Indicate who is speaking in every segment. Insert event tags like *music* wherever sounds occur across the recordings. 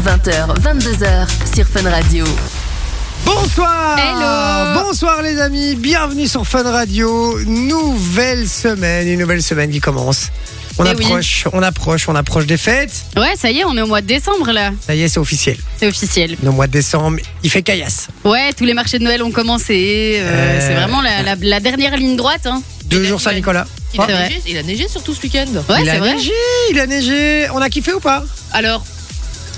Speaker 1: 20h, 22h sur Fun Radio.
Speaker 2: Bonsoir
Speaker 3: Hello
Speaker 2: Bonsoir les amis, bienvenue sur Fun Radio, nouvelle semaine, une nouvelle semaine qui commence. On
Speaker 3: Eh oui.
Speaker 2: approche, on approche, on approche des fêtes.
Speaker 3: Ouais, ça y est, on est au mois de décembre là.
Speaker 2: Ça y est, c'est officiel.
Speaker 3: C'est officiel.
Speaker 2: Le mois de décembre, il fait caillasse.
Speaker 3: Ouais, tous les marchés de Noël ont commencé. euh,
Speaker 2: Euh.
Speaker 3: C'est vraiment la, la- la dernière ligne droite. hein.
Speaker 2: Deux
Speaker 4: Et
Speaker 2: jours
Speaker 4: la-
Speaker 2: Saint-Nicolas.
Speaker 4: Il,
Speaker 3: Ouais.
Speaker 4: a neigé, il a neigé surtout ce week-end.
Speaker 3: Ouais,
Speaker 2: il
Speaker 3: c'est
Speaker 2: a
Speaker 3: vrai.
Speaker 2: neigé, il a neigé. On a kiffé ou pas
Speaker 4: Alors,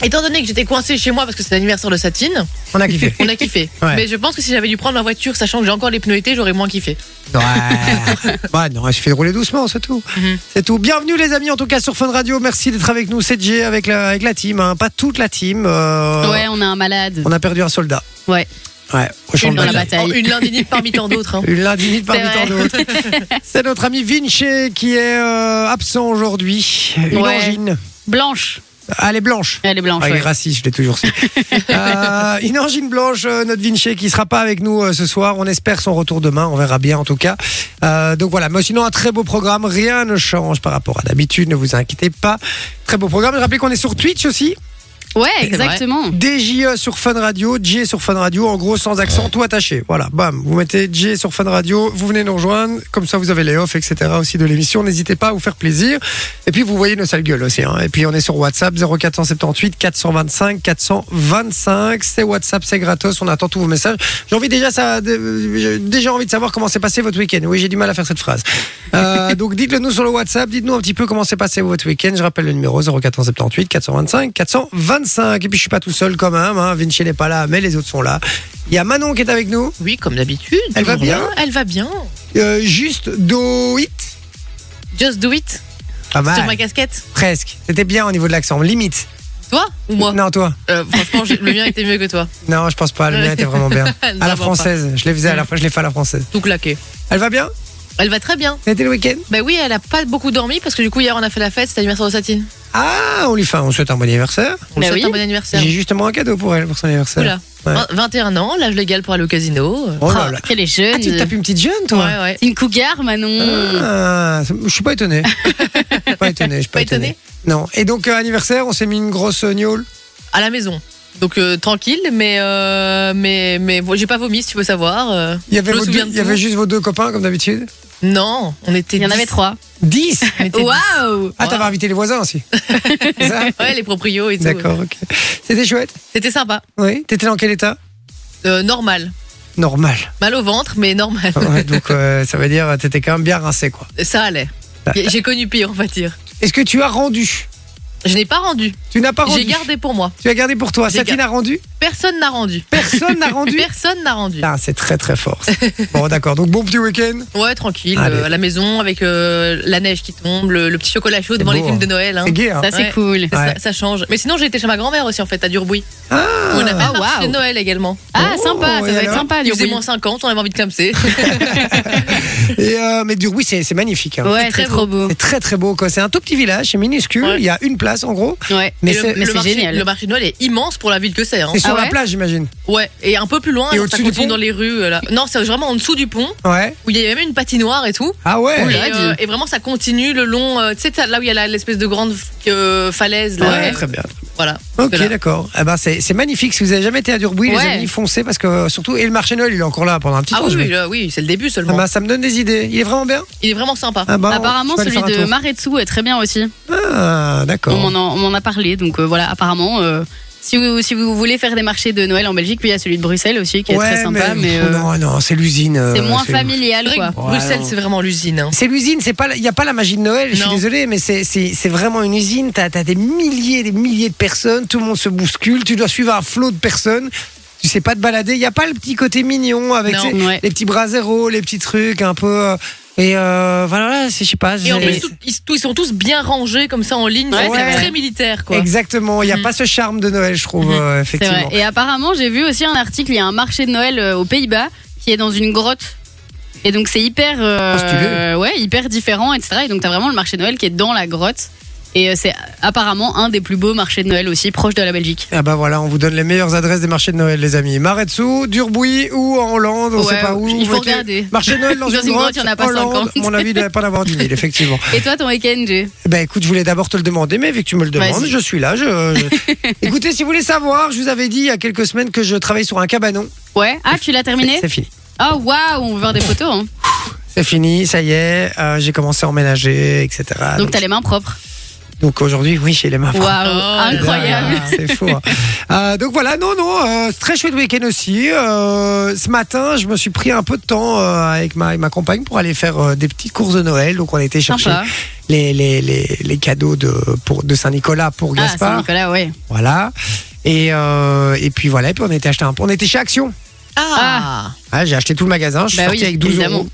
Speaker 4: étant donné que j'étais coincée chez moi parce que c'est l'anniversaire
Speaker 2: *laughs*
Speaker 4: de Satine,
Speaker 2: On a
Speaker 3: *laughs*
Speaker 2: kiffé.
Speaker 4: on a kiffé.
Speaker 2: Ouais.
Speaker 4: Mais je pense que si j'avais dû prendre ma voiture, sachant que j'ai encore les pneus été, j'aurais moins kiffé.
Speaker 2: Ouais. Bah non, il suffit de rouler doucement, c'est tout.
Speaker 4: Mhm.
Speaker 2: C'est tout. Bienvenue les amis, en tout cas sur Fun Radio. Merci d'être avec nous. C'est Jay avec la, avec la team, hein. pas toute la team. euh,
Speaker 3: Ouais, on a un malade.
Speaker 2: On a perdu un soldat.
Speaker 3: Ouais.
Speaker 2: Ouais, au champ
Speaker 3: Une
Speaker 2: de
Speaker 3: dans la
Speaker 2: bataille.
Speaker 3: bataille.
Speaker 4: Oh, une lundinite parmi tant
Speaker 2: *laughs*
Speaker 4: d'autres. hein.
Speaker 2: Une lundinite parmi
Speaker 3: C'est
Speaker 2: tant d'autres.
Speaker 3: *laughs*
Speaker 2: C'est notre ami Vinci qui est euh, absent aujourd'hui. Une
Speaker 3: Ouais.
Speaker 2: angine.
Speaker 3: Blanche.
Speaker 2: Ah, Elle est blanche.
Speaker 3: Elle est blanche.
Speaker 2: Ah, il est
Speaker 3: ouais.
Speaker 2: raciste, je l'ai toujours
Speaker 3: *laughs*
Speaker 2: su. Euh, une angine blanche, euh, notre Vinci qui sera pas avec nous euh, ce soir. On espère son retour demain, on verra bien en tout cas. Euh, donc voilà, mais sinon un très beau programme. Rien ne change par rapport à d'habitude, ne vous inquiétez pas. Très beau programme. Je rappelle qu'on est sur Twitch aussi.
Speaker 3: Ouais, exactement.
Speaker 2: DJE sur Fun Radio, J sur Fun Radio, en gros sans accent, tout attaché. Voilà, bam, vous mettez J sur Fun Radio, vous venez nous rejoindre, comme ça vous avez les offs, etc. aussi de l'émission, n'hésitez pas à vous faire plaisir. Et puis vous voyez nos sales gueules aussi. hein. Et puis on est sur WhatsApp 0478 425 425, c'est WhatsApp, c'est gratos, on attend tous vos messages. J'ai envie déjà, ça, de- j'ai déjà envie de savoir comment s'est passé votre week-end. Oui, j'ai du mal à faire cette phrase. Euh, donc dites-le nous sur le WhatsApp, dites-nous un petit peu comment s'est passé votre week-end. Je rappelle le numéro 0478 425 425. Et puis je suis pas tout seul quand même, hein. Vinci n'est pas là, mais les autres sont là. Il y a Manon qui est avec nous,
Speaker 4: Oui, comme d'habitude.
Speaker 2: Elle va bien
Speaker 4: Elle va bien.
Speaker 2: Euh, juste do it.
Speaker 4: Just do it.
Speaker 2: Pas
Speaker 4: Sur ma
Speaker 2: mal,
Speaker 4: casquette.
Speaker 2: presque. C'était bien au niveau de l'accent, limite.
Speaker 4: Toi ou
Speaker 2: *laughs*
Speaker 4: moi
Speaker 2: Non, toi.
Speaker 4: Euh, Franchement, j'ai- le mien était mieux que toi.
Speaker 2: Non, je pense pas, le
Speaker 4: Ouais.
Speaker 2: mien était vraiment
Speaker 4: *laughs*
Speaker 2: bien. À la
Speaker 4: Vraiment pas. Mm.
Speaker 2: française, je les faisais à la, je l'ai fait à la française.
Speaker 4: Tout claqué.
Speaker 2: Elle va bien
Speaker 4: Elle va très bien.
Speaker 2: C'était le week-end
Speaker 4: Bah oui, elle a pas beaucoup dormi parce que du coup, hier, on a fait la fête, c'était l'anniversaire de Satine.
Speaker 2: Ah, on lui fait, on souhaite un bon anniversaire.
Speaker 4: On lui
Speaker 3: Bah
Speaker 4: souhaite
Speaker 3: oui.
Speaker 4: un bon anniversaire.
Speaker 2: J'ai justement un cadeau pour elle pour son anniversaire.
Speaker 4: Oula.
Speaker 2: Ouais.
Speaker 4: Vingt- 21 ans, l'âge légal pour aller au casino.
Speaker 2: Oh là là.
Speaker 3: Ah, Quelle est jeune.
Speaker 2: Ah, tu te tapes une petite jeune, toi
Speaker 4: Ouais, ouais.
Speaker 3: C'est une cougar, Manon.
Speaker 2: Ah, ça- je suis pas
Speaker 4: *laughs*
Speaker 2: étonné. Je suis pas étonné. Je suis pas
Speaker 4: Pas
Speaker 2: étonné.
Speaker 4: étonné
Speaker 2: Non. Et donc euh, anniversaire, on s'est mis une grosse euh, gnôle.
Speaker 4: à la maison. Donc euh, tranquille, mais euh, mais mais vo- j'ai pas vomi si tu veux savoir. euh.
Speaker 2: Il y avait,
Speaker 4: Je me
Speaker 2: vos
Speaker 4: souviens
Speaker 2: deux-
Speaker 4: de
Speaker 2: il y avait
Speaker 4: tout.
Speaker 2: juste vos deux copains comme d'habitude.
Speaker 4: Non, on était.
Speaker 3: Il y en
Speaker 4: dix.
Speaker 3: avait trois.
Speaker 4: *laughs*
Speaker 2: Dix.
Speaker 4: On était dix.
Speaker 3: Waouh
Speaker 2: Ah, t'avais invité les voisins
Speaker 4: *laughs*
Speaker 2: aussi. C'est ça
Speaker 4: Ouais, les proprios et tout.
Speaker 2: D'accord. Ok. C'était chouette.
Speaker 4: C'était sympa,
Speaker 2: Oui. T'étais dans quel état
Speaker 4: Euh, normal,
Speaker 2: Normal.
Speaker 4: mal au ventre, mais normal.
Speaker 2: Ouais, donc euh, ça veut dire t'étais quand même bien rincé quoi.
Speaker 4: Ça allait.
Speaker 2: Bah,
Speaker 4: J'ai- J'ai connu pire, on va dire.
Speaker 2: Est-ce que tu as rendu
Speaker 4: Je n'ai pas rendu.
Speaker 2: Tu n'as pas rendu.
Speaker 4: J'ai gardé pour moi.
Speaker 2: Tu as gardé pour toi.
Speaker 4: J'ai
Speaker 2: Satine a rendu.
Speaker 4: Personne n'a rendu.
Speaker 2: Personne n'a rendu.
Speaker 4: Personne n'a rendu.
Speaker 2: Ah, c'est très très fort. ça. Bon d'accord. Donc bon petit week-end.
Speaker 4: Ouais, tranquille,
Speaker 2: Allez.
Speaker 4: euh, à la maison avec euh, la neige qui tombe, le, le petit chocolat chaud devant
Speaker 2: beau,
Speaker 4: les films
Speaker 2: hein.
Speaker 4: de Noël. hein.
Speaker 2: C'est gay. Hein.
Speaker 3: Ça, c'est
Speaker 4: Ouais.
Speaker 3: cool.
Speaker 4: Ça,
Speaker 2: Ouais.
Speaker 4: ça change. Mais sinon, j'ai été chez ma grand-mère aussi en fait à Durbuy.
Speaker 2: Ah.
Speaker 4: on a
Speaker 3: Ah,
Speaker 4: fait un marché
Speaker 3: waouh.
Speaker 4: de Noël également.
Speaker 3: Ah,
Speaker 2: Oh,
Speaker 3: sympa,
Speaker 2: et
Speaker 3: ça doit être
Speaker 2: alors
Speaker 3: sympa.
Speaker 4: Il
Speaker 3: du
Speaker 4: faisait
Speaker 3: coup.
Speaker 4: moins 50, on avait envie de clamser.
Speaker 2: Et euh, mais Durbuy, c'est c'est magnifique. hein.
Speaker 3: Ouais,
Speaker 4: très
Speaker 3: c'est trop beau.
Speaker 2: C'est très très beau. quoi. C'est un tout petit village, c'est minuscule.
Speaker 4: Ouais.
Speaker 2: Il y a une place en gros.
Speaker 3: Ouais.
Speaker 2: Mais
Speaker 4: Et le-
Speaker 2: c'est
Speaker 3: mais
Speaker 4: le
Speaker 3: c'est
Speaker 4: marché-
Speaker 3: génial.
Speaker 4: Le marché de Noël est immense pour la ville que c'est. hein.
Speaker 2: c'est sur
Speaker 3: Ah
Speaker 2: la
Speaker 3: ouais
Speaker 2: plage, j'imagine.
Speaker 4: Ouais, et un peu plus loin,
Speaker 2: Et
Speaker 4: alors ça
Speaker 2: au-dessus du
Speaker 4: continue
Speaker 2: pont
Speaker 4: dans les rues. euh, là. Non, c'est vraiment en dessous du pont
Speaker 2: Ouais.
Speaker 4: où il y avait même une patinoire et tout.
Speaker 2: Ah ouais.
Speaker 3: Oula.
Speaker 4: Et,
Speaker 3: Ouais,
Speaker 4: euh,
Speaker 3: dis.
Speaker 4: et vraiment, ça continue le long. euh, tu sais, t'as- là où il y a la- l'espèce de grande euh, falaise.
Speaker 2: Ouais,
Speaker 4: Là,
Speaker 2: Ah, très bien.
Speaker 4: Voilà.
Speaker 2: Ok,
Speaker 4: C'est là.
Speaker 2: d'accord. Eh ben, c'est c'est magnifique. Si vous avez jamais été à Durbuy, les
Speaker 3: Ouais.
Speaker 2: amis, foncez parce que euh, surtout. Et le marché Noël, il est encore là pendant un petit
Speaker 4: Ah
Speaker 2: temps.
Speaker 4: oui,
Speaker 2: je
Speaker 4: oui,
Speaker 2: vais-
Speaker 4: là, oui, c'est le début
Speaker 2: Ah
Speaker 4: seulement.
Speaker 2: ben, ça me donne des idées. Il est vraiment bien.
Speaker 4: Il est vraiment sympa.
Speaker 2: Ah ben,
Speaker 3: Apparemment,
Speaker 2: je vais aller
Speaker 3: celui
Speaker 2: faire un
Speaker 3: de
Speaker 2: tour.
Speaker 3: Maretsu est très bien aussi.
Speaker 2: Ah, d'accord.
Speaker 3: On m'en a, on m'en a parlé, donc euh, voilà, apparemment, euh, si, vous, si vous voulez faire des marchés de Noël en Belgique, puis il y a celui de Bruxelles aussi qui est très sympa, mais, euh,
Speaker 2: non, non, c'est l'usine. euh,
Speaker 3: c'est moins
Speaker 4: C'est
Speaker 3: familial,
Speaker 4: vrai
Speaker 3: quoi.
Speaker 4: que Bruxelles, c'est vraiment l'usine. hein.
Speaker 2: C'est l'usine, c'est pas, il y a pas la magie de Noël. Je suis
Speaker 4: Non.
Speaker 2: désolé, mais c'est- c'est c'est vraiment une usine. T'as as des milliers, et des milliers de personnes. Tout le monde se bouscule. Tu dois suivre un flot de personnes. Tu sais pas te balader. Il y a pas le petit côté mignon avec
Speaker 4: Non.
Speaker 2: tu sais,
Speaker 3: Ouais.
Speaker 2: les petits bras zéro, les petits trucs un peu. euh, Et euh, voilà, c'est- je sais pas.
Speaker 4: Et en
Speaker 2: c'est-
Speaker 4: plus, tout- ils, tous- ils sont tous bien rangés comme ça en ligne. ça,
Speaker 3: Ouais,
Speaker 2: c'est
Speaker 4: c'est
Speaker 2: vrai.
Speaker 4: très militaire, quoi.
Speaker 2: Exactement. Il y a
Speaker 4: Mhm.
Speaker 2: pas ce charme de Noël, je trouve
Speaker 4: Mhm.
Speaker 2: euh,
Speaker 3: Mm-hmm. C'est vrai.
Speaker 2: effectivement.
Speaker 3: Et apparemment, j'ai vu aussi un article, il y a un marché de Noël euh, aux Pays-Bas qui est dans une grotte. Et donc, c'est hyper, euh,
Speaker 2: Ah, stylé.
Speaker 3: ouais, hyper différent, etc. Et donc, t'as vraiment le marché de Noël qui est dans la grotte. Et euh, c'est apparemment un des plus beaux marchés de Noël aussi, proche de la Belgique.
Speaker 2: Ah bah voilà, on vous donne les meilleures adresses des marchés de Noël, les amis. Maretsu, Durbuy ou en Hollande, on
Speaker 3: Ouais,
Speaker 2: sait pas où.
Speaker 3: il faut
Speaker 2: Vous mettez
Speaker 3: regarder.
Speaker 2: Marché de Noël dans,
Speaker 3: *laughs* Dans une grotte, il y en a pas
Speaker 2: Hollande,
Speaker 3: 50.
Speaker 2: mon avis, il devait pas en avoir 10 000, effectivement.
Speaker 3: Et toi, ton week-end, Jay
Speaker 2: Ben écoute, je voulais d'abord te le demander, mais vu que tu me le demandes,
Speaker 3: Vas-y.
Speaker 2: je suis là. Je, je-
Speaker 3: *laughs*
Speaker 2: Écoutez, si vous voulez savoir, je vous avais dit il y a quelques semaines que je travaille sur un cabanon.
Speaker 3: Ouais. Ah, tu l'as terminé
Speaker 2: C'est fini.
Speaker 3: Ah, waouh, on veut voir des photos. hein.
Speaker 2: C'est fini, ça y est, euh, j'ai commencé à emménager, etc.
Speaker 3: Donc, t'as les mains propres.
Speaker 2: donc aujourd'hui, oui, j'ai les mains.
Speaker 3: Waouh,
Speaker 4: Oh là
Speaker 3: incroyable.
Speaker 2: Ah, C'est fou. hein. Euh, donc voilà, non, non, euh, c'est très chouette week-end aussi. Euh, ce matin, je me suis pris un peu de temps euh, avec ma, ma compagne pour aller faire euh, des petites courses de Noël. Donc on a été chercher
Speaker 3: Sympa.
Speaker 2: les, les, les, les cadeaux de, pour, de Saint-Nicolas pour
Speaker 3: Ah,
Speaker 2: Gaspard.
Speaker 3: Saint-Nicolas, ouais.
Speaker 2: Voilà. Et, euh, et puis voilà, et puis on était acheté un On était chez Action.
Speaker 4: Ah,
Speaker 2: Ah, j'ai acheté tout le magasin, je suis
Speaker 3: Bah
Speaker 2: sorti
Speaker 3: oui,
Speaker 2: avec 12
Speaker 3: *laughs* évidemment.
Speaker 2: euros.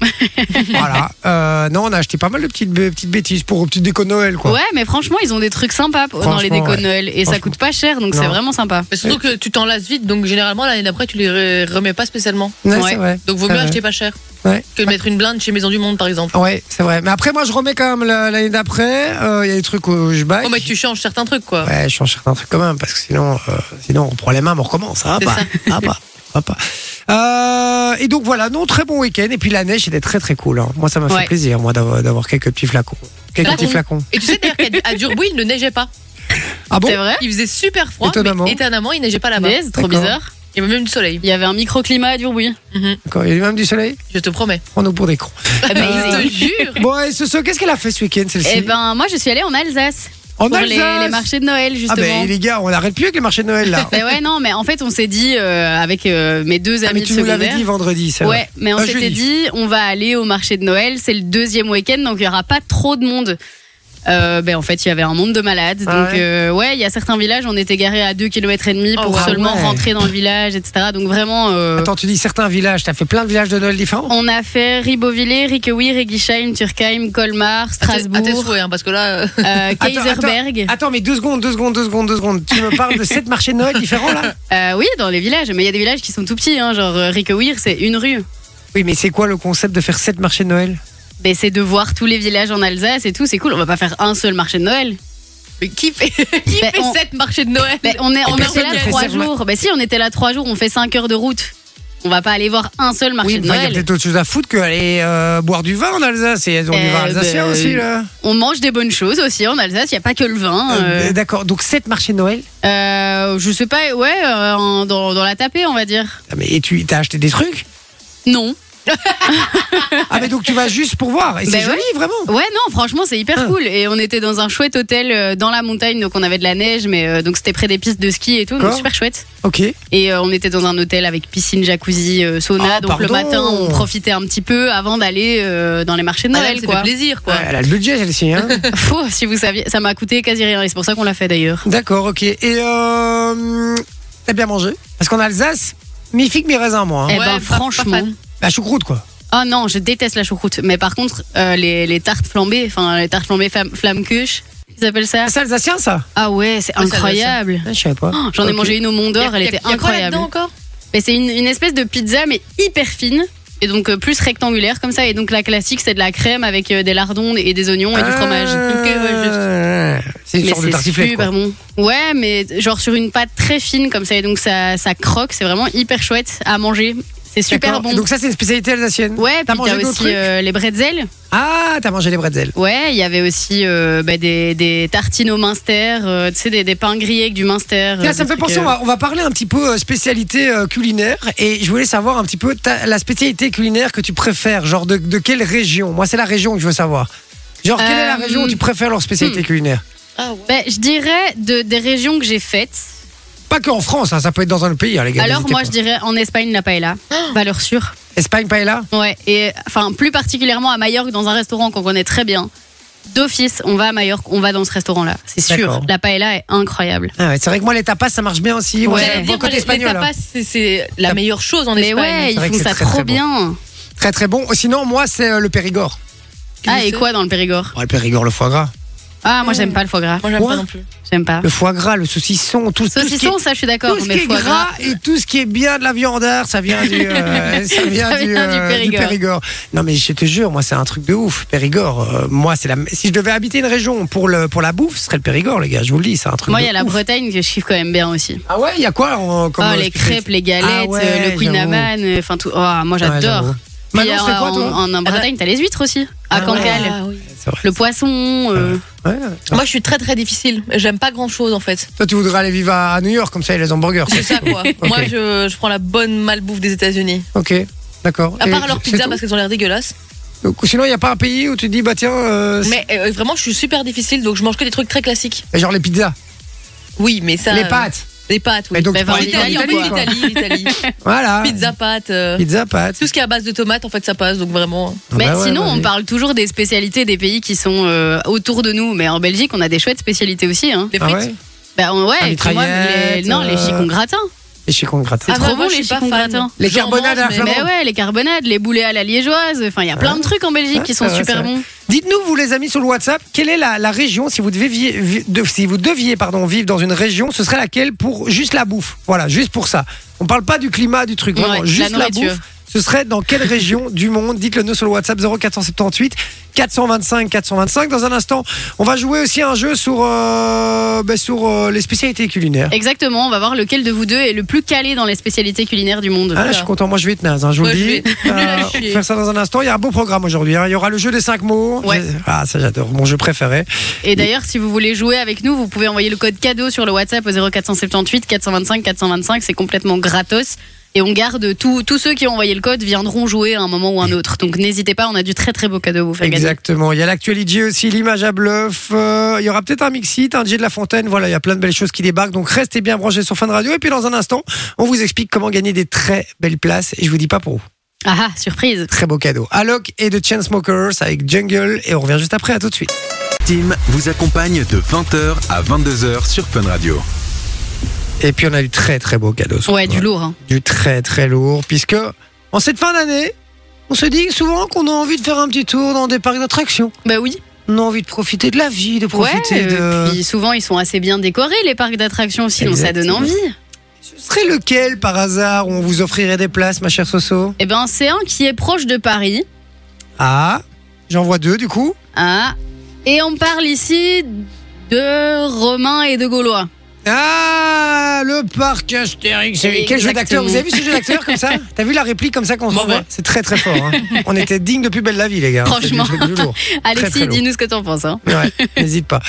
Speaker 2: voilà. Euh, non, on a acheté pas mal de petites, b- petites bêtises pour petites déco de Noël, quoi.
Speaker 3: Ouais, mais franchement, ils ont des trucs sympas pour- dans les
Speaker 2: Franchement,
Speaker 3: décos de Noël. Et ça
Speaker 2: Franchement.
Speaker 3: coûte pas cher, donc c'est
Speaker 2: Non.
Speaker 3: vraiment sympa.
Speaker 4: Mais surtout que tu t'en lasses vite, donc généralement l'année d'après tu les re- remets pas spécialement.
Speaker 2: Ouais,
Speaker 3: Ah Ouais.
Speaker 2: c'est vrai.
Speaker 4: Donc vaut
Speaker 2: C'est
Speaker 4: mieux
Speaker 2: vrai.
Speaker 4: acheter pas cher
Speaker 2: Ouais.
Speaker 4: que de mettre une blinde chez Maison du Monde par exemple.
Speaker 2: Ouais, c'est vrai. Mais après, moi, je remets quand même la- l'année d'après. Euh, Il y a des trucs où je bague.
Speaker 4: Oh, mais tu changes certains trucs quoi.
Speaker 2: Ouais, je change certains trucs quand même, parce que sinon, euh, sinon on prend les mains, mais on recommence. hein. Ça va
Speaker 4: C'est
Speaker 2: pas.
Speaker 4: ça.
Speaker 2: Ça va pas. Ça va pas. Euh, et donc voilà, non, très bon week-end. Et puis la neige était très très cool. hein. Moi, ça m'a fait
Speaker 3: Ouais.
Speaker 2: plaisir, moi, d'avoir d'avoir quelques petits flacons. Quelques
Speaker 4: Flacons.
Speaker 2: petits flacons.
Speaker 4: Et tu sais d'ailleurs qu'à à Durbuy il ne neigeait pas.
Speaker 2: Ah bon
Speaker 3: C'est vrai
Speaker 4: Il faisait super froid,
Speaker 2: Étonnamment.
Speaker 4: mais étonnamment il neigeait pas là-bas.
Speaker 3: Mais C'est Hein trop
Speaker 2: D'accord.
Speaker 3: bizarre.
Speaker 4: Il y avait même du soleil,
Speaker 3: Il y avait un microclimat
Speaker 2: *laughs*
Speaker 3: à Durbuy.
Speaker 2: D'accord, Il y a eu même du soleil
Speaker 4: je te promets.
Speaker 2: Prends-nous pour des cons.
Speaker 3: Ah,
Speaker 4: Mais
Speaker 3: mais
Speaker 4: je te
Speaker 3: ils-
Speaker 4: jure.
Speaker 2: Bon, et Soso, qu'est-ce qu'elle a fait ce week-end, celle-ci
Speaker 3: Eh ben, moi, je suis allée en Alsace
Speaker 2: En
Speaker 3: pour les,
Speaker 2: Alsace
Speaker 3: les marchés de Noël,
Speaker 2: Ah
Speaker 3: justement.
Speaker 2: ben, les gars, on n'arrête plus avec les marchés de Noël,
Speaker 3: *laughs*
Speaker 2: là.
Speaker 3: Mais ouais, non, mais en fait, on s'est dit euh, avec euh, mes deux
Speaker 2: Ah,
Speaker 3: amis
Speaker 2: mais
Speaker 3: de
Speaker 2: tu nous l'avais
Speaker 3: secondaire-
Speaker 2: dit vendredi, c'est vrai.
Speaker 3: Ouais, mais on
Speaker 2: Ah,
Speaker 3: s'était
Speaker 2: jeudi.
Speaker 3: dit, on va aller au marché de Noël. C'est le deuxième week-end, donc il y aura pas trop de monde. Euh, ben en fait, il y avait un monde de malades.
Speaker 2: Ah
Speaker 3: donc
Speaker 2: ouais.
Speaker 3: euh, ouais, il y a certains villages, on était garés à 2 km et demi
Speaker 4: Oh,
Speaker 3: pour
Speaker 4: ah
Speaker 3: seulement
Speaker 2: ouais.
Speaker 3: rentrer dans le village, etc. Donc vraiment, euh,
Speaker 2: Attends, tu dis certains villages, t'as fait plein de villages de Noël différents
Speaker 3: on a fait Ribovillers, Riquewihr, Regisheim, Turkheim, Colmar,
Speaker 4: À tes- À tes
Speaker 3: Strasbourg,
Speaker 4: souhaits, hein, parce que
Speaker 3: *laughs*
Speaker 4: là, euh,
Speaker 3: euh,
Speaker 2: Attends,
Speaker 3: Kaiserberg.
Speaker 2: Attends, mais deux secondes, deux secondes, deux secondes, deux secondes. Tu me parles de sept marchés de Noël différents,
Speaker 3: *laughs*
Speaker 2: là
Speaker 3: Euh, oui, dans les villages, mais il y a des villages qui sont tout petits, hein, genre euh, Riquewihr, c'est une rue.
Speaker 2: Oui, mais c'est quoi le concept de faire sept marchés de Noël
Speaker 3: Ben, c'est de voir tous les villages en Alsace et tout, c'est cool. On va pas faire un seul marché de Noël.
Speaker 4: mais qui fait, qui
Speaker 3: Mais
Speaker 4: fait
Speaker 3: on-
Speaker 4: cette marché de Noël
Speaker 3: Ben, on est, on
Speaker 2: personne
Speaker 3: était
Speaker 2: ne
Speaker 3: là
Speaker 2: fait
Speaker 3: trois
Speaker 2: ça,
Speaker 3: jours. Ben si, on était là trois jours, on fait cinq heures de route. On va pas aller voir un seul marché
Speaker 2: Oui,
Speaker 3: de
Speaker 2: enfin, il y a
Speaker 3: Noël.
Speaker 2: peut-être autre chose à foutre qu'aller euh, boire du vin en Alsace. Et elles ont du
Speaker 3: Euh,
Speaker 2: vin alsacien
Speaker 3: ben,
Speaker 2: aussi, là.
Speaker 3: On mange des bonnes choses aussi en Alsace. Il y a pas que le vin.
Speaker 2: Euh,
Speaker 3: euh.
Speaker 2: D'accord, donc sept marchés de Noël.
Speaker 3: Euh, je sais pas. Ouais, euh, en- dans, dans la tapée, on va dire.
Speaker 2: Ah, mais, et tu t'as acheté des trucs
Speaker 3: Non.
Speaker 2: Ah, mais donc tu vas juste pour voir. Et c'est
Speaker 3: Ben
Speaker 2: joli, vraiment.
Speaker 3: Ouais, non. Franchement, c'est hyper
Speaker 2: Ah.
Speaker 3: cool. Et on était dans un chouette hôtel euh, dans la montagne, donc on avait de la neige, mais euh, donc c'était près des pistes de ski et tout, donc
Speaker 2: D'accord.
Speaker 3: super chouette.
Speaker 2: Ok.
Speaker 3: Et euh, on était dans un hôtel avec piscine, jacuzzi, euh, sauna.
Speaker 2: Ah,
Speaker 3: donc le
Speaker 2: pardon.
Speaker 3: matin, on profitait un petit peu avant d'aller euh, dans les marchés de
Speaker 2: Ah,
Speaker 4: Madame,
Speaker 3: Noël,
Speaker 4: c'est
Speaker 3: quoi.
Speaker 4: le Ah, plaisir, quoi.
Speaker 2: Ouais, elle a le budget, celle-ci.
Speaker 3: *laughs*
Speaker 2: Hein *laughs*
Speaker 3: Faux, si vous saviez, ça m'a coûté quasi rien et c'est pour ça qu'on l'a fait d'ailleurs.
Speaker 2: D'accord, ok. Et euh, t'as bien mangé Parce qu'en Alsace, mi figue, mi raisin, moi.
Speaker 3: eh
Speaker 2: Hein.
Speaker 4: Ouais,
Speaker 3: ben
Speaker 4: pas- pas
Speaker 3: franchement.
Speaker 4: fan.
Speaker 2: La choucroute, quoi.
Speaker 3: Ah non, je déteste la choucroute. Mais par contre, euh, les, les tartes flambées, enfin les tartes flambées flam flammekuche, ils appellent ça.
Speaker 2: Ah, c'est alsacien, ça
Speaker 3: Ah ouais, c'est
Speaker 4: Ouais, ça doit
Speaker 3: incroyable.
Speaker 2: Ah, Je savais pas.
Speaker 3: Oh, J'en ai
Speaker 2: Ok.
Speaker 3: mangé une au Mont d'Or,
Speaker 4: Y a-
Speaker 3: elle
Speaker 4: y a-
Speaker 3: était
Speaker 4: y a quoi
Speaker 3: incroyable.
Speaker 4: là-dedans encore
Speaker 3: Mais c'est une, une espèce de pizza mais hyper fine. Et donc euh, plus rectangulaire comme ça. Et donc la classique, c'est de la crème avec euh, des lardons et des oignons et du fromage.
Speaker 2: Ah,
Speaker 3: Donc, euh, juste-
Speaker 2: C'est une
Speaker 3: Mais
Speaker 2: sorte de
Speaker 3: c'est
Speaker 2: tartiflette. quoi.
Speaker 3: super bon. Ouais, mais genre sur une pâte très fine comme ça, et donc ça, ça croque, c'est vraiment hyper chouette à manger. C'est super
Speaker 2: D'accord.
Speaker 3: bon.
Speaker 2: Donc ça, c'est une spécialité alsacienne.
Speaker 3: ouais,
Speaker 2: t'as
Speaker 3: puis
Speaker 2: mangé
Speaker 3: t'as
Speaker 2: d'autres
Speaker 3: aussi
Speaker 2: trucs
Speaker 3: euh, les bretzels.
Speaker 2: Ah, t'as mangé les bretzels.
Speaker 3: Ouais, il y avait aussi euh, bah, des, des tartines au Minster, euh, tu sais, des, des pains grillés avec du Minster.
Speaker 2: Tiens,
Speaker 3: euh,
Speaker 2: ça me
Speaker 3: des
Speaker 2: fait
Speaker 3: trucs,
Speaker 2: penser, on
Speaker 3: euh,
Speaker 2: va, on va parler un petit peu euh, spécialité euh, culinaire et je voulais savoir un petit peu ta- la spécialité culinaire que tu préfères, genre de, de quelle région Moi, c'est la région que je veux savoir. Genre, quelle est la
Speaker 3: Euh, hmm.
Speaker 2: région où tu préfères leur spécialité culinaire
Speaker 4: Ah ouais.
Speaker 3: bah, je dirais de, des régions que j'ai faites.
Speaker 2: Pas que en France, hein, ça peut être dans un autre pays, hein, les gars.
Speaker 3: Alors
Speaker 2: n'hésitez
Speaker 3: moi
Speaker 2: pas.
Speaker 3: je dirais en Espagne la paella,
Speaker 2: Oh
Speaker 3: valeur sûre.
Speaker 2: Espagne, paella
Speaker 3: Ouais, et enfin plus particulièrement à Majorque dans un restaurant qu'on connaît très bien. D'office, on va à Majorque, on va dans ce restaurant-là, c'est sûr.
Speaker 2: D'accord.
Speaker 3: La paella est incroyable.
Speaker 2: Ah ouais, C'est vrai que moi, les tapas, ça marche bien aussi. Moi,
Speaker 3: Ouais.
Speaker 2: j'aime
Speaker 4: J'allais
Speaker 2: bien
Speaker 4: dire,
Speaker 2: le côté
Speaker 4: les- les
Speaker 2: espagnol, hein.
Speaker 4: tapas, c'est- c'est la
Speaker 2: Tap-
Speaker 4: meilleure chose en
Speaker 3: Mais ouais,
Speaker 4: Espagne.
Speaker 3: ils
Speaker 2: vrai que
Speaker 3: font
Speaker 2: c'est
Speaker 3: ça
Speaker 2: très,
Speaker 3: trop
Speaker 2: très bon.
Speaker 3: bien.
Speaker 2: Très très bon. Sinon, moi, c'est euh, le Périgord.
Speaker 3: Ah, et
Speaker 4: Qu'est-ce
Speaker 3: quoi dans le Périgord
Speaker 2: Ouais, le Périgord, le foie gras.
Speaker 3: Ah, moi, j'aime pas le foie gras.
Speaker 4: Moi, j'aime
Speaker 2: Ouais.
Speaker 4: pas non plus.
Speaker 3: J'aime pas.
Speaker 2: Le foie gras, le saucisson, tout, tout ce qui est-
Speaker 3: Saucisson, ça, je suis d'accord.
Speaker 2: tout ce qui
Speaker 3: Mais
Speaker 2: est
Speaker 3: foie
Speaker 2: gras,
Speaker 3: gras.
Speaker 2: et tout ce qui est bien de la viandeur, ça vient du, euh,
Speaker 3: *laughs*
Speaker 2: ça vient
Speaker 3: Ça
Speaker 2: du,
Speaker 3: vient du
Speaker 2: euh,
Speaker 3: Périgord.
Speaker 2: Non mais je te jure, moi c'est un truc de ouf. Périgord, euh, moi c'est la. Si je devais habiter une région pour le pour la bouffe, ce serait le Périgord, les gars. Je vous le dis, c'est un truc.
Speaker 3: Moi,
Speaker 2: de
Speaker 3: il y a la
Speaker 2: ouf.
Speaker 3: Bretagne que je kiffe quand même bien aussi.
Speaker 2: Ah ouais, il y a quoi en, comme,
Speaker 3: Oh,
Speaker 2: euh,
Speaker 3: les crêpes, les galettes,
Speaker 2: Ah ouais,
Speaker 3: euh, le Queen
Speaker 2: j'avoue.
Speaker 3: Amman, euh, enfin tout. Oh, moi,
Speaker 2: Ouais,
Speaker 3: j'adore.
Speaker 2: j'avoue.
Speaker 3: Puis,
Speaker 2: Manon, c'est
Speaker 3: euh,
Speaker 2: quoi
Speaker 3: en,
Speaker 2: toi
Speaker 3: en, en Bretagne, t'as les huîtres aussi. À
Speaker 2: Ah ouais.
Speaker 3: Cancale.
Speaker 4: oui.
Speaker 2: C'est vrai.
Speaker 3: Le poisson. euh,
Speaker 2: Ouais.
Speaker 4: Moi, je suis très très difficile. J'aime pas grand chose en fait.
Speaker 2: Toi, tu voudrais aller vivre à à New York comme ça, il y a les hamburgers.
Speaker 4: C'est ça
Speaker 2: *laughs*
Speaker 4: quoi. Moi, je, je prends la bonne malbouffe des États-Unis.
Speaker 2: ok, d'accord.
Speaker 4: À
Speaker 2: Et
Speaker 4: part leurs
Speaker 2: c'est
Speaker 4: pizzas
Speaker 2: tout
Speaker 4: parce qu'elles ont l'air dégueulasses.
Speaker 2: Donc, Sinon, il n'y a pas un pays où tu te dis, bah tiens, euh, c'est-
Speaker 4: Mais euh, vraiment, je suis super difficile donc je mange que des trucs très classiques.
Speaker 2: genre les pizzas,
Speaker 4: Oui, mais ça.
Speaker 2: les
Speaker 4: euh,
Speaker 2: pâtes.
Speaker 4: Les pâtes, oui.
Speaker 2: Et donc,
Speaker 3: Bah,
Speaker 2: tu
Speaker 3: va en
Speaker 2: pourrais vivre en
Speaker 4: L'Italie,
Speaker 3: Italie,
Speaker 2: Italie,
Speaker 3: quoi.
Speaker 2: quoi.
Speaker 4: l'Italie, l'Italie.
Speaker 2: *laughs* Voilà.
Speaker 4: Pizza pâtes. euh,
Speaker 2: Pizza, pâtes.
Speaker 4: Tout ce qui est à base de tomates, en fait, ça passe. Donc vraiment.
Speaker 3: Mais
Speaker 2: Ah bah ouais,
Speaker 3: sinon,
Speaker 2: vas-y.
Speaker 3: on parle toujours des spécialités des pays qui sont euh, autour de nous. Mais en Belgique, on a des chouettes spécialités aussi. Hein.
Speaker 4: Des
Speaker 2: Ah
Speaker 4: frites.
Speaker 2: ouais
Speaker 3: Bah, on-
Speaker 2: La
Speaker 3: ouais, pour moi, les,
Speaker 2: mitraillette,
Speaker 3: non, les
Speaker 2: Ah, euh,
Speaker 3: chicons gratins.
Speaker 2: Et chez qu'on gratte.
Speaker 3: C'est
Speaker 4: Ah,
Speaker 3: trop
Speaker 4: bah,
Speaker 3: bon,
Speaker 4: moi, je
Speaker 3: les
Speaker 4: suis pas
Speaker 3: chicons
Speaker 4: fan.
Speaker 3: gratins.
Speaker 2: Les
Speaker 4: J'en
Speaker 2: carbonades à
Speaker 4: mange,
Speaker 2: la
Speaker 4: mais-
Speaker 2: flamande.
Speaker 3: Mais ouais, les carbonades, les boulets à la liégeoise. Enfin, il y a plein de trucs en Belgique
Speaker 2: Ah Ouais,
Speaker 3: qui
Speaker 2: c'est
Speaker 3: sont
Speaker 2: vrai, c'est
Speaker 3: super
Speaker 2: vrai.
Speaker 3: bons.
Speaker 2: Dites-nous, vous les amis, sur le WhatsApp, quelle est la, la région, si vous, deviez, vi- de- si vous deviez pardon, vivre dans une région, ce serait laquelle pour juste la bouffe Voilà, juste pour ça. On parle pas du climat, du truc, vraiment,
Speaker 3: Ouais,
Speaker 2: juste
Speaker 3: la
Speaker 2: la,
Speaker 3: nourriture.
Speaker 2: bouffe. Ce serait dans *laughs* quelle région du monde Dites-le nous sur le WhatsApp 0478 425 425. Dans un instant, on va jouer aussi à un jeu sur, euh, ben, sur euh, les spécialités culinaires.
Speaker 3: Exactement, on va voir lequel de vous deux est le plus calé dans les spécialités culinaires du monde.
Speaker 2: Ah, là, je suis content, moi je vais être naze, hein, je vous
Speaker 4: Moi,
Speaker 2: le
Speaker 4: je
Speaker 2: dis.
Speaker 4: vais-
Speaker 2: Euh,
Speaker 4: vais
Speaker 2: on va
Speaker 4: chier.
Speaker 2: faire ça dans un instant. Il y a un beau programme aujourd'hui. hein. Il y aura le jeu des 5 mots.
Speaker 3: Ouais.
Speaker 2: J'ai- Ah, ça j'adore, mon jeu préféré.
Speaker 3: Et d'ailleurs, si vous voulez jouer avec nous, vous pouvez envoyer le code cadeau sur le WhatsApp au 0478 425 425. C'est complètement gratos. Et on garde tous tous ceux qui ont envoyé le code viendront jouer à un moment ou un autre. Donc n'hésitez pas, on a du très très beau cadeau à vous faire gagner.
Speaker 2: Exactement. Il y a l'actualité aussi, l'image à bluff. Euh, il y aura peut-être un mixit, un DJ de la Fontaine. Voilà, il y a plein de belles choses qui débarquent. Donc restez bien branchés sur Fun Radio. Et puis dans un instant, on vous explique comment gagner des très belles places. Et je vous dis pas pour où.
Speaker 3: Ah ah, surprise.
Speaker 2: Très beau cadeau. Alok et The Chainsmokers avec Jungle. Et on revient juste après. À tout de suite.
Speaker 5: Team vous accompagne de 20h à 22h sur Fun Radio.
Speaker 2: Et puis on a du très très beau cadeau. ce
Speaker 3: Ouais,
Speaker 2: soir.
Speaker 3: du lourd. hein.
Speaker 2: du très très lourd, puisque en cette fin d'année, on se dit souvent qu'on a envie de faire un petit tour dans des parcs d'attractions.
Speaker 3: Bah oui.
Speaker 2: On a envie de profiter de la vie, de profiter
Speaker 3: ouais.
Speaker 2: de.
Speaker 3: euh, Puis souvent, ils sont assez bien décorés, les parcs d'attractions aussi, donc ça donne
Speaker 2: Exactement.
Speaker 3: envie.
Speaker 2: Ce serait lequel par hasard où on vous offrirait des places, ma chère Soso
Speaker 3: Eh ben, c'est un qui est proche de Paris.
Speaker 2: Ah, j'en vois deux du coup.
Speaker 3: Ah. Et on parle ici de Romains et de Gaulois.
Speaker 2: Ah, le parc Astérix. Quel jeu
Speaker 3: Exactement.
Speaker 2: d'acteur Vous avez vu ce jeu d'acteur comme ça T'as vu la réplique comme ça qu'on se
Speaker 4: Bon,
Speaker 2: voit
Speaker 3: bah.
Speaker 4: ouais.
Speaker 2: C'est très très fort. hein. On était digne de plus belle la vie, les gars.
Speaker 3: Franchement.
Speaker 2: C'est du truc du lourd.
Speaker 3: Alexis,
Speaker 2: très lourd.
Speaker 3: dis-nous ce que t'en penses. hein.
Speaker 2: Ouais, n'hésite pas.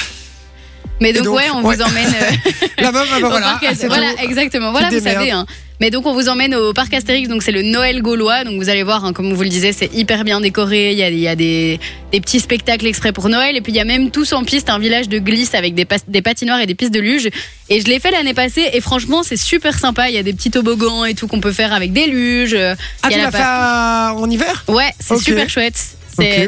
Speaker 3: Mais donc,
Speaker 2: donc,
Speaker 3: ouais, on
Speaker 2: ouais.
Speaker 3: vous emmène euh,
Speaker 2: *laughs* La meuf, bah,
Speaker 3: au
Speaker 2: voilà.
Speaker 3: parc Astérix.
Speaker 2: c'est
Speaker 3: Voilà,
Speaker 2: tout.
Speaker 3: exactement. Voilà, vous
Speaker 2: démerdes.
Speaker 3: savez. hein. Mais donc, on vous emmène au parc Astérix. Donc, c'est le Noël gaulois. Donc, vous allez voir, hein, comme on vous le disait, c'est hyper bien décoré. Il y a, il y a des, des petits spectacles exprès pour Noël. Et puis, il y a même tous en piste un village de glisse avec des, pas- des patinoires et des pistes de luge. Et je l'ai fait l'année passée. Et franchement, c'est super sympa. Il y a des petits toboggans et tout qu'on peut faire avec des luges. Euh,
Speaker 2: Ah,
Speaker 3: il y
Speaker 2: tu
Speaker 3: a la
Speaker 2: l'as fait
Speaker 3: pa-
Speaker 2: à- en hiver
Speaker 3: Ouais, c'est
Speaker 2: Ok.
Speaker 3: super chouette. C'est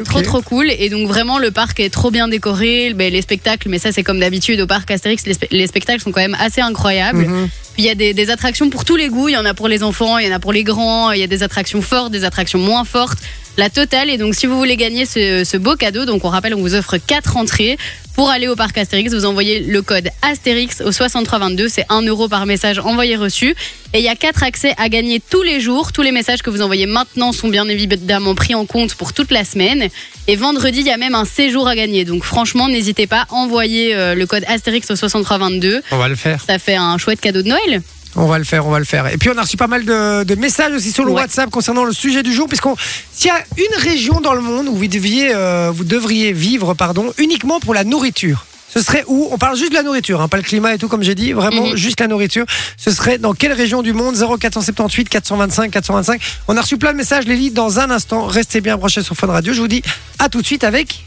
Speaker 2: Ok, ok.
Speaker 3: trop trop cool et donc vraiment le parc est trop bien décoré, ben, les spectacles, mais ça c'est comme d'habitude au parc Astérix, les, spe- les spectacles sont quand même assez incroyables.
Speaker 2: Mhm.
Speaker 3: Puis il y a des, des attractions pour tous les goûts, il y en a pour les enfants, il y en a pour les grands, il y a des attractions fortes, des attractions moins fortes, la totale. Et donc si vous voulez gagner ce, ce beau cadeau, donc on rappelle, on vous offre quatre entrées. Pour aller au parc Astérix, vous envoyez le code Astérix au 6322, c'est 1 euro par message envoyé reçu. Et il y a quatre accès à gagner tous les jours. Tous les messages que vous envoyez maintenant sont bien évidemment pris en compte pour toute la semaine. Et vendredi, il y a même un séjour à gagner. Donc franchement, n'hésitez pas, envoyez euh, le code Astérix au 6322.
Speaker 2: On va le faire.
Speaker 3: Ça fait un chouette cadeau de Noël.
Speaker 2: On va le faire, on va le faire. Et puis on a reçu pas mal de, de messages aussi sur le
Speaker 3: Ouais.
Speaker 2: WhatsApp concernant le sujet du jour, puisqu'on s'il y a une région dans le monde où vous deviez, euh, vous devriez vivre, pardon, uniquement pour la nourriture. Ce serait où On parle juste de la nourriture, hein, pas le climat et tout, comme j'ai dit, vraiment
Speaker 3: Mhm.
Speaker 2: juste la nourriture. Ce serait dans quelle région du monde 0478 425 425. On a reçu plein de messages, les lit dans un instant. Restez bien branchés sur Fun Radio. Je vous dis à tout de suite avec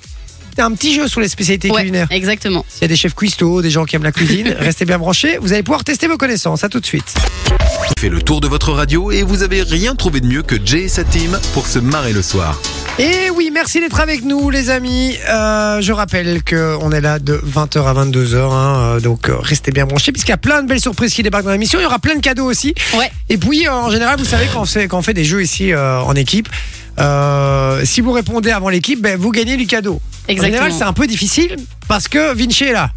Speaker 2: un petit jeu sur les spécialités
Speaker 3: Ouais,
Speaker 2: culinaires.
Speaker 3: exactement.
Speaker 2: S'il y a des chefs cuistots, des gens qui aiment la
Speaker 3: *laughs*
Speaker 2: cuisine, restez bien branchés. Vous allez pouvoir tester vos connaissances. À tout de suite.
Speaker 5: Fait le tour de votre radio et vous avez rien trouvé de mieux que Jay et sa team pour se marrer le soir.
Speaker 2: Et oui, merci d'être avec nous, les amis. Euh, je rappelle que on est là de 20h à 22h, hein, euh, donc euh, restez bien branchés, puisqu'il y a plein de belles surprises qui débarquent dans l'émission. Il y aura plein de cadeaux aussi.
Speaker 3: Ouais.
Speaker 2: Et puis, euh, en général, vous savez, quand on fait, quand on fait des jeux ici euh, en équipe, euh, si vous répondez avant l'équipe, ben, vous gagnez du cadeau. En
Speaker 3: Exactement.
Speaker 2: général, c'est un peu difficile parce que Vinci est là.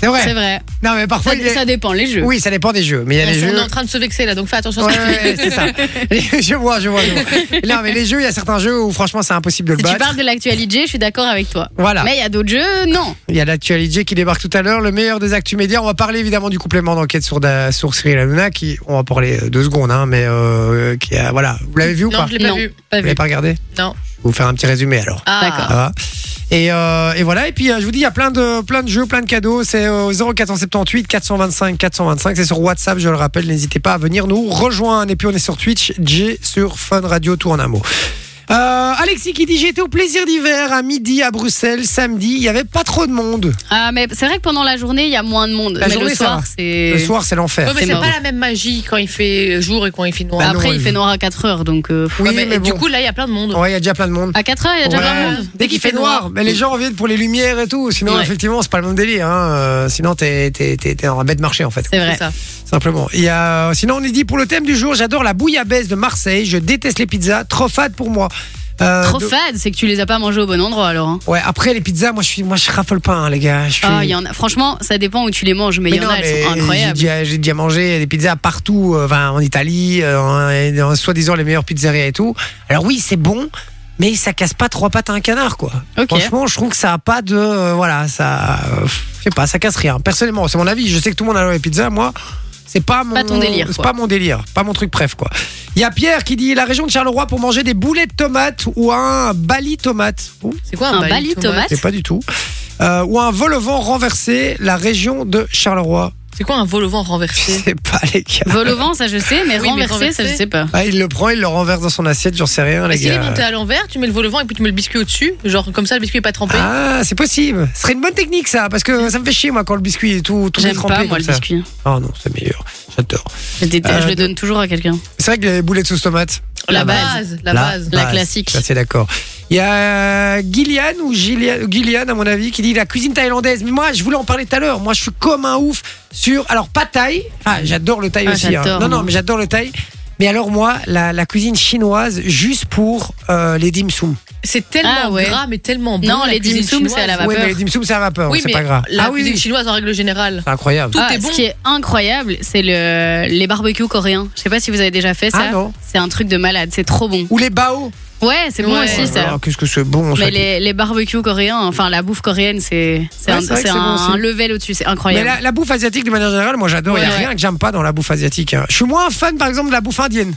Speaker 2: C'est vrai.
Speaker 3: C'est vrai.
Speaker 2: Non, mais parfois.
Speaker 3: Ça,
Speaker 2: il est-
Speaker 3: ça dépend les jeux.
Speaker 2: Oui, ça dépend des jeux. Mais il y a des
Speaker 4: On est
Speaker 2: jeux.
Speaker 4: en train de se vexer là, donc fais attention. à ce
Speaker 2: Ouais,
Speaker 4: que
Speaker 2: ouais, ouais, c'est ça. *laughs* Les- je vois, je vois, je vois. Non, mais les jeux, il y a certains jeux où franchement, c'est impossible de le
Speaker 3: Si tu
Speaker 2: battre.
Speaker 3: parles de l'actualité, je suis d'accord avec toi.
Speaker 2: Voilà.
Speaker 3: Mais il y a d'autres jeux, non.
Speaker 2: Il y a l'actualité qui débarque tout à l'heure, le meilleur des actus médias. On va parler évidemment du complément d'enquête sur, Da- sur Cyril Hanouna, qui, on va en parler euh, deux secondes, hein, mais euh, qui a, voilà. Vous l'avez vu ou
Speaker 4: Non,
Speaker 2: pas
Speaker 4: je l'ai pas
Speaker 3: Non.
Speaker 4: vu.
Speaker 2: Vous l'avez pas regardé
Speaker 4: Non.
Speaker 2: Je vais vous faire un petit résumé alors.
Speaker 4: Ah,
Speaker 3: D'accord.
Speaker 2: Ça va et, euh, et voilà, et puis euh, je vous dis, il y a plein de, plein de jeux, plein de cadeaux. C'est euh, 0478 425 425. C'est sur WhatsApp, je le rappelle. N'hésitez pas à venir nous rejoindre. Et puis on est sur Twitch, J sur Fun Radio, tout en un mot. Euh, Alexis qui dit J'étais au plaisir d'hiver à midi à Bruxelles samedi. Il n'y avait pas trop de monde.
Speaker 3: Ah, mais c'est vrai que pendant la journée, il y a moins de monde.
Speaker 2: La
Speaker 3: mais
Speaker 2: journée,
Speaker 3: le
Speaker 2: ça
Speaker 3: soir,
Speaker 2: va.
Speaker 3: c'est.
Speaker 2: Le soir, c'est l'enfer.
Speaker 4: Ouais, mais
Speaker 3: C'est
Speaker 4: c'est
Speaker 3: marrant.
Speaker 4: pas la même magie quand il fait jour et quand il fait noir.
Speaker 2: Bah, non,
Speaker 3: Après,
Speaker 2: oui.
Speaker 3: il fait noir à 4 heures, donc. euh, pff.
Speaker 2: Oui,
Speaker 4: Ouais, mais
Speaker 2: mais
Speaker 4: du
Speaker 2: bon.
Speaker 4: coup, là, il y a plein de monde.
Speaker 2: Ouais, il y a déjà plein de monde.
Speaker 3: À 4 heures, Ah, il y a déjà
Speaker 2: Ouais.
Speaker 3: plein de monde.
Speaker 2: Dès qu'il fait noir, mais les gens viennent pour les lumières et tout. Sinon,
Speaker 4: Ouais.
Speaker 2: effectivement, c'est pas le même délire. hein. Euh, Sinon, t'es t'es- t'es- t'es dans un bête marché en fait.
Speaker 3: C'est vrai.
Speaker 4: C'est ça.
Speaker 2: Simplement. Il y a- euh, sinon, on est dit pour le thème du jour, j'adore la bouillabaisse de Marseille. Je déteste les pizzas, trop fade pour moi. Euh,
Speaker 3: Trop
Speaker 2: donc-
Speaker 3: fade, c'est que tu les as pas mangés au bon endroit alors. hein.
Speaker 2: Ouais, après les pizzas, moi je suis, moi je raffole pas, hein, les gars. Je suis...
Speaker 3: Ah, il y en a. Franchement, ça dépend où tu les manges, mais
Speaker 2: Mais
Speaker 3: il y en
Speaker 2: non,
Speaker 3: a, elles
Speaker 2: mais
Speaker 3: sont
Speaker 2: j'ai
Speaker 3: incroyables.
Speaker 2: déjà, j'ai déjà mangé des pizzas partout, euh, enfin, en Italie, euh, en- et dans soi-disant les meilleures pizzerias et tout. Alors oui, c'est bon, mais ça casse pas trois pattes à un canard, quoi.
Speaker 3: Ok.
Speaker 2: Franchement, je trouve que ça a pas de, euh, voilà, ça, euh, je sais pas, ça casse rien. Personnellement, c'est mon avis. Je sais que tout le monde adore les pizzas, moi. C'est pas mon
Speaker 3: Pas ton délire,
Speaker 2: C'est
Speaker 3: quoi.
Speaker 2: pas mon délire, pas mon truc bref quoi. Il y a Pierre qui dit la région de Charleroi pour manger des boulets de tomates ou un bali tomate. Ouh,
Speaker 4: C'est quoi
Speaker 3: Un bali tomate
Speaker 2: c'est pas du tout. Euh, ou un vol au vent renversé, la région de Charleroi.
Speaker 4: C'est quoi un vol au vent
Speaker 3: *laughs*
Speaker 4: *laughs*
Speaker 2: Je
Speaker 4: renversé
Speaker 2: sais pas, les gars.
Speaker 3: Vol au vent, ça je sais, mais
Speaker 4: Oui, mais
Speaker 3: renversé, ça je
Speaker 4: renversé.
Speaker 3: sais pas.
Speaker 2: Ah, il le prend, il le renverse dans son assiette, j'en sais rien, les
Speaker 4: Ah, S'il est
Speaker 2: gars.
Speaker 4: monté à l'envers, tu mets le vol au vent et puis tu mets le biscuit au-dessus. Genre, comme ça, le biscuit est pas trempé.
Speaker 2: Ah, c'est possible. Ce serait une bonne technique, ça, parce que ça me fait chier, moi, quand le biscuit est tout, tout
Speaker 3: J'aime
Speaker 2: trempé
Speaker 3: pas
Speaker 2: comme
Speaker 3: moi le
Speaker 2: ça.
Speaker 3: biscuit.
Speaker 2: Ah non, c'est meilleur. J'adore.
Speaker 3: Je, déteste,
Speaker 2: Euh,
Speaker 3: je le
Speaker 2: de-
Speaker 3: donne toujours à quelqu'un.
Speaker 2: C'est vrai que les boulettes de sauce tomate.
Speaker 4: La,
Speaker 3: La
Speaker 4: base, la base.
Speaker 3: La classique.
Speaker 2: Ça, c'est d'accord. Il y a euh, Gillian ou Gillian, Gillian, à mon avis, qui dit la cuisine thaïlandaise. Mais moi, je voulais en parler tout à l'heure. Moi, je suis comme un ouf sur. Alors, pas thaï. Ah, j'adore le thaï
Speaker 3: Ah,
Speaker 2: aussi. hein.
Speaker 3: j'adore,
Speaker 2: Non, non,
Speaker 3: moi.
Speaker 2: mais j'adore le thaï. Mais alors, moi, la, la cuisine chinoise, juste pour euh, les dim sum.
Speaker 4: C'est tellement
Speaker 3: Ah ouais.
Speaker 4: gras, mais tellement bon.
Speaker 3: Non,
Speaker 4: la
Speaker 3: les
Speaker 4: cuisine
Speaker 3: dim sum, c'est à la
Speaker 4: chinoise.
Speaker 3: vapeur.
Speaker 2: Oui, mais les dim sum, c'est à vapeur.
Speaker 4: Oui,
Speaker 2: c'est
Speaker 4: mais
Speaker 2: pas grave.
Speaker 4: la
Speaker 2: ah oui,
Speaker 4: cuisine
Speaker 2: oui.
Speaker 4: chinoise, en règle générale.
Speaker 2: c'est incroyable.
Speaker 4: Tout
Speaker 3: Ah,
Speaker 4: est bon.
Speaker 3: Ce qui est incroyable, c'est le, les barbecues coréens. Je sais pas si vous avez déjà fait ça.
Speaker 2: Ah, non.
Speaker 3: C'est un truc de malade, c'est trop bon.
Speaker 2: Ou les bao.
Speaker 3: Ouais, c'est bon
Speaker 4: Ouais.
Speaker 3: aussi ça.
Speaker 2: Ah, Qu'est-ce que c'est bon, ça.
Speaker 3: Mais les, les barbecues coréens, enfin la bouffe coréenne, c'est c'est
Speaker 2: Ouais,
Speaker 3: un,
Speaker 2: c'est vrai que c'est
Speaker 3: c'est un-
Speaker 2: bon aussi.
Speaker 3: un level au-dessus, c'est
Speaker 2: Mais
Speaker 3: incroyable.
Speaker 2: la, la bouffe asiatique, de manière générale, moi j'adore. Il n'y a
Speaker 4: Ouais,
Speaker 2: rien que j'aime pas dans la bouffe asiatique. hein. Je suis moins fan, par exemple, de la bouffe indienne.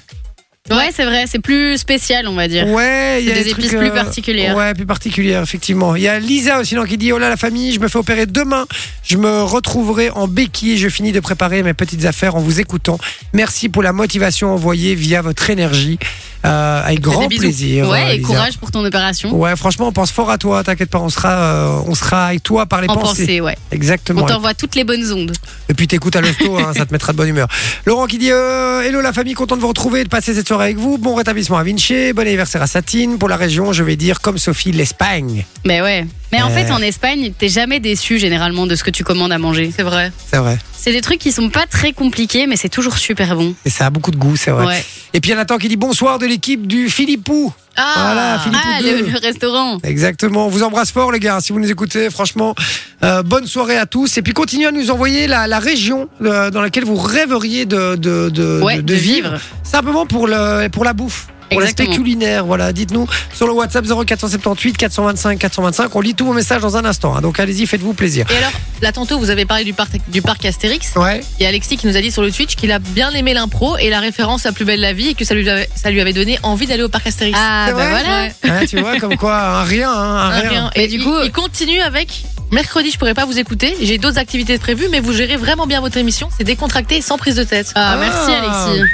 Speaker 3: Ouais, c'est vrai, c'est plus spécial, on va dire.
Speaker 2: Ouais, il y a
Speaker 3: des
Speaker 2: trucs, euh,
Speaker 3: épices plus particulières.
Speaker 2: Ouais, plus particulières, effectivement. Il y a Lisa aussi non, qui dit Oh là, la famille, je me fais opérer demain. Je me retrouverai en béquille. Je finis de préparer mes petites affaires en vous écoutant. Merci pour la motivation envoyée via votre énergie. Euh, avec grand
Speaker 4: bisous.
Speaker 2: plaisir. euh,
Speaker 3: Ouais, et
Speaker 2: Lisa.
Speaker 3: courage pour ton opération.
Speaker 2: Ouais, franchement, on pense fort à toi. T'inquiète pas, on sera, euh, on sera avec toi par les
Speaker 3: En
Speaker 2: pensées.
Speaker 3: pensée, ouais. On
Speaker 2: Exactement.
Speaker 3: t'envoie toutes les bonnes ondes.
Speaker 2: Et puis t'écoutes à l'hosto, hein, ça te mettra de bonne
Speaker 3: *laughs*
Speaker 2: humeur. Laurent qui dit euh, Hello la famille, content de vous retrouver et de passer cette soirée avec vous. Bon rétablissement à Vinci, bon anniversaire à Satine. Pour la région, je vais dire comme Sophie, l'Espagne.
Speaker 3: Mais ouais. Mais en
Speaker 2: Euh.
Speaker 3: fait, en Espagne, t'es jamais déçu généralement de ce que tu commandes à manger.
Speaker 4: C'est vrai.
Speaker 2: C'est vrai.
Speaker 3: C'est des trucs qui sont pas très compliqués, mais c'est toujours super bon.
Speaker 2: Et ça a beaucoup de goût, c'est vrai.
Speaker 3: Ouais.
Speaker 2: Et puis il y a Nathan qui dit bonsoir de l'équipe du Philippou. Voilà, Philippe.
Speaker 3: Ah,
Speaker 2: deux.
Speaker 3: le, le restaurant.
Speaker 2: Exactement. On vous embrasse fort, les gars. Si vous nous écoutez, franchement, euh, bonne soirée à tous. Et puis continuez à nous envoyer la, la région euh, dans laquelle vous rêveriez de, de, de,
Speaker 3: Ouais,
Speaker 2: de- de
Speaker 3: de
Speaker 2: vivre.
Speaker 3: vivre.
Speaker 2: Simplement pour, le, pour la bouffe. Pour l'aspect
Speaker 3: Exactement.
Speaker 2: culinaire, voilà, dites-nous sur le WhatsApp 0478 425 425. On lit tous vos messages dans un instant, hein. donc allez-y, faites-vous plaisir.
Speaker 4: Et alors, là, tantôt, vous avez parlé du parc, du parc Astérix.
Speaker 2: Ouais,
Speaker 4: Il y a Alexis qui nous a dit sur le Twitch qu'il a bien aimé l'impro et la référence à Plus Belle la Vie et que ça lui avait, ça lui avait donné envie d'aller au parc Astérix.
Speaker 3: Ah,
Speaker 2: C'est
Speaker 3: bah
Speaker 2: vrai
Speaker 3: voilà.
Speaker 4: Ouais.
Speaker 2: Hein, tu vois, comme quoi, un rien, hein, un
Speaker 4: Ah,
Speaker 2: rien.
Speaker 4: rien.
Speaker 3: Mais
Speaker 4: Et
Speaker 3: du
Speaker 4: il-
Speaker 3: coup-
Speaker 4: il continue avec mercredi, je pourrais pas vous écouter. J'ai d'autres activités prévues, mais vous gérez vraiment bien votre émission. C'est décontracté, et sans prise de tête.
Speaker 2: Ah.
Speaker 3: Ah, merci Alexis.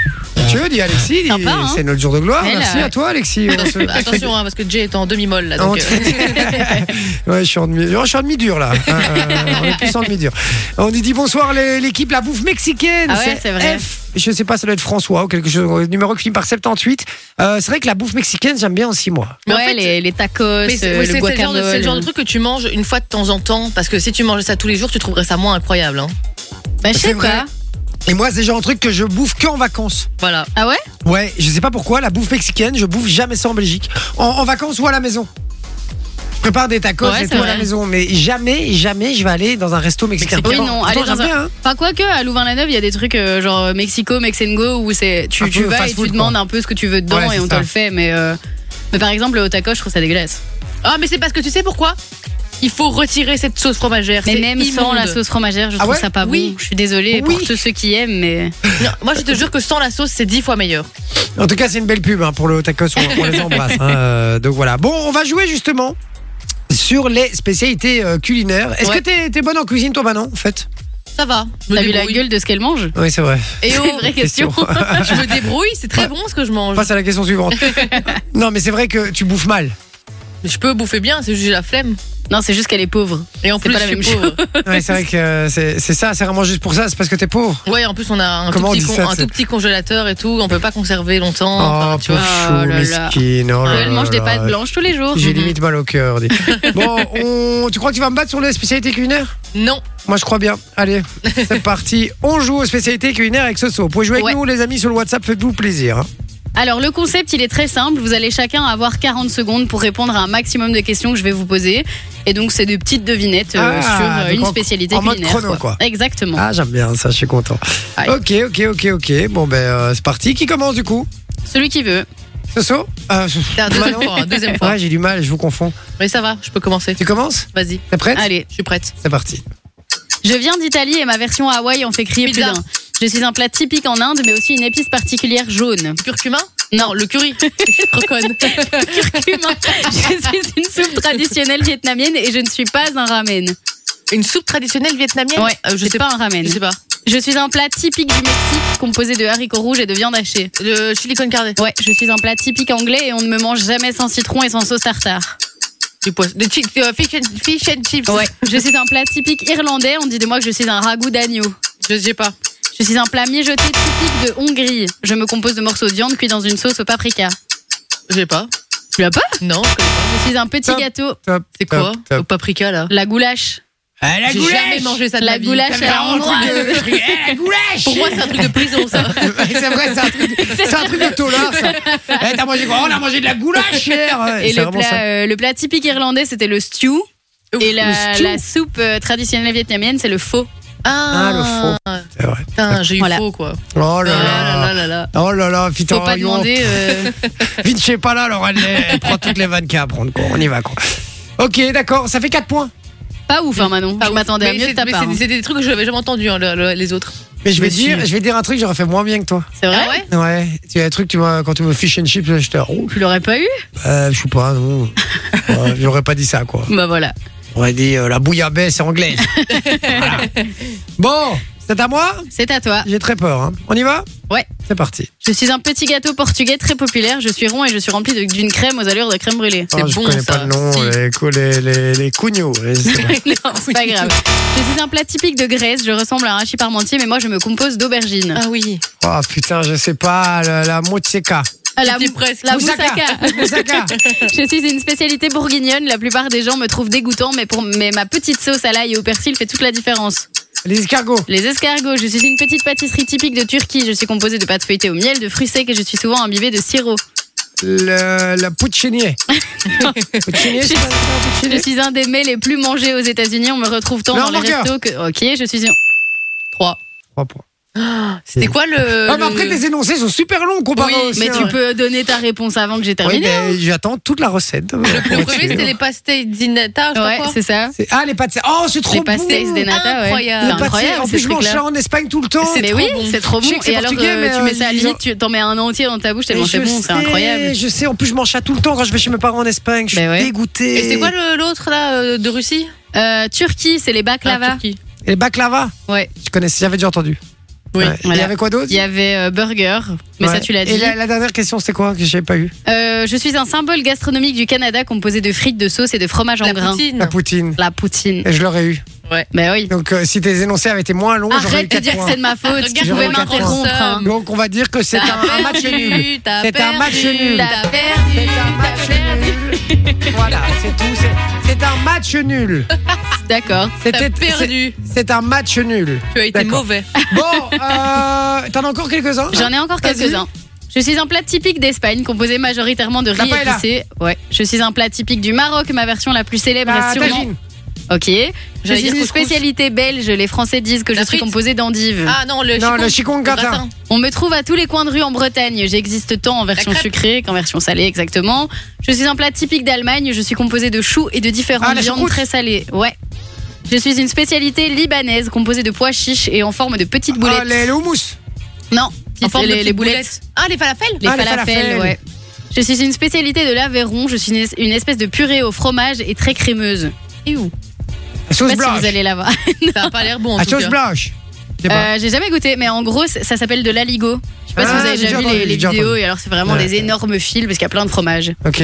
Speaker 2: Tu veux, dis Alexis, dis-
Speaker 3: Sympa, hein.
Speaker 2: c'est notre jour de gloire.
Speaker 3: Elle,
Speaker 2: Merci
Speaker 3: euh,
Speaker 2: à toi,
Speaker 3: *laughs*
Speaker 2: Alexis. On se-
Speaker 4: *laughs* Attention, hein, parce que Jay est en demi-molle là.
Speaker 2: On
Speaker 4: donc, euh,
Speaker 2: te- ouais, je suis en demi, oh, je suis en demi-dur là. *laughs* Euh, on est plus en demi-dur. On dit, dit bonsoir les- l'équipe La Bouffe Mexicaine.
Speaker 3: Ah ouais, c'est vrai.
Speaker 2: F je sais pas, ça doit être François ou quelque chose, un numéro qui finit par 78. Euh, c'est vrai que la bouffe mexicaine, j'aime bien aussi, moi.
Speaker 3: Ouais,
Speaker 4: Mais en fait,
Speaker 3: les, les tacos,
Speaker 4: Mais c'est
Speaker 3: euh,
Speaker 4: oui,
Speaker 3: le
Speaker 4: c'est- c'est le, genre de-
Speaker 3: guacamole.
Speaker 4: c'est le genre de truc que tu manges une fois de temps en temps, parce que si tu mangeais ça tous les jours, tu trouverais ça moins incroyable. hein.
Speaker 3: Bah, je
Speaker 2: C'est
Speaker 3: sais
Speaker 2: vrai.
Speaker 3: pas.
Speaker 2: Et moi, c'est genre un truc que je bouffe qu'en vacances.
Speaker 4: Voilà.
Speaker 3: Ah ouais
Speaker 2: Ouais, je sais pas pourquoi, la bouffe mexicaine, je bouffe jamais ça en Belgique. En, en vacances ou à la maison. Je prépare des tacos
Speaker 4: Ouais,
Speaker 2: et
Speaker 4: c'est
Speaker 2: tout à la
Speaker 4: vrai.
Speaker 2: maison, mais jamais, jamais je vais aller dans un resto mexicain.
Speaker 4: Mexicain.
Speaker 3: Oui,
Speaker 2: Pourtant-
Speaker 3: non,
Speaker 2: pourtant,
Speaker 3: aller dans
Speaker 2: j'aime bien, hein.
Speaker 3: Enfin, quoique, à Louvain-la-Neuve, il y a des trucs euh, genre Mexico, Mexengo, où c'est
Speaker 2: Un
Speaker 3: tu, tu
Speaker 2: peu
Speaker 3: vas et
Speaker 2: fast-food,
Speaker 3: tu
Speaker 2: quoi.
Speaker 3: demandes un peu ce que tu veux dedans
Speaker 2: Ouais,
Speaker 3: et
Speaker 2: c'est
Speaker 3: on
Speaker 2: ça.
Speaker 3: te le fait. Mais, euh, mais par exemple, au taco, je trouve ça dégueulasse.
Speaker 4: Ah, mais c'est parce que tu sais pourquoi Il faut retirer cette sauce fromagère.
Speaker 3: Mais
Speaker 4: c'est
Speaker 3: même sans
Speaker 4: immonde.
Speaker 3: la sauce fromagère, je
Speaker 2: Ah
Speaker 3: trouve
Speaker 2: ouais
Speaker 3: ça pas
Speaker 4: Oui.
Speaker 3: bon. Je suis désolée
Speaker 2: Oui.
Speaker 3: pour tous ceux qui aiment, mais.
Speaker 4: Non, moi, je te jure que sans la sauce, c'est dix fois meilleur.
Speaker 2: En tout cas, c'est une belle pub hein, pour le tacos. On, on les embrasse. hein. Euh, donc voilà. Bon, on va jouer justement sur les spécialités euh, culinaires. Est-ce
Speaker 4: Ouais.
Speaker 2: que t'es- t'es bonne en cuisine, toi, bah non, en fait
Speaker 4: Ça va. Je me
Speaker 3: T'as vu la
Speaker 4: débrouille.
Speaker 3: gueule de ce qu'elle mange
Speaker 2: Oui, c'est vrai.
Speaker 4: Et *laughs* oh,
Speaker 3: vraie question.
Speaker 4: je me débrouille, c'est très bon ce que je
Speaker 2: On
Speaker 4: mange.
Speaker 2: passe à la question
Speaker 3: *laughs*
Speaker 2: suivante. non, mais c'est vrai que tu bouffes mal.
Speaker 4: Je peux bouffer bien, c'est juste j'ai la flemme.
Speaker 3: Non, c'est juste qu'elle est pauvre.
Speaker 4: Et en
Speaker 3: C'est
Speaker 4: plus,
Speaker 3: pas la
Speaker 4: je suis
Speaker 3: même chose.
Speaker 4: pauvre.
Speaker 2: Ouais, c'est vrai que euh, c'est c'est ça, c'est vraiment juste pour ça, c'est parce que t'es pauvre.
Speaker 4: Ouais, en plus, on a un, tout
Speaker 2: Comment on
Speaker 4: petit,
Speaker 2: dit
Speaker 4: con-
Speaker 2: ça,
Speaker 4: un
Speaker 2: c'est-
Speaker 4: tout petit congélateur et tout, on peut pas conserver longtemps. enfin, tu vois.
Speaker 2: Oh,
Speaker 4: Ah
Speaker 2: pauvre
Speaker 3: oh là
Speaker 2: chou,
Speaker 3: là.
Speaker 2: mesquine, oh là
Speaker 3: elle mange
Speaker 2: là
Speaker 3: des
Speaker 2: là.
Speaker 3: pâtes blanches tous les jours.
Speaker 2: J'ai
Speaker 3: Mhm.
Speaker 2: limite mal au cœur.
Speaker 3: *laughs*
Speaker 2: dis. bon, on- tu crois que tu vas me battre sur les spécialités culinaires
Speaker 4: Non,
Speaker 2: Moi, je crois bien. Allez, c'est parti. On joue aux spécialités culinaires avec Soso. Vous pouvez jouer avec
Speaker 3: Ouais.
Speaker 2: nous, les amis, sur le WhatsApp. Faites-vous plaisir. hein.
Speaker 3: Alors le concept il est très simple, vous allez chacun avoir 40 secondes pour répondre à un maximum de questions que je vais vous poser. Et donc c'est des petites devinettes euh,
Speaker 2: Ah,
Speaker 3: sur euh,
Speaker 2: donc
Speaker 3: une
Speaker 2: en-
Speaker 3: spécialité
Speaker 2: en mode
Speaker 3: culinaire.
Speaker 2: chrono, quoi.
Speaker 3: Exactement.
Speaker 2: Ah, j'aime bien ça, je suis content.
Speaker 3: Aïe.
Speaker 2: Ok, ok, ok, ok. Bon, ben, euh, c'est parti. Qui commence du coup
Speaker 3: Celui qui veut.
Speaker 2: Soso euh, Soso.
Speaker 4: c'est la
Speaker 2: *laughs*
Speaker 4: deuxième
Speaker 2: Manon
Speaker 4: fois. hein, deuxième fois.
Speaker 2: Ouais, j'ai du mal, je vous confonds.
Speaker 4: Mais ça va, je peux commencer.
Speaker 2: Tu commences
Speaker 4: Vas-y,
Speaker 2: T'es prête
Speaker 3: Allez,
Speaker 4: je suis prête.
Speaker 2: C'est parti.
Speaker 3: je viens d'Italie et ma version Hawaï en fait crier plus
Speaker 4: Pizza.
Speaker 3: d'un. Je suis un plat typique en Inde mais aussi une épice particulière
Speaker 4: *laughs*
Speaker 3: jaune.
Speaker 4: Curcuma
Speaker 3: Non, *laughs*
Speaker 4: Le curry. Trop conne.
Speaker 3: curcuma. je suis une soupe traditionnelle vietnamienne et je ne suis pas un ramen.
Speaker 4: Une soupe traditionnelle vietnamienne
Speaker 3: Ouais,
Speaker 4: Euh,
Speaker 3: je
Speaker 4: je
Speaker 3: suis
Speaker 4: sais
Speaker 3: pas un ramen.
Speaker 4: Je sais pas.
Speaker 3: Je suis un plat typique du Mexique composé de haricots rouges et de viande hachée.
Speaker 4: Le chili con carne.
Speaker 3: Ouais, je suis un plat typique anglais et on ne me mange jamais sans citron et sans sauce tartare.
Speaker 4: Du poisson. Des chi- euh, fish, and, fish and chips.
Speaker 3: Je suis un plat typique irlandais, on dit de moi que je suis un ragoût d'agneau.
Speaker 4: Je sais pas.
Speaker 3: Je suis un plat mijoté typique de Hongrie. Je me compose de morceaux de viande cuits dans une sauce au paprika.
Speaker 4: Je sais pas.
Speaker 3: Tu l'as pas
Speaker 4: Non, je connais pas.
Speaker 3: Je suis un petit
Speaker 2: Top.
Speaker 3: gâteau.
Speaker 2: Top.
Speaker 4: C'est quoi Au paprika là.
Speaker 3: La goulache.
Speaker 2: la
Speaker 4: J'ai jamais mangé ça de
Speaker 3: La
Speaker 4: ma vie.
Speaker 3: goulache à l'endroit.
Speaker 4: *laughs*
Speaker 2: la goulache
Speaker 4: Pour moi, c'est un truc de prison *laughs* ça.
Speaker 2: C'est vrai, c'est un truc, c'est un truc de taulard, ça. Eh, t'as mangé quoi On a mangé de la goulache hier Ouais,
Speaker 3: Et
Speaker 2: c'est
Speaker 3: le
Speaker 2: vraiment
Speaker 3: plat,
Speaker 2: ça.
Speaker 3: euh, le plat typique irlandais, c'était le stew. Et la,
Speaker 2: stew.
Speaker 3: la soupe euh, traditionnelle vietnamienne, c'est le faux.
Speaker 2: Ah, le faux. C'est vrai.
Speaker 4: Putain, j'ai eu
Speaker 3: Voilà.
Speaker 4: faux quoi.
Speaker 2: Oh là
Speaker 4: Ah
Speaker 2: là.
Speaker 4: là là là.
Speaker 2: Oh là là, putain,
Speaker 3: Faut pas
Speaker 2: Lyon.
Speaker 3: demander.
Speaker 4: *laughs*
Speaker 3: euh,
Speaker 2: Vite, je sais pas là, alors elle, elle prend toutes les 24 à prendre, quoi. On y va, quoi. Ok, d'accord, ça fait 4 points.
Speaker 3: Pas ouf, hein, Manon.
Speaker 4: Pas
Speaker 3: je
Speaker 4: ouf.
Speaker 3: m'attendais à
Speaker 4: Mais
Speaker 3: mieux de
Speaker 4: c'est-
Speaker 3: ta
Speaker 4: mais
Speaker 3: part.
Speaker 4: c'est-
Speaker 3: hein.
Speaker 4: C'est des trucs que je n'avais jamais entendu hein, le- le- les autres.
Speaker 2: Mais je vais,
Speaker 4: Mais si.
Speaker 2: dire, je vais dire un truc, j'aurais fait moins bien que toi.
Speaker 3: C'est vrai
Speaker 4: Ah ouais
Speaker 2: Ouais, tu as un truc, tu vois, quand tu me fish and chips, j'étais. Oh,
Speaker 3: Tu l'aurais pas eu
Speaker 2: euh, je sais pas, non. Ouais, J'aurais pas dit ça, quoi.
Speaker 3: Bah voilà.
Speaker 2: J'aurais dit euh, la bouillabaisse anglaise. Voilà. Bon, c'est à moi
Speaker 3: C'est à toi.
Speaker 2: J'ai très peur. hein. On y va
Speaker 3: Ouais.
Speaker 2: C'est parti.
Speaker 3: Je suis un petit gâteau portugais très populaire. Je suis rond et je suis rempli de- d'une crème aux allures de crème brûlée.
Speaker 4: C'est
Speaker 2: Ah, je
Speaker 4: bon,
Speaker 2: connais
Speaker 4: ça.
Speaker 2: pas le nom,
Speaker 4: Si.
Speaker 2: les, cou- les, les, les cugnaux. Ouais, c'est
Speaker 4: *laughs*
Speaker 2: vrai.
Speaker 3: Non, c'est pas grave. Je suis un plat typique de Grèce. Je ressemble à un hachis parmentier, mais moi je me compose d'aubergines.
Speaker 4: Ah oui.
Speaker 2: oh putain, je sais pas, la, la moussaka.
Speaker 3: Ah, la,
Speaker 4: J'étais presque.
Speaker 3: la
Speaker 2: Moussaka. *laughs*
Speaker 3: moussaka.
Speaker 2: Moussaka.
Speaker 3: Je suis une spécialité bourguignonne. La plupart des gens me trouvent dégoûtant, mais, pour, mais ma petite sauce à l'ail et au persil fait toute la différence.
Speaker 2: les escargots.
Speaker 3: Les escargots. Je suis une petite pâtisserie typique de Turquie. Je suis composée de pâtes feuilletées au miel, de fruits secs et je suis souvent imbibée de sirop.
Speaker 2: Le, le
Speaker 3: *laughs*
Speaker 2: pouchinier. Pouchinier, c'est pas le
Speaker 3: Je
Speaker 2: pouchinier
Speaker 3: suis un des mets les plus mangés aux États-Unis. On me retrouve tant
Speaker 2: Le
Speaker 3: dans les
Speaker 2: hamburger.
Speaker 3: restos que. Ok, je suis. une- Trois.
Speaker 2: Trois points.
Speaker 4: C'était quoi le.
Speaker 2: Ah, mais après,
Speaker 4: le-
Speaker 2: les énoncés sont super longs comparé
Speaker 4: Oui,
Speaker 2: aux
Speaker 3: Euh, Mais
Speaker 2: siens.
Speaker 3: tu peux hein. donner ta réponse avant que j'ai
Speaker 2: Oui,
Speaker 3: terminé.
Speaker 2: mais j'attends toute la recette. euh, pour
Speaker 4: Le
Speaker 2: être
Speaker 4: premier,
Speaker 2: sûr.
Speaker 4: c'était les pastéis d'inata, je sais
Speaker 3: ouais,
Speaker 4: pas quoi.
Speaker 3: c'est ça.
Speaker 2: C'est- Ah, les pâtes. Oh, c'est trop
Speaker 3: Les
Speaker 2: bon.
Speaker 3: pastéis des nata, ouais.
Speaker 4: Incroyable.
Speaker 2: Les
Speaker 3: C'est
Speaker 2: pâtes-
Speaker 3: incroyable,
Speaker 2: En
Speaker 3: ces
Speaker 2: plus, je mange
Speaker 3: trucs-là.
Speaker 2: ça en Espagne tout le temps.
Speaker 4: C'est
Speaker 3: Mais
Speaker 4: trop
Speaker 3: oui,
Speaker 4: bon.
Speaker 3: c'est trop
Speaker 2: Je sais
Speaker 3: bon.
Speaker 2: que c'est
Speaker 3: Et alors,
Speaker 2: portugais,
Speaker 3: euh,
Speaker 2: mais,
Speaker 3: tu
Speaker 2: euh,
Speaker 3: mets ça à
Speaker 2: ils
Speaker 3: limite,
Speaker 2: ont-
Speaker 3: tu t'en mets un entier dans ta bouche
Speaker 2: Mais
Speaker 3: tellement c'est
Speaker 2: je
Speaker 3: bon, c'est
Speaker 2: sais,
Speaker 3: incroyable.
Speaker 2: Je sais, en plus je mange ça tout le temps quand je vais chez mes parents en Espagne, je suis
Speaker 3: Mais ouais.
Speaker 2: dégoûté.
Speaker 4: Et c'est quoi le- l'autre là euh, de Russie
Speaker 3: Euh, Turquie, c'est les
Speaker 4: Ah,
Speaker 3: baklava.
Speaker 4: Turquie.
Speaker 2: Et le baklava
Speaker 3: Ouais.
Speaker 2: Je connaissais, j'avais déjà entendu.
Speaker 4: Oui.
Speaker 2: Ouais. Il y
Speaker 3: Voilà.
Speaker 2: avait quoi d'autre
Speaker 3: Il y avait euh, burger, mais
Speaker 2: Ouais.
Speaker 3: ça tu l'as
Speaker 2: Et
Speaker 3: dit.
Speaker 2: la, la dernière question, c'était quoi que j'avais pas eu
Speaker 3: Euh, je suis un symbole gastronomique du Canada composé de frites, de sauce et de fromage en
Speaker 4: La
Speaker 3: grains.
Speaker 4: poutine.
Speaker 2: La poutine.
Speaker 3: La poutine.
Speaker 2: Et je l'aurais eu.
Speaker 3: Bah oui.
Speaker 2: Donc euh, si tes énoncés avaient été moins longs, j'aurais eu
Speaker 3: Arrête de
Speaker 2: quatre
Speaker 3: dire que
Speaker 2: points.
Speaker 3: c'est de ma faute.
Speaker 4: Regarde
Speaker 3: Tu pouvais
Speaker 2: comment il
Speaker 3: m'interrompre. hein.
Speaker 2: Donc on va dire que c'est un, un match nul.
Speaker 4: T'as
Speaker 2: C'est un
Speaker 4: perdu,
Speaker 2: match nul.
Speaker 4: T'as
Speaker 2: C'est
Speaker 4: perdu,
Speaker 2: un match
Speaker 4: t'as perdu.
Speaker 2: nul. Voilà, c'est tout. c'est- C'est un match nul.
Speaker 3: D'accord.
Speaker 4: T'as
Speaker 2: C'était- c'est-
Speaker 4: perdu.
Speaker 2: C'est un match nul.
Speaker 4: Tu as été
Speaker 2: D'accord.
Speaker 4: mauvais.
Speaker 2: Bon, euh, t'en as encore quelques-uns
Speaker 3: J'en ai encore
Speaker 2: Vas-y.
Speaker 3: quelques-uns. Je suis un plat typique d'Espagne composé majoritairement de
Speaker 2: La
Speaker 3: riz
Speaker 2: paella.
Speaker 3: épicé. Ouais. Je suis un plat typique du Maroc. Ma version la plus célèbre
Speaker 2: La
Speaker 3: est sûrement.
Speaker 2: Ah, tagine.
Speaker 3: Ok. Je
Speaker 4: J'allais
Speaker 3: suis
Speaker 4: dire
Speaker 3: une
Speaker 4: couscous.
Speaker 3: spécialité belge. Les Français disent que
Speaker 4: La
Speaker 3: je suis
Speaker 4: frite.
Speaker 3: composée d'endives.
Speaker 4: Ah non, le
Speaker 2: Non, le
Speaker 4: chicon,
Speaker 2: chikungunya.
Speaker 4: gratin.
Speaker 3: On me trouve à tous les coins de rue en Bretagne. J'existe tant en version
Speaker 4: crêpe.
Speaker 3: sucrée qu'en version salée, exactement. Je suis un plat typique d'Allemagne. Je suis composée de choux et de
Speaker 2: Ah,
Speaker 3: différentes
Speaker 2: la
Speaker 3: viandes
Speaker 2: choucroute.
Speaker 3: très salées. Ouais. Je suis une spécialité libanaise composée de pois chiches et en forme de petites boulettes.
Speaker 2: Ah, les, le houmous.
Speaker 3: Non,
Speaker 4: En
Speaker 3: petites-
Speaker 4: forme de
Speaker 3: les- les
Speaker 4: petites
Speaker 3: boulettes.
Speaker 4: Ah, les falafels
Speaker 3: Les
Speaker 2: Ah, les
Speaker 3: falafels,
Speaker 2: falafels.
Speaker 3: ouais. Je suis une spécialité de l'Aveyron. Je suis une es- une espèce de purée au fromage et très crémeuse. Et où
Speaker 2: La
Speaker 3: Je
Speaker 2: sauce
Speaker 3: sais pas si
Speaker 2: blanche.
Speaker 3: vous allez la voir.
Speaker 4: Ça a pas l'air bon en
Speaker 2: La
Speaker 4: tout
Speaker 2: sauce
Speaker 4: cas.
Speaker 2: blanche. Je sais pas.
Speaker 3: Euh, J'ai jamais goûté, mais en gros, c- ça s'appelle de l'aligo. Je sais pas
Speaker 2: Ah,
Speaker 3: si vous avez
Speaker 2: j'ai
Speaker 3: déjà
Speaker 2: déjà
Speaker 3: vu
Speaker 2: entendu,
Speaker 3: les, les
Speaker 2: j'ai déjà
Speaker 3: vidéos.
Speaker 2: entendu.
Speaker 3: Et alors, c'est vraiment
Speaker 2: Ouais.
Speaker 3: des énormes fils parce qu'il y a plein de fromages.
Speaker 2: Ok.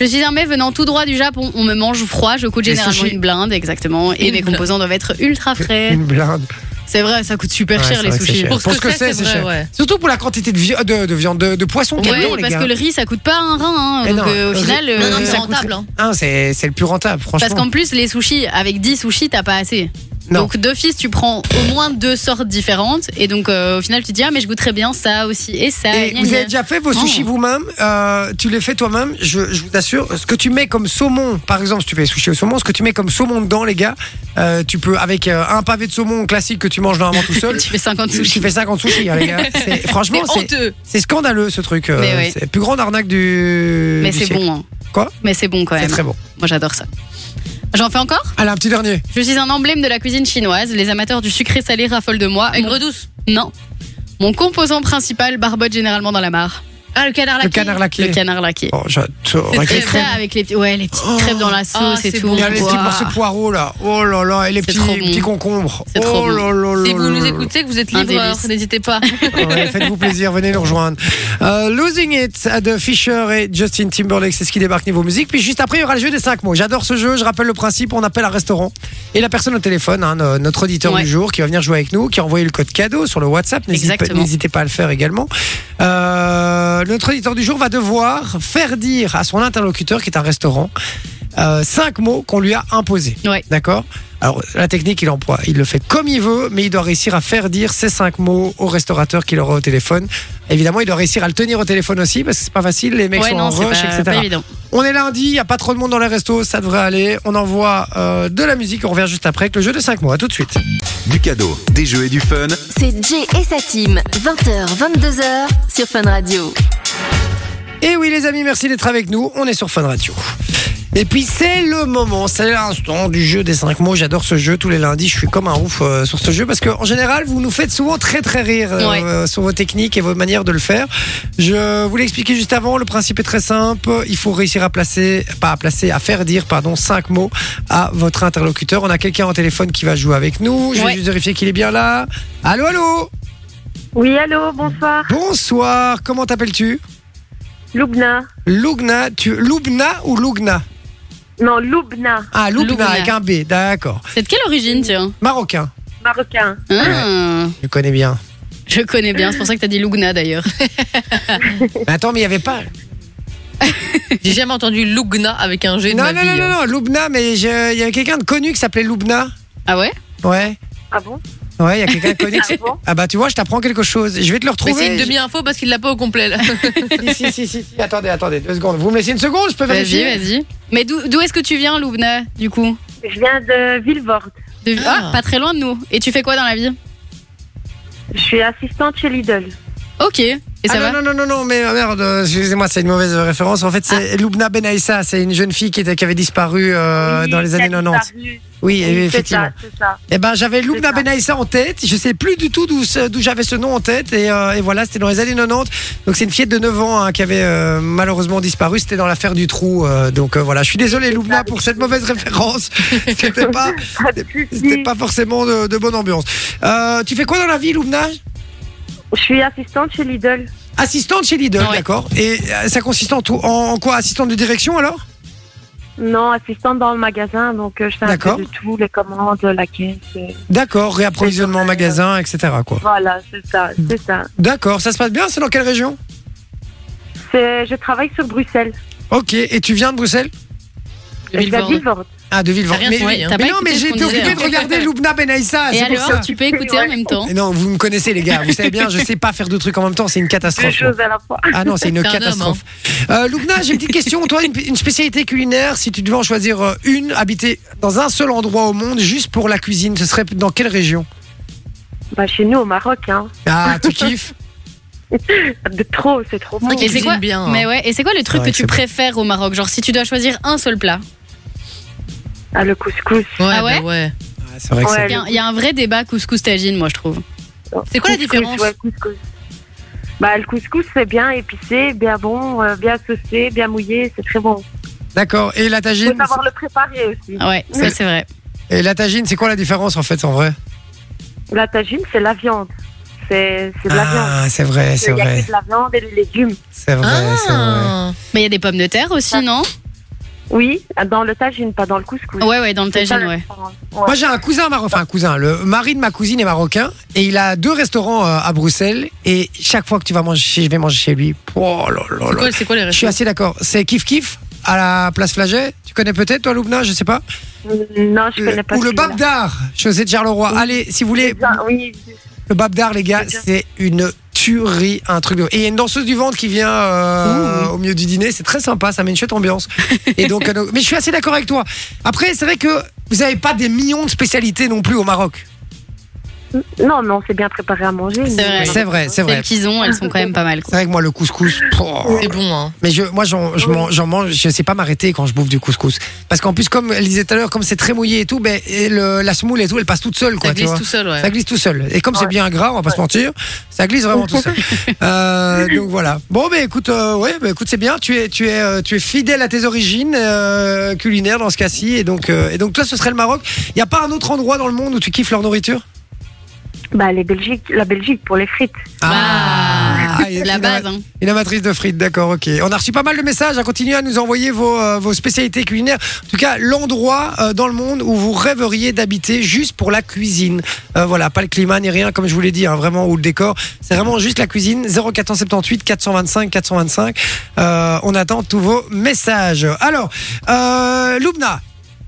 Speaker 3: Je suis un mets venant tout droit du Japon. On me mange froid. Je coûte
Speaker 2: Les
Speaker 3: généralement
Speaker 2: sushis.
Speaker 3: une blinde, exactement. Et
Speaker 4: Une
Speaker 3: mes
Speaker 4: blinde.
Speaker 3: composants doivent être ultra frais.
Speaker 2: Une blinde.
Speaker 3: C'est vrai, ça coûte super
Speaker 2: Ouais,
Speaker 3: cher
Speaker 2: c'est
Speaker 3: les
Speaker 2: vrai que c'est
Speaker 3: sushis.
Speaker 2: cher.
Speaker 4: Pour ce que c'est, c'est
Speaker 2: cher.
Speaker 4: vrai, ouais.
Speaker 2: Surtout pour la quantité de, vi- de, de viande, de, de poisson qu'il y a
Speaker 3: Ouais,
Speaker 2: dedans, les
Speaker 3: parce
Speaker 2: gars.
Speaker 3: que le riz, ça coûte pas un rein. hein.
Speaker 2: Eh non,
Speaker 3: Donc euh, au
Speaker 2: le riz-
Speaker 3: final,
Speaker 2: le
Speaker 3: euh,
Speaker 4: Non, non,
Speaker 2: riz,
Speaker 4: c'est
Speaker 2: ça coûte-
Speaker 4: rentable. hein.
Speaker 2: Hein, c'est c'est le plus rentable, franchement.
Speaker 3: Parce qu'en plus, les sushis, avec 10 sushis, t'as pas assez.
Speaker 2: Non.
Speaker 3: Donc d'office, tu prends au moins deux sortes différentes. Et donc euh, au final, tu te dis, ah mais je goûterais bien ça aussi et ça.
Speaker 2: Et
Speaker 3: Euh, gna
Speaker 2: vous
Speaker 3: gna.
Speaker 2: avez déjà fait vos sushis
Speaker 3: Oh.
Speaker 2: vous-même euh, Tu les fais toi-même je, je vous assure, ce que tu mets comme saumon, par exemple, si tu fais des sushis au saumon, ce que tu mets comme saumon dedans, les gars, euh, tu peux, avec euh, un pavé de saumon classique que tu manges normalement tout
Speaker 3: *laughs*
Speaker 2: seul,
Speaker 3: Tu fais 50
Speaker 2: tu,
Speaker 3: sushis.
Speaker 2: fais 50 sushis, hein, les
Speaker 3: *laughs*
Speaker 2: gars. C'est- Franchement,
Speaker 4: C'est
Speaker 2: c'est,
Speaker 4: honteux.
Speaker 2: c'est scandaleux ce truc. euh,
Speaker 3: Mais ouais.
Speaker 2: C'est la plus grande arnaque du.
Speaker 3: Mais
Speaker 2: du
Speaker 3: c'est
Speaker 2: siècle.
Speaker 3: bon. hein.
Speaker 2: Quoi
Speaker 3: Mais c'est bon quand
Speaker 2: C'est
Speaker 3: même.
Speaker 2: très bon.
Speaker 3: Moi, j'adore ça. J'en fais encore
Speaker 2: Allez, un petit dernier.
Speaker 3: Je suis un emblème de la cuisine chinoise. Les amateurs du sucré salé raffolent de moi.
Speaker 4: Avec
Speaker 3: Mon-
Speaker 4: redouce.
Speaker 3: Non. Mon composant principal barbote généralement dans la mare.
Speaker 4: Ah, le canard
Speaker 2: Le
Speaker 4: laqué.
Speaker 2: canard laqué.
Speaker 3: Le canard laqué.
Speaker 2: Oh, j'adore.
Speaker 4: C'est
Speaker 2: Avec les
Speaker 3: Et
Speaker 4: très
Speaker 2: crêpes.
Speaker 3: ça, avec les, petits- ouais, les petites crêpes dans la sauce
Speaker 4: Ah,
Speaker 3: et
Speaker 4: c'est
Speaker 3: tout.
Speaker 4: bon.
Speaker 2: Il y a les petits
Speaker 3: Ouah.
Speaker 2: morceaux de poireaux là. Oh là là, et les
Speaker 3: C'est
Speaker 2: petits,
Speaker 3: trop bon.
Speaker 2: petits concombres.
Speaker 3: C'est
Speaker 2: oh
Speaker 3: trop bon.
Speaker 2: là là là.
Speaker 4: Si vous
Speaker 2: là
Speaker 4: nous
Speaker 2: là.
Speaker 4: écoutez, que vous êtes
Speaker 3: Un
Speaker 4: livreur,
Speaker 2: euh,
Speaker 3: délice.
Speaker 4: n'hésitez pas.
Speaker 2: Ouais, Faites-vous plaisir, venez nous rejoindre. Euh, Losing It de Fisher et Justin Timberlake, c'est ce qui débarque niveau musique. Puis juste après, il y aura le jeu des 5 mots. J'adore ce jeu, je rappelle le principe, on appelle un restaurant. Et la personne au téléphone, hein, no- notre auditeur
Speaker 3: Ouais.
Speaker 2: du jour, qui va venir jouer avec nous, qui a envoyé le code cadeau sur le WhatsApp, n'hésite pas-
Speaker 3: Exactement.
Speaker 2: n'hésitez pas à le faire également. Euh, notre auditeur du jour va devoir faire dire à son interlocuteur, qui est un restaurant, euh, cinq mots qu'on lui a imposés.
Speaker 3: Ouais.
Speaker 2: D'accord Alors, la technique, il emploie. Il le fait comme il veut, mais il doit réussir à faire dire ces cinq mots au restaurateur qu'il aura au téléphone. Évidemment, il doit réussir à le tenir au téléphone aussi, parce que c'est pas facile, les mecs
Speaker 3: Ouais,
Speaker 2: sont
Speaker 3: non,
Speaker 2: en
Speaker 3: c'est
Speaker 2: rush,
Speaker 3: pas,
Speaker 2: etc.
Speaker 3: pas évident.
Speaker 2: On est lundi, il n'y a pas trop de monde dans les restos, ça devrait aller. On envoie euh, de la musique, on revient juste après avec le jeu de cinq mots. À tout de suite.
Speaker 5: Du cadeau, des jeux et du fun.
Speaker 1: C'est Jay et sa team, 20h, 22h sur Fun Radio.
Speaker 2: Et oui les amis, merci d'être avec nous. On est sur Fun Radio. Et puis c'est le moment, c'est l'instant du jeu des 5 mots. J'adore ce jeu tous les lundis. Je suis comme un ouf euh, sur ce jeu parce que en général vous nous faites souvent très très rire euh, sur vos techniques et vos manières de le faire. Je vous l'ai expliqué juste avant. Le principe est très simple. Il faut réussir à placer, pas à placer, à faire dire pardon cinq mots à votre interlocuteur. On a quelqu'un en téléphone qui va jouer avec nous. Je vais
Speaker 3: Ouais.
Speaker 2: juste vérifier qu'il est bien là. Allô allô.
Speaker 6: Oui, allô, bonsoir.
Speaker 2: Bonsoir. Comment t'appelles-tu?
Speaker 6: Loubna.
Speaker 2: Lougna, tu Loubna ou Lougna?
Speaker 6: Non, Loubna,
Speaker 2: Ah, Loubna,
Speaker 3: Loubna.
Speaker 2: avec un B, d'accord.
Speaker 3: C'est de quelle origine, tiens
Speaker 2: Marocain,
Speaker 6: marocain.
Speaker 3: Ah,
Speaker 2: je connais bien.
Speaker 4: *laughs*
Speaker 3: Je connais bien, c'est pour ça que t'as dit Lougna d'ailleurs.
Speaker 2: Mais attends, mais il n'y avait pas.
Speaker 4: J'ai jamais entendu Lougna avec un G de
Speaker 2: Non,
Speaker 4: ma
Speaker 2: non,
Speaker 4: vie. hein.
Speaker 2: non, non, non, Loubna, mais je- il y avait quelqu'un de connu qui s'appelait Loubna.
Speaker 3: Ah ouais
Speaker 2: Ouais,
Speaker 6: Ah bon
Speaker 2: ouais, il y a quelqu'un de connu.
Speaker 4: *laughs*
Speaker 6: Ah
Speaker 2: qui-
Speaker 6: bon
Speaker 2: Ah bah tu vois, je t'apprends quelque chose. Je vais te le
Speaker 4: Mais
Speaker 2: retrouver.
Speaker 4: c'est une demi-info parce qu'il l'a pas au complet. là.
Speaker 2: si, si, si, si, si, attendez, attendez, deux secondes. Vous me laissez une seconde, je peux
Speaker 3: Vas-y,
Speaker 4: *laughs*
Speaker 2: vérifier
Speaker 3: vas-y. Mais d'où d'où est-ce que tu viens, Loubna, du coup
Speaker 6: *laughs* Je viens de Villevorde.
Speaker 3: De- ah.
Speaker 4: Ah.
Speaker 3: pas très loin de nous. Et tu fais quoi dans la vie
Speaker 6: Je suis assistante chez Lidl.
Speaker 3: Ok. Et ça
Speaker 2: Ah
Speaker 3: va
Speaker 2: non, non, non, non, mais euh, merde, euh, excusez-moi, c'est une mauvaise référence. En fait, c'est Loubna Benaïssa, c'est une jeune fille qui, était, qui avait disparu euh,
Speaker 6: Oui,
Speaker 2: dans les
Speaker 6: qui a
Speaker 2: années 90.
Speaker 6: disparu.
Speaker 2: Oui,
Speaker 6: Oui, c'est
Speaker 2: effectivement.
Speaker 6: ça, c'est ça.
Speaker 2: Eh ben, j'avais Loubna
Speaker 6: ça.
Speaker 2: Benaïssa en tête. Je sais plus du tout d'où ce- d'où j'avais ce nom en tête. Et, euh, et voilà, c'était dans les années 90. Donc, c'est une fillette de 9 ans hein, qui avait euh, malheureusement disparu. C'était dans l'affaire du trou. euh, donc, euh, voilà. Je suis désolé, Loubna, pour cette mauvaise référence. C'était pas,
Speaker 6: Pas de souci.
Speaker 2: c'était pas forcément de, de bonne ambiance. Euh, tu fais quoi dans la vie, Loubna
Speaker 6: Je suis assistante chez Lidl.
Speaker 2: Assistante chez Lidl,
Speaker 3: Ouais.
Speaker 2: d'accord. Et euh, ça consiste en, tout- en, en quoi Assistante de direction alors
Speaker 6: Non, assistante dans le magasin, donc euh, je fais un
Speaker 2: D'accord.
Speaker 6: peu de tout, les commandes, la caisse. euh,
Speaker 2: D'accord, réapprovisionnement magasin, etc. Quoi.
Speaker 6: Voilà, c'est ça,
Speaker 2: Hmm.
Speaker 6: c'est ça.
Speaker 2: D'accord, ça se passe bien, c'est dans quelle région
Speaker 6: C'est, je travaille sur Bruxelles.
Speaker 2: Ok, et tu viens de Bruxelles
Speaker 4: De
Speaker 6: Je vais à
Speaker 4: Villeport.
Speaker 6: Villeport.
Speaker 2: Ah, de Villevorde.
Speaker 4: rien
Speaker 2: Mais,
Speaker 4: suivi, hein.
Speaker 2: mais
Speaker 3: T'as pas
Speaker 2: non,
Speaker 3: écouté
Speaker 2: mais
Speaker 3: ce
Speaker 2: j'ai
Speaker 3: qu'on
Speaker 2: été occupé
Speaker 3: disait,
Speaker 2: de
Speaker 3: hein.
Speaker 2: regarder Lubna Benaïssa,
Speaker 3: Et
Speaker 2: c'est pour ça.
Speaker 3: alors, tu peux écouter en même temps.
Speaker 2: Mais non, vous me connaissez les gars, vous savez bien, je sais pas faire deux trucs en même temps, c'est une
Speaker 6: Deux
Speaker 2: catastrophe.
Speaker 6: choses à la fois.
Speaker 2: Ah non,
Speaker 3: *laughs*
Speaker 2: c'est une
Speaker 4: C'est un homme,
Speaker 2: catastrophe.
Speaker 3: hein.
Speaker 2: Euh, Loubna, j'ai une petite question. Toi, une, une spécialité culinaire, si tu devais en choisir euh, une, habiter dans un seul endroit au monde, juste pour la cuisine, ce serait dans quelle région
Speaker 6: Bah, chez nous, au Maroc, hein.
Speaker 2: Ah, tu kiffes
Speaker 6: De trop, c'est trop bon.
Speaker 4: Ok,
Speaker 3: Et c'est
Speaker 4: cuisine
Speaker 3: quoi
Speaker 4: bien, hein.
Speaker 3: Mais ouais, et c'est quoi le truc
Speaker 2: vrai
Speaker 3: que
Speaker 2: que
Speaker 3: tu
Speaker 2: c'est bon.
Speaker 3: préfères au Maroc Genre si tu dois choisir un seul plat.
Speaker 6: Ah, le couscous.
Speaker 3: Ah
Speaker 4: bah
Speaker 3: ouais
Speaker 2: Ah, C'est vrai
Speaker 6: que c'est-
Speaker 3: Il y a un- il y a un vrai débat couscous tagine, moi je trouve.
Speaker 4: C'est quoi la
Speaker 6: Couscous,
Speaker 4: différence
Speaker 6: ouais, couscous. Bah, le couscous, c'est bien épicé, bien bon, euh, bien saucé, bien mouillé, c'est très bon.
Speaker 2: D'accord. Et la
Speaker 6: Il
Speaker 2: tagine
Speaker 6: faut savoir le préparer aussi.
Speaker 3: Ah Ouais, ça c'est vrai.
Speaker 2: Et la tagine, c'est quoi la différence en fait, en vrai
Speaker 6: La tagine, c'est la viande. C'est c'est de la viande.
Speaker 2: Ah, c'est vrai, c'est
Speaker 6: Il y a
Speaker 2: vrai,
Speaker 6: que de la viande et des légumes.
Speaker 2: c'est vrai, c'est vrai.
Speaker 4: Ah.
Speaker 3: Mais il y a des pommes de terre aussi, non
Speaker 6: Oui, dans le tagine, pas dans le couscous.
Speaker 3: Ouais, ouais, dans le
Speaker 6: C'est ça,
Speaker 3: tagine,
Speaker 6: la
Speaker 3: ouais.
Speaker 6: différence.
Speaker 2: Moi, j'ai un cousin marocain, enfin un cousin. Le mari de ma cousine est marocain et il a deux restaurants euh, à Bruxelles. Et chaque fois que tu vas manger, chez- je vais manger chez lui. Oh là là là.
Speaker 4: C'est quoi- C'est quoi les
Speaker 2: Je suis
Speaker 4: restes
Speaker 2: assez d'accord. C'est Kif Kif à la place Flaget. Tu connais peut-être, toi, Loubna Je sais pas.
Speaker 6: Mmh, Non, je connais pas.
Speaker 2: Ou le
Speaker 6: celui-là.
Speaker 2: Babdar, chaussée de Charleroi. Allez, si vous voulez,
Speaker 6: Ah, Oui,
Speaker 2: le Babdar, les gars,
Speaker 6: C'est bien.
Speaker 2: c'est une tuerie, un truc de. Et il y a une danseuse du ventre qui vient euh, au milieu du dîner. C'est très sympa, ça met une chouette
Speaker 6: *laughs*
Speaker 2: ambiance. Et donc, euh, donc- mais je suis assez d'accord avec toi. Après, c'est vrai que vous n'avez pas des millions de spécialités non plus au Maroc.
Speaker 6: non, non, c'est bien préparé à manger.
Speaker 3: C'est
Speaker 6: mais-
Speaker 3: vrai.
Speaker 2: C'est vrai, c'est
Speaker 3: C'est
Speaker 2: vrai.
Speaker 3: le qu'ils ont, elles sont quand même pas mal.
Speaker 2: C'est vrai que moi, le couscous. pouah.
Speaker 4: C'est bon, hein.
Speaker 2: Mais je, moi, j'en je m'en- j'en mange, je sais pas m'arrêter quand je bouffe du couscous. Parce qu'en plus, comme elle disait tout à l'heure, comme c'est très mouillé et tout, ben, et le- la semoule et tout, elle passe toute seule. Quoi,
Speaker 4: Ça
Speaker 2: tu
Speaker 4: glisse
Speaker 2: vois.
Speaker 4: tout seul, ouais.
Speaker 2: Ça glisse tout seul. Et comme c'est bien gras, on va pas se mentir, ça glisse vraiment tout
Speaker 3: *laughs*
Speaker 2: seul. Euh, donc voilà. Bon, mais écoute, euh, ouais, bah, écoute, c'est bien. Tu es, tu es, euh, tu es fidèle à tes origines euh, culinaires dans ce cas-ci. Et donc, euh, et donc toi, ce serait le Maroc. Il n'y a pas un autre endroit dans le monde où tu kiffes leur nourriture
Speaker 6: Bah, les Belgiques, la Belgique pour les frites.
Speaker 3: Ah,
Speaker 2: Ah, il y a
Speaker 3: Bah, *laughs* la
Speaker 2: une
Speaker 3: base, hein.
Speaker 2: Une amatrice de frites, d'accord, ok. On a reçu pas mal de messages, à continuer à nous envoyer vos, euh, vos spécialités culinaires. En tout cas, l'endroit euh, dans le monde où vous rêveriez d'habiter juste pour la cuisine. Euh, voilà, pas le climat ni rien, comme je vous l'ai dit, hein, vraiment, ou le décor. C'est vraiment juste la cuisine. 0478 425 425. Euh, on attend tous vos messages. Alors, euh, Loubna,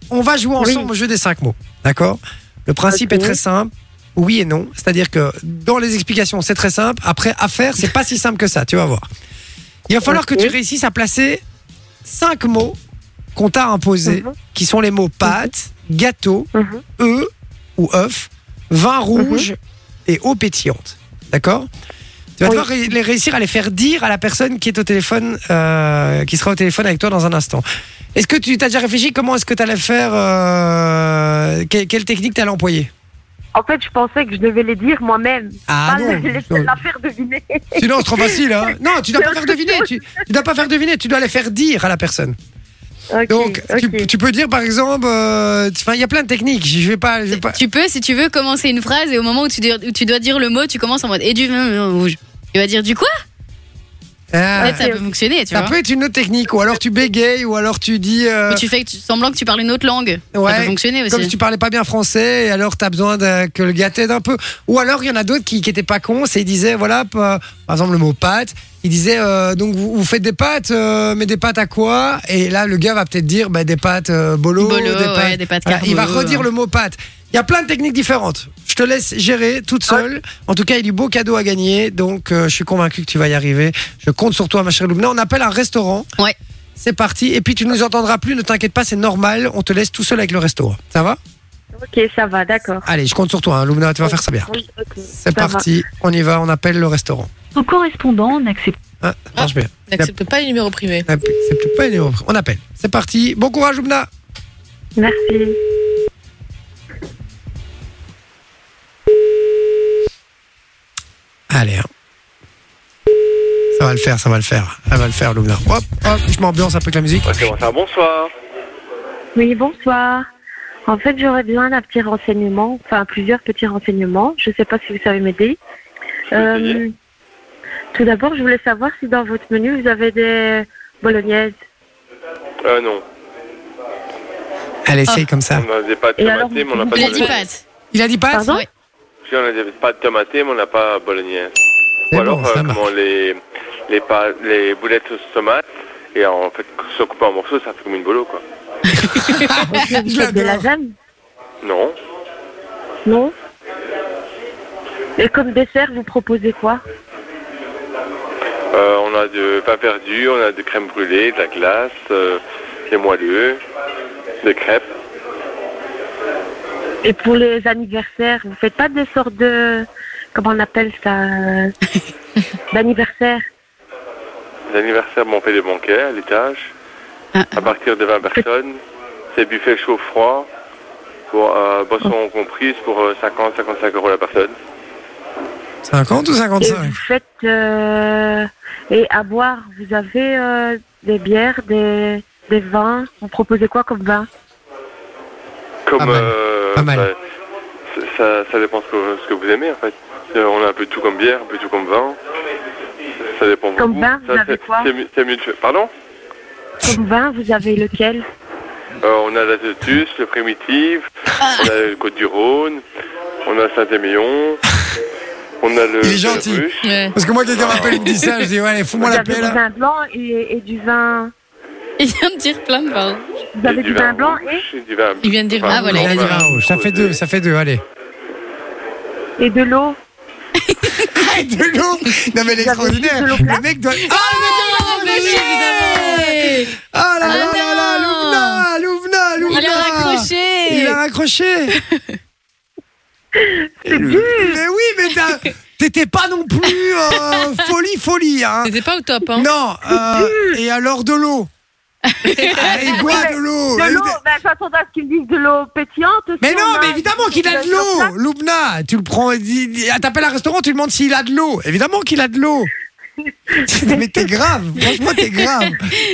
Speaker 2: on va jouer ensemble au jeu des cinq mots, d'accord Le principe
Speaker 6: Ok.
Speaker 2: est très simple. Oui et non, c'est-à-dire que dans les explications c'est très simple, après à faire c'est pas si simple que ça, tu vas voir. Il va falloir
Speaker 6: Ok.
Speaker 2: que tu réussisses à placer cinq mots qu'on t'a imposés,
Speaker 6: Mhm.
Speaker 2: qui sont les mots pâte, gâteau,
Speaker 6: Mhm.
Speaker 2: œuf ou œuf, vin rouge et eau pétillante. D'accord Tu vas
Speaker 6: Oui.
Speaker 2: devoir ré- les réussir à les faire dire à la personne qui est au téléphone, euh, qui sera au téléphone avec toi dans un instant. Est-ce que tu t'as déjà réfléchi comment est-ce que tu allais faire euh, que- Quelle technique tu allais employer
Speaker 6: En fait, je pensais que je devais les dire moi-même.
Speaker 2: Ah
Speaker 6: pas *laughs*
Speaker 2: non,
Speaker 6: les-
Speaker 2: non.
Speaker 6: la faire deviner. *laughs*
Speaker 2: Sinon, c'est trop facile. Hein non, tu dois pas faire deviner. Tu, tu dois pas faire deviner. Tu dois les faire dire à la personne.
Speaker 6: Ok,
Speaker 2: Donc, tu-
Speaker 6: ok.
Speaker 2: Tu, peux dire par exemple. euh, Enfin, il y a plein de techniques. Je vais pas. Je vais pas...
Speaker 3: Tu peux, si tu veux, commencer une phrase et au moment où tu, dois- où tu dois dire le mot, tu commences en mode et du vin rouge. Tu vas dire du quoi En
Speaker 2: Ah.
Speaker 3: fait, ça peut fonctionner, tu
Speaker 2: Ça
Speaker 3: vois.
Speaker 2: peut être une autre technique, ou alors tu bégayes, ou alors tu dis. euh,
Speaker 3: Ou tu fais que tu- semblant que tu parles une autre langue. Ça
Speaker 2: ouais,
Speaker 3: peut fonctionner
Speaker 2: comme si
Speaker 3: aussi.
Speaker 2: tu parlais pas bien français, et alors t'as besoin de- que le gars t'aide un peu. Ou alors il y en a d'autres qui, qui étaient pas cons, et ils disaient, voilà, p- euh, par exemple le mot pâte, ils disaient, euh, donc vous, vous faites des pâtes, euh, mais des pâtes à quoi Et là le gars va peut-être dire, bah, des pâtes euh, bolo,
Speaker 3: Bolo,
Speaker 2: des pâtes.
Speaker 3: ouais, des pâtes
Speaker 2: Voilà, il va
Speaker 3: carbolo.
Speaker 2: redire le mot pâte. Il y a plein de techniques différentes. Je te laisse gérer toute
Speaker 6: Ah.
Speaker 2: seule. En tout cas, il y a du beau cadeau à gagner, donc euh, je suis convaincu que tu vas y arriver. Je compte sur toi, ma chère Loubna. On appelle un restaurant.
Speaker 3: Ouais.
Speaker 2: C'est parti. Et puis tu nous entendras plus, ne t'inquiète pas, c'est normal. On te laisse tout seul avec le restaurant. Ça va
Speaker 6: Ok, ça va, d'accord.
Speaker 2: Allez, je compte sur toi, hein, Loubna, tu vas faire ça bien.
Speaker 6: Oui, ok, ça
Speaker 2: C'est
Speaker 6: va.
Speaker 2: parti, on y va, on appelle le restaurant.
Speaker 7: Au correspondant, n'accepte
Speaker 2: Hein, ça marche bien.
Speaker 4: N'accepte pas les numéros privés.
Speaker 2: Ah, C'est peut-être pas une erreur. On appelle. C'est parti. Bon courage, Loubna.
Speaker 6: Merci.
Speaker 2: Allez. hein. Ça va le faire, ça va le faire. Ça va le faire, Loubna. Hop, hop, je m'ambiance un peu avec la musique.
Speaker 8: bonsoir.
Speaker 6: Oui, bonsoir. En fait, j'aurais besoin d'un petit renseignement, enfin plusieurs petits renseignements. Je ne sais pas si vous savez m'aider. Euh,
Speaker 8: essayer.
Speaker 6: tout d'abord, je voulais savoir si dans votre menu, vous avez des bolognaises.
Speaker 8: Euh, non.
Speaker 2: Allez, essaye comme ça.
Speaker 8: On a des pâtes
Speaker 6: Et alors,
Speaker 8: tomatées, mais on n'a
Speaker 4: bah,
Speaker 8: pas
Speaker 3: Il a
Speaker 8: de
Speaker 3: dit
Speaker 8: bolognaise.
Speaker 3: pâtes.
Speaker 2: Il a dit pâtes
Speaker 6: Pardon
Speaker 3: Oui.
Speaker 8: Si on a des pâtes tomatées, mais on n'a pas bolognaise.
Speaker 2: C'est
Speaker 8: Ou
Speaker 2: bon,
Speaker 8: alors,
Speaker 2: ça
Speaker 8: euh,
Speaker 2: marche.
Speaker 8: comment les, les, pâtes, les boulettes sauce tomate, et en fait, se couper en morceaux, ça fait comme une bolo, quoi.
Speaker 2: *laughs* Je
Speaker 6: Faites de la
Speaker 2: l'adore.
Speaker 6: lasagne
Speaker 8: Non.
Speaker 6: Non Et comme dessert, vous proposez quoi
Speaker 8: Euh, on a de pain perdu, on a de crème brûlée, de la glace, euh, des moelleux, des crêpes.
Speaker 6: Et pour les anniversaires, vous faites pas des sortes de... Comment on appelle ça euh, D'anniversaire
Speaker 8: Les anniversaires, bon, on fait des banquets à l'étage,
Speaker 3: Ah,
Speaker 8: à partir de 20 personnes. C'est buffet chaud-froid, pour euh,
Speaker 2: Oh.
Speaker 8: boisson comprise, pour 50-55 euros la personne.
Speaker 2: 50 ou
Speaker 6: Et
Speaker 2: 55
Speaker 6: vous faites... euh, Et à boire, vous avez euh, des bières, des... des vins Vous proposez quoi comme vin
Speaker 8: Comme,
Speaker 2: Pas mal.
Speaker 8: euh,
Speaker 2: Pas mal.
Speaker 8: bah, c- ça, ça dépend ce que, ce que vous aimez en fait. Euh, on a un peu tout comme bière, un peu tout comme vin. Ça dépend de
Speaker 6: Comme
Speaker 8: vous.
Speaker 6: vin, vous
Speaker 8: Ça,
Speaker 6: avez
Speaker 8: c'est-
Speaker 6: quoi
Speaker 8: c'est mieux- C'est mieux de faire- Pardon
Speaker 6: Comme vin, vous avez lequel
Speaker 8: Euh, On a la Zetus, le Primitif,
Speaker 2: Ah.
Speaker 8: on a le Côte du Rhône, on a Saint-Émilion, on a le.
Speaker 2: Il est
Speaker 8: le
Speaker 2: gentil.
Speaker 8: Russe.
Speaker 4: Ouais.
Speaker 2: Parce que moi, quelqu'un m'appelle, il me dit ça, je dis, ouais, allez,
Speaker 6: Vous
Speaker 2: fous-moi la
Speaker 6: avez
Speaker 2: paix,
Speaker 6: du
Speaker 2: là.
Speaker 6: vin blanc et, et du vin...
Speaker 3: Il vient de dire plein de vins.
Speaker 6: Vous avez
Speaker 8: Et
Speaker 6: du vin blanc et,
Speaker 8: rouge, et du vin
Speaker 4: Il vient de dire,
Speaker 8: Enfin,
Speaker 4: ah, voilà,
Speaker 2: Il a dit
Speaker 8: blanc,
Speaker 2: vin rouge. Ça fait
Speaker 8: rosé.
Speaker 2: deux, ça fait deux, allez.
Speaker 6: et de l'eau
Speaker 2: Et de l'eau Non, mais elle est
Speaker 6: Vous avez
Speaker 2: extraordinaire.
Speaker 6: juste de l'eau
Speaker 2: Le mec doit. Ah, le mec doit- Ah là là là là, Louvna, Louvna,
Speaker 3: Il
Speaker 2: Louvna
Speaker 3: a
Speaker 2: Il a
Speaker 3: raccroché.
Speaker 2: raccroché Mais oui, mais t'as- t'étais pas non plus euh, folie, folie, hein
Speaker 4: C'était pas au top, hein.
Speaker 2: Non, euh, et alors de
Speaker 3: *laughs*
Speaker 2: l'eau Il boit de l'eau
Speaker 6: De l'eau, bah, ben, j'attends à ce qu'ils disent de l'eau pétillante. aussi,
Speaker 2: Mais
Speaker 6: on
Speaker 2: non,
Speaker 6: a-
Speaker 2: mais évidemment qu'il a de l'eau Loubna, tu le prends, dis- dis- ah, t'appelles un restaurant, tu lui demandes s'il a de l'eau. Évidemment qu'il a de
Speaker 6: *laughs*
Speaker 2: l'eau Mais t'es grave, franchement t'es grave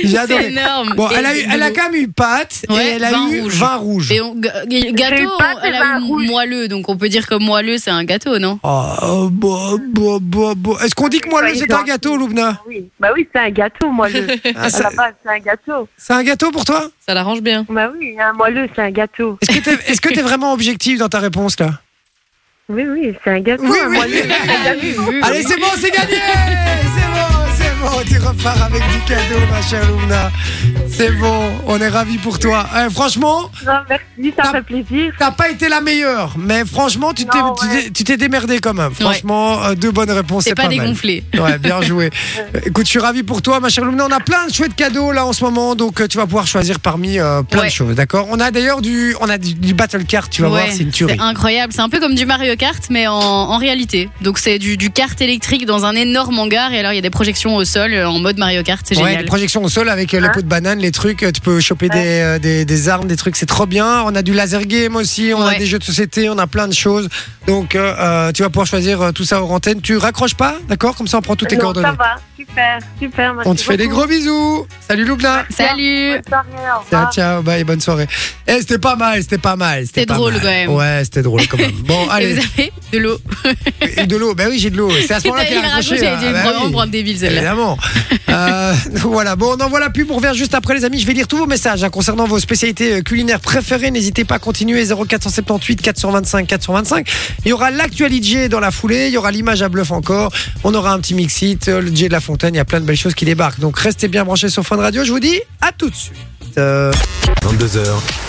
Speaker 2: J'ai
Speaker 3: C'est
Speaker 2: adoré
Speaker 3: énorme.
Speaker 2: Bon,
Speaker 3: Et
Speaker 2: elle a, eu-
Speaker 3: de
Speaker 2: elle a
Speaker 3: l'eau.
Speaker 2: quand même eu pâte et
Speaker 3: Ouais,
Speaker 2: elle a
Speaker 3: vin
Speaker 2: eu
Speaker 3: rouge.
Speaker 2: vin rouge.
Speaker 3: Et on- g- g- gâteau,
Speaker 6: pas
Speaker 3: on-
Speaker 6: de
Speaker 3: elle a
Speaker 6: vin
Speaker 3: eu
Speaker 6: rouge.
Speaker 3: moelleux, donc on peut dire que moelleux, c'est un gâteau, non
Speaker 2: Ah, euh, bah, bah, bah, bah. Est-ce qu'on dit que moi, le
Speaker 6: Soyez
Speaker 2: c'est un
Speaker 6: gentils.
Speaker 2: gâteau,
Speaker 6: *laughs*
Speaker 2: Loubna
Speaker 6: Oui, bah oui, c'est un gâteau,
Speaker 2: *laughs*
Speaker 6: moi le.
Speaker 2: Ah,
Speaker 6: À
Speaker 2: ça-
Speaker 6: la base, c'est un gâteau.
Speaker 2: C'est un gâteau pour toi
Speaker 4: Ça l'arrange bien.
Speaker 6: Bah oui, un moelleux, c'est un gâteau.
Speaker 2: Est-ce que t'es est-ce que t'es vraiment objectif dans ta réponse, là
Speaker 6: Oui, oui, c'est un gâteau.
Speaker 2: Oui,
Speaker 6: un
Speaker 2: oui.
Speaker 6: moelleux, c'est un gâteau.
Speaker 2: Allez, c'est bon, c'est gagné C'est bon, c'est bon, tu repars avec du cadeau, ma chère Loubna. C'est bon, on est ravis pour toi. Eh, franchement,
Speaker 6: Non, merci, ça
Speaker 2: Ah.
Speaker 6: fait plaisir.
Speaker 2: t'as pas été la meilleure, mais franchement, tu t'es
Speaker 6: Non,
Speaker 2: tu
Speaker 6: ouais.
Speaker 2: t'es- tu t'es démerdé quand même. Franchement, euh, deux bonnes réponses,
Speaker 3: C'est
Speaker 2: c'est
Speaker 3: pas,
Speaker 2: pas mal.
Speaker 3: dégonflé.
Speaker 2: Ouais, bien joué. Euh, Écoute, je suis ravi pour toi, ma chère Lumna. On a plein de chouettes cadeaux là en ce moment, donc euh, tu vas pouvoir choisir parmi euh, plein
Speaker 3: Ouais.
Speaker 2: de choses, d'accord On a d'ailleurs du, on a du, du battle card, tu vas voir,
Speaker 3: Ouais,
Speaker 2: c'est une tuerie.
Speaker 3: C'est incroyable. C'est un peu comme du Mario Kart, mais en, en réalité. Donc, c'est du, du kart électrique dans un énorme hangar. Et alors, il y a des projections au sol euh, en mode Mario Kart. C'est
Speaker 2: Ouais,
Speaker 3: génial.
Speaker 2: des projections au sol avec euh, les
Speaker 6: Hein
Speaker 2: pots de banane, les trucs. euh, Tu peux choper des, euh, des, des armes, des trucs. C'est trop bien. On a du laser game aussi. On a
Speaker 3: Ouais.
Speaker 2: des jeux de société. On a plein de choses. Donc, euh, euh, tu vas pouvoir choisir euh, tout ça hors antenne. Tu raccroches pas, d'accord Comme ça, on prend toutes tes
Speaker 6: Non,
Speaker 2: coordonnées.
Speaker 6: ça va, super, super. Merci
Speaker 2: On te fait des
Speaker 6: beaucoup.
Speaker 2: gros bisous. Salut Loubna.
Speaker 3: Salut.
Speaker 6: Bonne soirée, au
Speaker 2: Ciao,
Speaker 6: revoir.
Speaker 2: ciao, bye, bonne soirée. Eh, c'était pas mal, c'était pas mal.
Speaker 3: C'était
Speaker 2: pas
Speaker 3: drôle,
Speaker 2: mal.
Speaker 3: quand même.
Speaker 2: Ouais, c'était drôle quand même.
Speaker 3: *laughs*
Speaker 2: Bon,
Speaker 3: Et
Speaker 2: allez,
Speaker 3: vous avez de l'eau.
Speaker 2: et de l'eau. Ben oui, j'ai de l'eau.
Speaker 3: *laughs*
Speaker 2: C'est à ce
Speaker 3: Il
Speaker 2: moment-là qu'elle a
Speaker 3: a
Speaker 2: raccroché.
Speaker 3: raccroché. Il a dit
Speaker 2: Ah, ben
Speaker 3: vraiment
Speaker 2: oui.
Speaker 3: pour un débile, celle-là.
Speaker 2: Évidemment. Euh, voilà, bon, on envoie la pub, on revient juste après les amis. Je vais lire tous vos messages hein, concernant vos spécialités euh, culinaires préférées. N'hésitez pas à continuer 0478 425 425. Il y aura l'actualité dans la foulée, il y aura l'image à bluff encore, on aura un petit mix-it, euh, le DJ de la Fontaine, il y a plein de belles choses qui débarquent. Donc restez bien branchés sur Fun Radio, je vous dis à tout de suite. Euh,
Speaker 5: 22h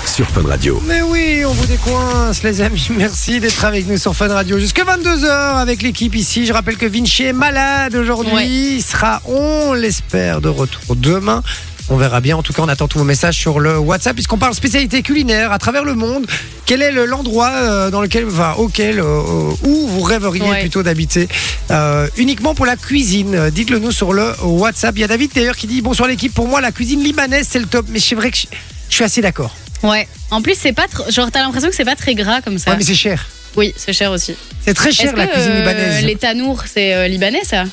Speaker 5: sur Fun Radio.
Speaker 2: mais oui, on vous décoince, les amis. *laughs* Merci d'être avec nous sur Fun Radio jusqu'à 22h avec l'équipe ici. Je rappelle que Vinci est malade aujourd'hui.
Speaker 3: Ouais.
Speaker 2: Il sera, on l'espère, de retour demain. On verra bien. En tout cas, on attend tous vos messages sur le WhatsApp puisqu'on parle spécialité culinaire à travers le monde. Quel est le- l'endroit euh, dans lequel, enfin, auquel, euh, euh, où vous rêveriez
Speaker 3: Ouais.
Speaker 2: plutôt d'habiter euh, uniquement pour la cuisine Euh, Dites-le nous sur le WhatsApp. Il y a David d'ailleurs qui dit bonsoir l'équipe. Pour moi, la cuisine libanaise c'est le top. Mais c'est vrai que je, je suis assez d'accord.
Speaker 3: Ouais. En plus, c'est pas tr- genre t'as l'impression que c'est pas très gras comme ça.
Speaker 2: Euh. Ouais, mais c'est cher.
Speaker 3: Oui, c'est cher aussi.
Speaker 2: C'est très
Speaker 3: Est-ce
Speaker 2: cher
Speaker 3: que
Speaker 2: la cuisine
Speaker 3: euh,
Speaker 2: libanaise.
Speaker 3: les tanours, c'est euh, libanais ça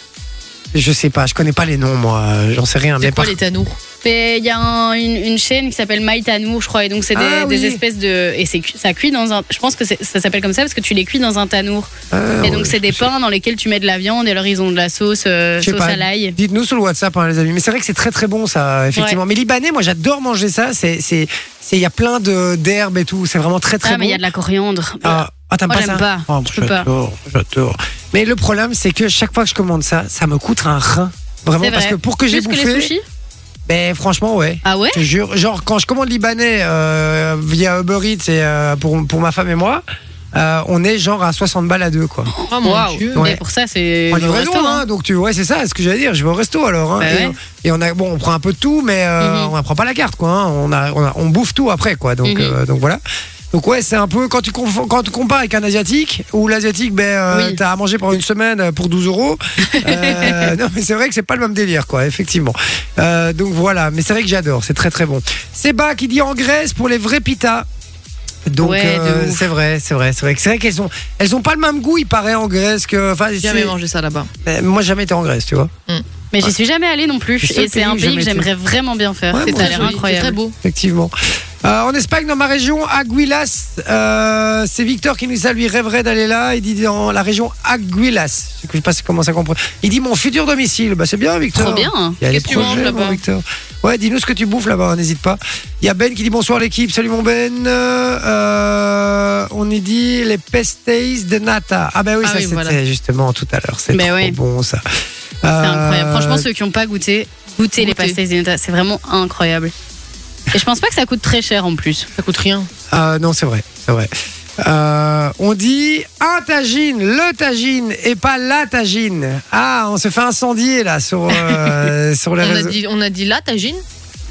Speaker 2: Je sais pas, je connais pas les noms moi, euh, j'en sais rien. Mais
Speaker 4: C'est quoi
Speaker 2: par-
Speaker 4: les tanours
Speaker 3: fait, il y a un- une, une chaîne qui s'appelle Maïtanour, je crois, et donc c'est des,
Speaker 2: Ah oui.
Speaker 3: des espèces de, et c'est cu- ça cuit dans un, je pense que c'est- ça s'appelle comme ça parce que tu les cuis dans un tanour.
Speaker 2: Ah,
Speaker 3: et
Speaker 2: ouais,
Speaker 3: donc c'est des
Speaker 2: je sais.
Speaker 3: pains dans lesquels tu mets de la viande et alors ils ont de la sauce, euh,
Speaker 2: Je sais
Speaker 3: sauce
Speaker 2: pas.
Speaker 3: à l'ail.
Speaker 2: Dites-nous sur le WhatsApp, hein, les amis. Mais c'est vrai que c'est très très bon, ça, effectivement. Mais libanais, moi, j'adore manger ça. C'est, c'est, c'est, il y a plein de d'herbes et tout. C'est vraiment très très
Speaker 3: Ah
Speaker 2: bon.
Speaker 3: mais il y a de la coriandre.
Speaker 2: Ah, ah, t'aimes
Speaker 3: Moi,
Speaker 2: pas
Speaker 3: j'aime
Speaker 2: ça
Speaker 3: pas.
Speaker 2: Oh,
Speaker 3: Je peux pas.
Speaker 2: j'adore, j'adore. Mais le problème, c'est que chaque fois que je commande ça, ça me coûte un rein. Vraiment,
Speaker 3: C'est
Speaker 2: parce
Speaker 3: vrai.
Speaker 2: que pour que j'ai
Speaker 3: Plus que
Speaker 2: bouffé.
Speaker 3: les sushis.
Speaker 2: ben, franchement, ouais.
Speaker 3: Ah ouais.
Speaker 2: Je te jure, genre quand je commande libanais euh, via Uber Eats et euh, pour, pour ma femme et moi, euh, on est genre à 60 balles à deux quoi.
Speaker 4: Oh mon
Speaker 3: Waouh.
Speaker 4: Dieu.
Speaker 3: Mais
Speaker 2: Ouais.
Speaker 3: pour ça c'est.
Speaker 2: en
Speaker 3: le
Speaker 2: livraison,
Speaker 3: resto,
Speaker 2: hein,
Speaker 3: hein.
Speaker 2: donc tu ouais c'est ça, c'est ce que j'allais dire. Je vais au resto alors. hein.
Speaker 3: Bah
Speaker 2: et,
Speaker 3: ouais.
Speaker 2: et on a bon, on prend un peu de tout, mais euh,
Speaker 3: Mhm.
Speaker 2: on ne prend pas la carte quoi. hein. On, a, on a- on bouffe tout après quoi. Donc
Speaker 3: Mhm.
Speaker 2: euh, donc voilà. Donc ouais, c'est un peu quand tu confonds- quand tu compares avec un asiatique où l'asiatique ben euh,
Speaker 3: Oui.
Speaker 2: t'as à manger pendant une semaine euh, pour 12
Speaker 3: *laughs*
Speaker 2: euros. Euh, non mais c'est vrai que c'est pas le même délire quoi, effectivement. Euh, donc voilà, mais c'est vrai que j'adore, c'est très très bon. Seba qui dit en Grèce pour les vrais pitas. Donc
Speaker 3: Ouais, de
Speaker 2: euh,
Speaker 3: ouf.
Speaker 2: c'est vrai, c'est vrai, c'est vrai. C'est vrai qu'elles ont, elles ont pas le même goût, il paraît en Grèce que. Enfin,
Speaker 4: J'ai
Speaker 2: c'est-
Speaker 4: jamais mangé ça là-bas.
Speaker 2: euh, Moi j'ai jamais été en Grèce, tu vois.
Speaker 3: Mais j'y suis jamais allée non plus.
Speaker 2: Le seul
Speaker 3: Et c'est
Speaker 2: pays
Speaker 3: un
Speaker 2: où j'ai
Speaker 3: pays que
Speaker 2: jamais été.
Speaker 3: j'aimerais vraiment bien faire.
Speaker 2: Ouais,
Speaker 3: c'est
Speaker 2: moi
Speaker 3: ça a
Speaker 2: aussi.
Speaker 3: l'air
Speaker 4: C'est très
Speaker 3: incroyable.
Speaker 4: beau.
Speaker 2: Effectivement. Euh, en Espagne, dans ma région, Aguilas, euh, c'est Victor qui nous dit ça, lui rêverait d'aller là. Il dit dans la région Aguilas. Je sais pas comment ça comprend. Il dit mon futur domicile. Bah, c'est bien, Victor.
Speaker 3: Trop bien. hein.
Speaker 2: Il y a les
Speaker 4: Qu'est-ce que tu
Speaker 2: projets,
Speaker 4: manges
Speaker 2: mon
Speaker 4: là-bas
Speaker 2: Victor. Ouais, dis-nous ce que tu bouffes là-bas, hein, n'hésite pas. Il y a Ben qui dit bonsoir l'équipe, salut mon Ben. Euh, euh, on y dit les pastéis de nata. Ah ben oui,
Speaker 4: Ah
Speaker 2: ça
Speaker 4: oui,
Speaker 2: c'était
Speaker 4: voilà.
Speaker 2: justement tout à l'heure. C'est
Speaker 3: Ben
Speaker 2: trop
Speaker 3: oui.
Speaker 2: bon ça. Euh,
Speaker 3: C'est incroyable. Franchement, ceux qui n'ont pas goûté, goûtez les
Speaker 4: Goûtez.
Speaker 3: pastéis de nata. C'est vraiment incroyable. Et je pense pas que ça coûte très cher en plus.
Speaker 4: Ça coûte rien.
Speaker 2: Euh, non, c'est vrai, c'est vrai. Euh, on dit un tagine, le tagine et pas la tagine. Ah, on se fait incendier là sur, euh,
Speaker 4: *laughs*
Speaker 2: sur les
Speaker 4: On a,
Speaker 2: réseaux.
Speaker 4: dit, on a dit là, tagine.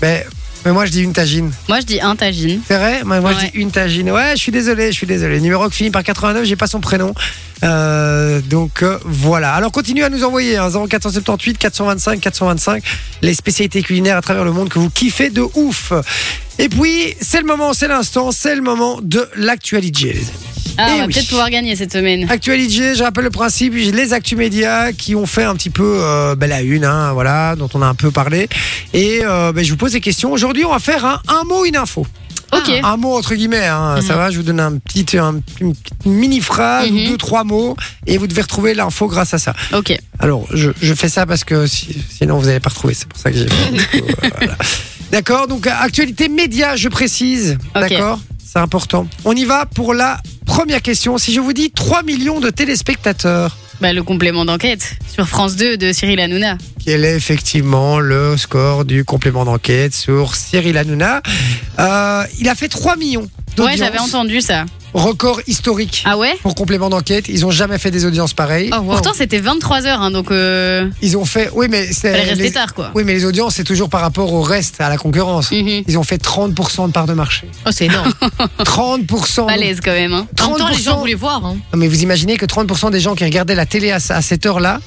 Speaker 2: Mais, mais moi je dis une tagine.
Speaker 3: Moi, je dis un tagine.
Speaker 2: C'est vrai Moi, moi, je
Speaker 3: Ouais.
Speaker 2: dis une tagine. Ouais, je suis désolé, je suis désolé. Numéro qui finit par 89, j'ai pas son prénom. Euh, donc euh, voilà. Alors continue à nous envoyer hein, 0478 425 425 les spécialités culinaires à travers le monde que vous kiffez de ouf. Et puis c'est le moment, c'est l'instant, c'est le moment de l'actualité. les amis.
Speaker 3: Ah,
Speaker 2: Eh
Speaker 3: on va
Speaker 2: oui.
Speaker 3: peut-être pouvoir gagner cette semaine.
Speaker 2: Actualité, je rappelle le principe, les actus médias qui ont fait un petit peu euh, ben, la une, hein, voilà, dont on a un peu parlé. Et euh, ben, je vous pose des questions. Aujourd'hui, on va faire un, un mot, une info.
Speaker 3: Ok.
Speaker 2: Un mot entre guillemets, hein, ça
Speaker 4: Mhm.
Speaker 2: va, je vous donne un petit, un- une petite mini phrase,
Speaker 3: Mhm.
Speaker 2: deux, trois mots, et vous devez retrouver l'info grâce à ça.
Speaker 3: Ok.
Speaker 2: Alors, je, je fais ça parce que si- sinon vous n'allez pas retrouver, c'est pour ça que j'ai fait. Du
Speaker 3: *laughs*
Speaker 2: coup, euh, voilà. D'accord, donc euh, actualité média, je précise.
Speaker 3: Ok.
Speaker 2: D'accord C'est important. On y va pour la première question. Si je vous dis 3 millions de téléspectateurs,
Speaker 3: Bah, le complément d'enquête sur France 2 de Cyril Hanouna.
Speaker 2: quel est effectivement le score du complément d'enquête sur Cyril Hanouna Euh, Il a fait 3 millions.
Speaker 3: Ouais,
Speaker 2: d'audience.
Speaker 3: j'avais entendu ça.
Speaker 2: Record historique.
Speaker 3: Ah ouais
Speaker 2: Pour complément d'enquête, ils ont jamais fait des audiences pareilles.
Speaker 4: Oh, wow.
Speaker 3: Pourtant, c'était 23h, hein, donc euh,
Speaker 2: Ils ont fait. Oui, mais c'est.
Speaker 3: fallait rester
Speaker 2: les-
Speaker 3: tard, quoi.
Speaker 2: Oui, mais les audiences, c'est toujours par rapport au reste, à la concurrence.
Speaker 3: Mhm.
Speaker 2: Ils ont fait 30% de part de
Speaker 4: *laughs*
Speaker 2: marché.
Speaker 4: Oh, c'est
Speaker 2: *laughs*
Speaker 4: énorme.
Speaker 2: 30%.
Speaker 3: Balèze quand même. hein.
Speaker 4: en même temps, les
Speaker 2: 30%.
Speaker 4: gens voulaient voir. hein.
Speaker 2: Non, mais vous imaginez que 30% des gens qui regardaient la télé à, à cette heure-là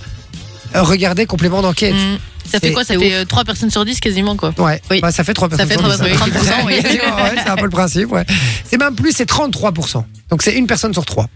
Speaker 2: euh, regardaient complément d'enquête.
Speaker 4: Mm. Ça
Speaker 2: C'est-
Speaker 4: fait quoi Ça
Speaker 3: c'est
Speaker 4: fait 3 personnes sur 10 quasiment, quoi.
Speaker 2: Ouais,
Speaker 3: Oui.
Speaker 2: Bah, ça fait 3%.
Speaker 4: Ça fait 30%, oui.
Speaker 2: *laughs* Ouais, c'est un peu le principe, ouais. C'est même plus, c'est 33%. Donc c'est une personne sur trois.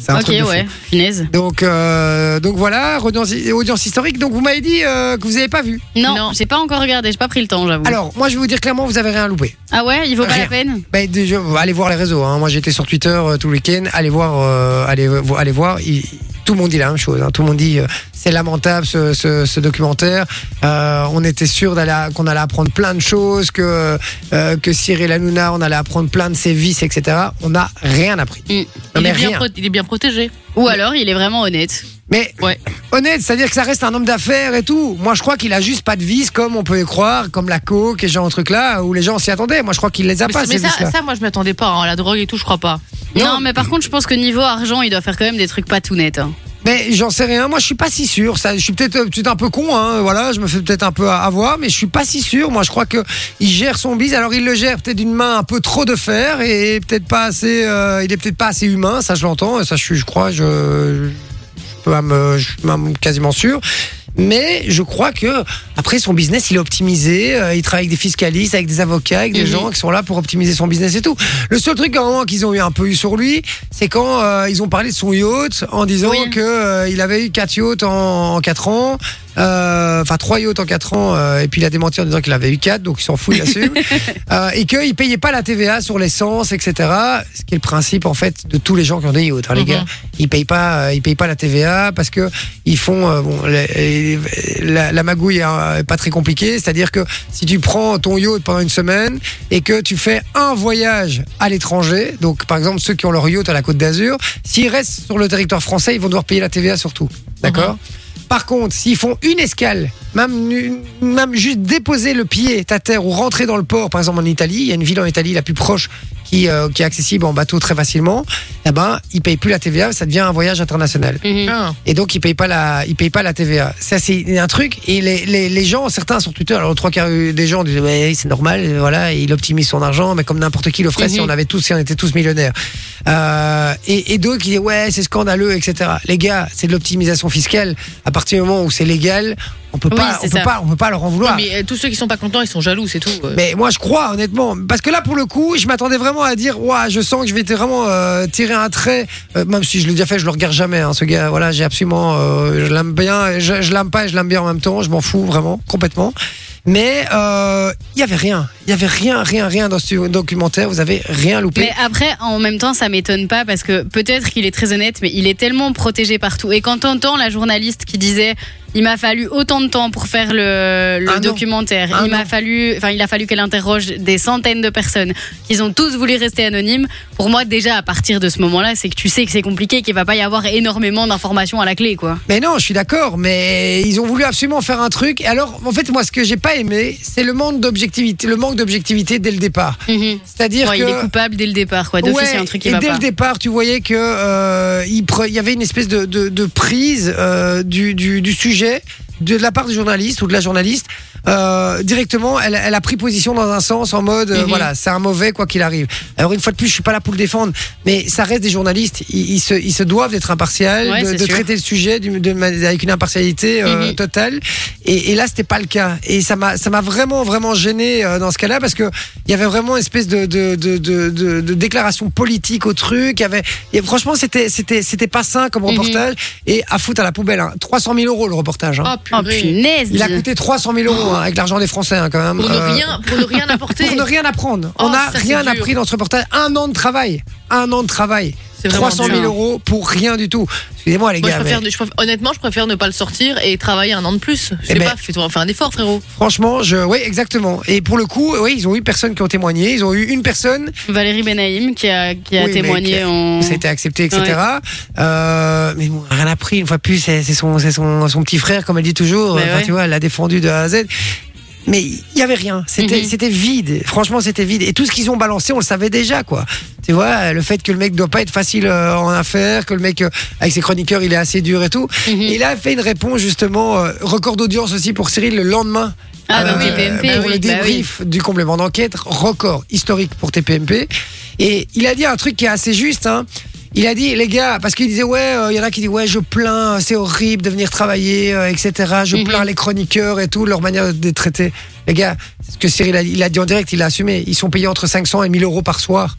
Speaker 2: C'est un
Speaker 3: Ok,
Speaker 2: truc de fou.
Speaker 3: ouais. Punaise.
Speaker 2: Donc, euh, donc voilà, audience, audience historique. Donc vous m'avez dit euh, que vous n'avez pas vu.
Speaker 3: Non,
Speaker 4: Non.
Speaker 3: j'ai pas encore regardé, j'ai pas pris le temps, j'avoue.
Speaker 2: Alors, moi, je vais vous dire clairement, vous avez rien loupé.
Speaker 3: Ah ouais, il vaut pas
Speaker 2: Rien.
Speaker 3: la peine
Speaker 2: Ben, déjà, allez voir les réseaux. hein. Moi, j'étais sur Twitter euh, tout le week-end. Allez voir, euh, allez, vo- allez voir. Il- tout le monde dit la même chose. hein. Tout le monde dit euh, c'est lamentable ce, ce- ce documentaire. Euh, on était sûr d'aller à- qu'on allait apprendre plein de choses, que euh, que Cyril Hanouna, on allait apprendre plein de ses vices, etc. On n'a rien appris.
Speaker 3: Mm.
Speaker 2: Non,
Speaker 4: Il
Speaker 2: mais
Speaker 4: est, bien
Speaker 2: rien.
Speaker 4: pro- il est bien protégé.
Speaker 3: Ou alors, il est vraiment honnête.
Speaker 2: Mais
Speaker 4: Ouais.
Speaker 2: honnête, c'est-à-dire que ça reste un homme d'affaires et tout. Moi, je crois qu'il a juste pas de vices comme on peut y croire, comme la coke et genre un truc là où les gens s'y attendaient. Moi, je crois qu'il les a
Speaker 4: Mais,
Speaker 2: pas.
Speaker 4: c'est-
Speaker 2: ces
Speaker 4: mais ça,
Speaker 2: vices-là.
Speaker 4: ça, moi, je m'attendais pas. hein. La drogue et tout, je crois pas.
Speaker 3: Non. mais par contre, je pense que niveau argent, il doit faire quand même des trucs pas tout nets. hein.
Speaker 2: Mais j'en sais rien, moi je suis pas si sûr. Ça, je suis peut-être euh, peut-être un peu con, hein, voilà, je me fais peut-être un peu à- avoir, mais je suis pas si sûr. Moi je crois que il gère son bise, alors il le gère peut-être d'une main un peu trop de fer et peut-être pas assez. euh, il est peut-être pas assez humain, ça je l'entends, ça je, suis- je crois, je, je peux même, je suis même quasiment sûr. Mais je crois que après son business, il est optimisé. euh, il travaille avec des fiscalistes, avec des avocats, avec des
Speaker 3: Mhm.
Speaker 2: gens qui sont là pour optimiser son business et tout. Le seul truc à un moment qu'ils ont eu un peu eu sur lui, c'est quand euh, ils ont parlé de son yacht en disant
Speaker 3: Oui.
Speaker 2: que euh, il avait eu quatre yachts en, en quatre ans euh, enfin trois yachts en quatre ans, euh, et puis il a démenti en disant qu'il avait eu quatre, donc il s'en fout, il assume, euh, et qu'il payait pas la TVA sur l'essence, etc. Ce qui est le principe en fait de tous les gens qui ont des yachts, hein, les
Speaker 4: Mhm.
Speaker 2: gars. Ils payent pas, euh, ils payent pas la TVA parce que ils font euh, bon, la, la- la magouille hein, est pas très compliquée, c'est-à-dire que si tu prends ton yacht pendant une semaine et que tu fais un voyage à l'étranger, donc par exemple ceux qui ont leur yacht à la Côte d'Azur, s'ils restent sur le territoire français, ils vont devoir payer la TVA surtout, d'accord Par contre, s'ils font une escale, même, une- même juste déposer le pied à terre ou rentrer dans le port, par exemple en Italie, il y a une ville en Italie la plus proche qui, euh, qui est accessible en bateau très facilement, eh ben ils payent plus la TVA, ça devient un voyage international.
Speaker 4: Ah.
Speaker 2: Et donc, ils payent pas la, ils payent pas la TVA. Ça, c'est un truc. Et les, les, les gens, certains sur Twitter, alors trois quarts euh, des gens disent, ouais, c'est normal, euh, voilà, il optimise son argent, mais comme n'importe qui le ferait si
Speaker 4: Mhm.
Speaker 2: on avait tous, si on était tous millionnaires. Euh, et, et d'autres qui disent, ouais, c'est scandaleux, etc. Les gars, c'est de l'optimisation fiscale. À partir du moment où c'est légal, on peut
Speaker 3: Oui,
Speaker 2: pas, on
Speaker 3: c'est
Speaker 2: peut
Speaker 3: ça.
Speaker 2: pas, on peut pas leur en vouloir.
Speaker 4: Mais euh, tous ceux qui sont pas contents, ils sont jaloux, c'est tout. euh.
Speaker 2: Mais moi, je crois, honnêtement. Parce que là, pour le coup, je m'attendais vraiment à dire, ouah, je sens que je vais t- vraiment euh, tirer un trait. Euh, même si je l'ai déjà fait, je le regarde jamais, hein, ce gars. Voilà, j'ai absolument. euh, je l'aime bien, je, je l'aime pas et je l'aime bien en même temps. Je m'en fous vraiment, complètement. Mais euh, il y avait rien. Il y avait rien, rien, rien dans ce documentaire. Vous avez rien loupé.
Speaker 3: Mais après, en même temps, ça m'étonne pas parce que peut-être qu'il est très honnête, mais il est tellement protégé partout. Et quand t'entends la journaliste qui disait, il m'a fallu autant de temps pour faire le, le
Speaker 2: Un an.
Speaker 3: documentaire,
Speaker 2: Un
Speaker 3: il
Speaker 2: an.
Speaker 3: m'a fallu, enfin, il a fallu qu'elle interroge des centaines de personnes, qu'ils ont tous voulu rester anonymes. Pour moi, déjà à partir de ce moment-là, c'est que tu sais que c'est compliqué, qu'il va pas y avoir énormément d'informations à la clé, quoi.
Speaker 2: Mais non, je suis d'accord, mais ils ont voulu absolument faire un truc. Et Alors, en fait, moi, ce que j'ai pas aimé, c'est le manque d'objectivité, le manque d'objectivité dès le départ. C'est-à-dire
Speaker 3: Ouais,
Speaker 2: Mhm. que
Speaker 3: Il est coupable dès le départ, quoi. D'office, il y a un truc qui
Speaker 2: et
Speaker 3: va
Speaker 2: dès
Speaker 3: pas.
Speaker 2: le départ, tu voyais que euh, il, pre- il y avait une espèce de, de- de prise euh, du, du- du sujet de la part du journaliste ou de la journaliste. Euh, directement, elle, elle a pris position dans un sens en mode euh,
Speaker 4: Mhm.
Speaker 2: voilà, c'est un mauvais quoi qu'il arrive. Alors une fois de plus, je suis pas là pour le défendre, mais ça reste des journalistes. Ils, ils se, ils se doivent d'être impartials,
Speaker 3: Ouais,
Speaker 2: de-
Speaker 3: c'est
Speaker 2: de,
Speaker 3: sûr.
Speaker 2: traiter le sujet d'une- de ma- avec une impartialité euh,
Speaker 4: Mhm.
Speaker 2: totale. Et, et là, c'était pas le cas. Et ça m'a, ça m'a vraiment, vraiment gêné euh, dans ce cas-là parce que il y avait vraiment une espèce de, de, de, de, de- de déclaration politique au truc. Il y avait, et franchement, c'était, c'était, c'était pas sain comme
Speaker 4: Mhm.
Speaker 2: reportage et à foutre à la poubelle. Hein. 300 000 euros le reportage. Hein.
Speaker 4: Oh,
Speaker 3: Oh
Speaker 4: purée.
Speaker 3: punaise
Speaker 2: Il a
Speaker 3: dis.
Speaker 2: coûté 300 000 euros hein, avec l'argent des Français hein, quand même.
Speaker 4: pour,
Speaker 2: Euh,
Speaker 4: ne rien, pour ne rien apporter.
Speaker 2: *laughs* pour ne rien apprendre.
Speaker 4: Oh,
Speaker 2: On n'a
Speaker 4: ça, c'est
Speaker 2: rien
Speaker 4: dur.
Speaker 2: appris dans ce reportage. Un an de travail. Un an de travail.
Speaker 4: C'est vraiment
Speaker 2: 300
Speaker 4: dur.
Speaker 2: 000 euros pour rien du tout. Excusez-moi les
Speaker 4: Moi, je
Speaker 2: gars. mais-
Speaker 4: préfère, je préfère- honnêtement, je préfère ne pas le sortir et travailler un an de plus. Je sais
Speaker 2: Eh ben-
Speaker 4: pas, fais-toi fais un effort, frérot.
Speaker 2: Franchement, je, oui, exactement. Et pour le coup, oui, ils ont eu personne qui ont témoigné. Ils ont eu une personne,
Speaker 3: Valérie Benaïm qui a, qui a
Speaker 2: Oui, mais
Speaker 3: témoigné
Speaker 2: qui-
Speaker 3: en.
Speaker 2: ça a été accepté, etc.
Speaker 3: Ouais.
Speaker 2: Euh, mais bon, rien n'a pris. Une fois de plus, c'est c'est son, c'est son, son petit frère, comme elle dit toujours.
Speaker 3: Mais
Speaker 2: Enfin,
Speaker 3: ouais.
Speaker 2: Tu vois, elle l'a défendu de A à Z. Mais il y avait rien. C'était,
Speaker 3: Mhm.
Speaker 2: c'était vide. Franchement, c'était vide. Et tout ce qu'ils ont balancé, on le savait déjà, quoi. Tu vois, le fait que le mec doit pas être facile euh, en affaires, que le mec euh, avec ses chroniqueurs, il est assez dur et tout.
Speaker 3: Mhm.
Speaker 2: Il a fait une réponse justement euh, record d'audience aussi pour Cyril le lendemain. Euh,
Speaker 3: Ah bah oui, BMP,
Speaker 2: pour
Speaker 3: oui,
Speaker 2: le
Speaker 3: bah
Speaker 2: débrief du complément d'enquête, record historique pour TPMP. Et il a dit un truc qui est assez juste. Hein. Il a dit, les gars, parce qu'il disait, ouais, euh, il y en a qui disent, ouais, je plains, c'est horrible de venir travailler, euh, etc. Je
Speaker 3: Mhm.
Speaker 2: plains les chroniqueurs et tout, leur manière de les traiter. Les gars, c'est ce que Cyril a, dit- il a dit en direct, il l'a assumé. Ils sont payés entre 500 et 1000 euros par soir.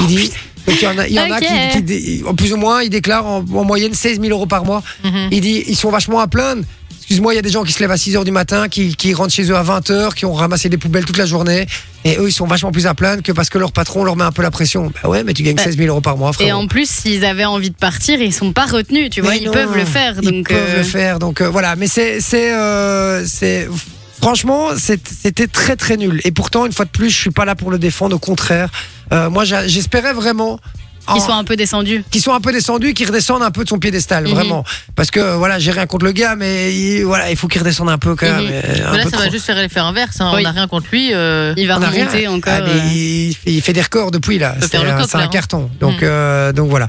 Speaker 2: Il dit. Donc il y en a, il y en a
Speaker 3: Oh, Ok.
Speaker 2: qui, qui dé- plus ou moins, ils déclarent en, en moyenne 16 000 euros par mois. Il dit, ils sont vachement à plaindre. Excuse-moi, il y a des gens qui se lèvent à 6 heures du matin, qui, qui rentrent chez eux à 20 heures, qui ont ramassé des poubelles toute la journée. Et eux, ils sont vachement plus à plaindre que parce que leur patron leur met un peu la pression. Bah ouais, mais tu gagnes
Speaker 3: Bah,
Speaker 2: 16 000 euros par mois, frère.
Speaker 3: Et en plus, s'ils avaient envie de partir, ils sont pas retenus, tu vois,
Speaker 2: Mais
Speaker 3: ils
Speaker 2: non,
Speaker 3: peuvent le faire.
Speaker 2: Ils
Speaker 3: donc,
Speaker 2: peuvent
Speaker 3: euh,
Speaker 2: le faire. Donc euh, voilà, mais c'est c'est euh, c'est franchement c'est- c'était très très nul. Et pourtant une fois de plus, je suis pas là pour le défendre. Au contraire, Euh, moi j'a- j'espérais vraiment. en-
Speaker 3: qu'ils soient un peu descendus.
Speaker 2: qui sont un peu descendus, qui redescendent un peu de son piédestal,
Speaker 3: Mhm.
Speaker 2: vraiment. Parce que voilà, j'ai rien contre le gars, mais il, voilà, il faut qu'il redescende un peu quand
Speaker 4: Mhm.
Speaker 2: même. euh, un
Speaker 4: Mais là,
Speaker 2: peu
Speaker 4: ça
Speaker 2: trop.
Speaker 4: va juste faire l'effet inverse. hein.
Speaker 3: Oui.
Speaker 4: On n'a rien contre lui. euh,
Speaker 3: Il va
Speaker 2: On a rien.
Speaker 3: remonter encore.
Speaker 2: Ah, mais
Speaker 3: euh.
Speaker 2: il, il fait des records depuis là.
Speaker 4: peut
Speaker 2: C'est
Speaker 4: faire le
Speaker 2: un,
Speaker 4: top,
Speaker 2: c'est
Speaker 4: là,
Speaker 2: un
Speaker 4: hein.
Speaker 2: carton. Donc,
Speaker 4: Mm.
Speaker 2: euh, donc voilà.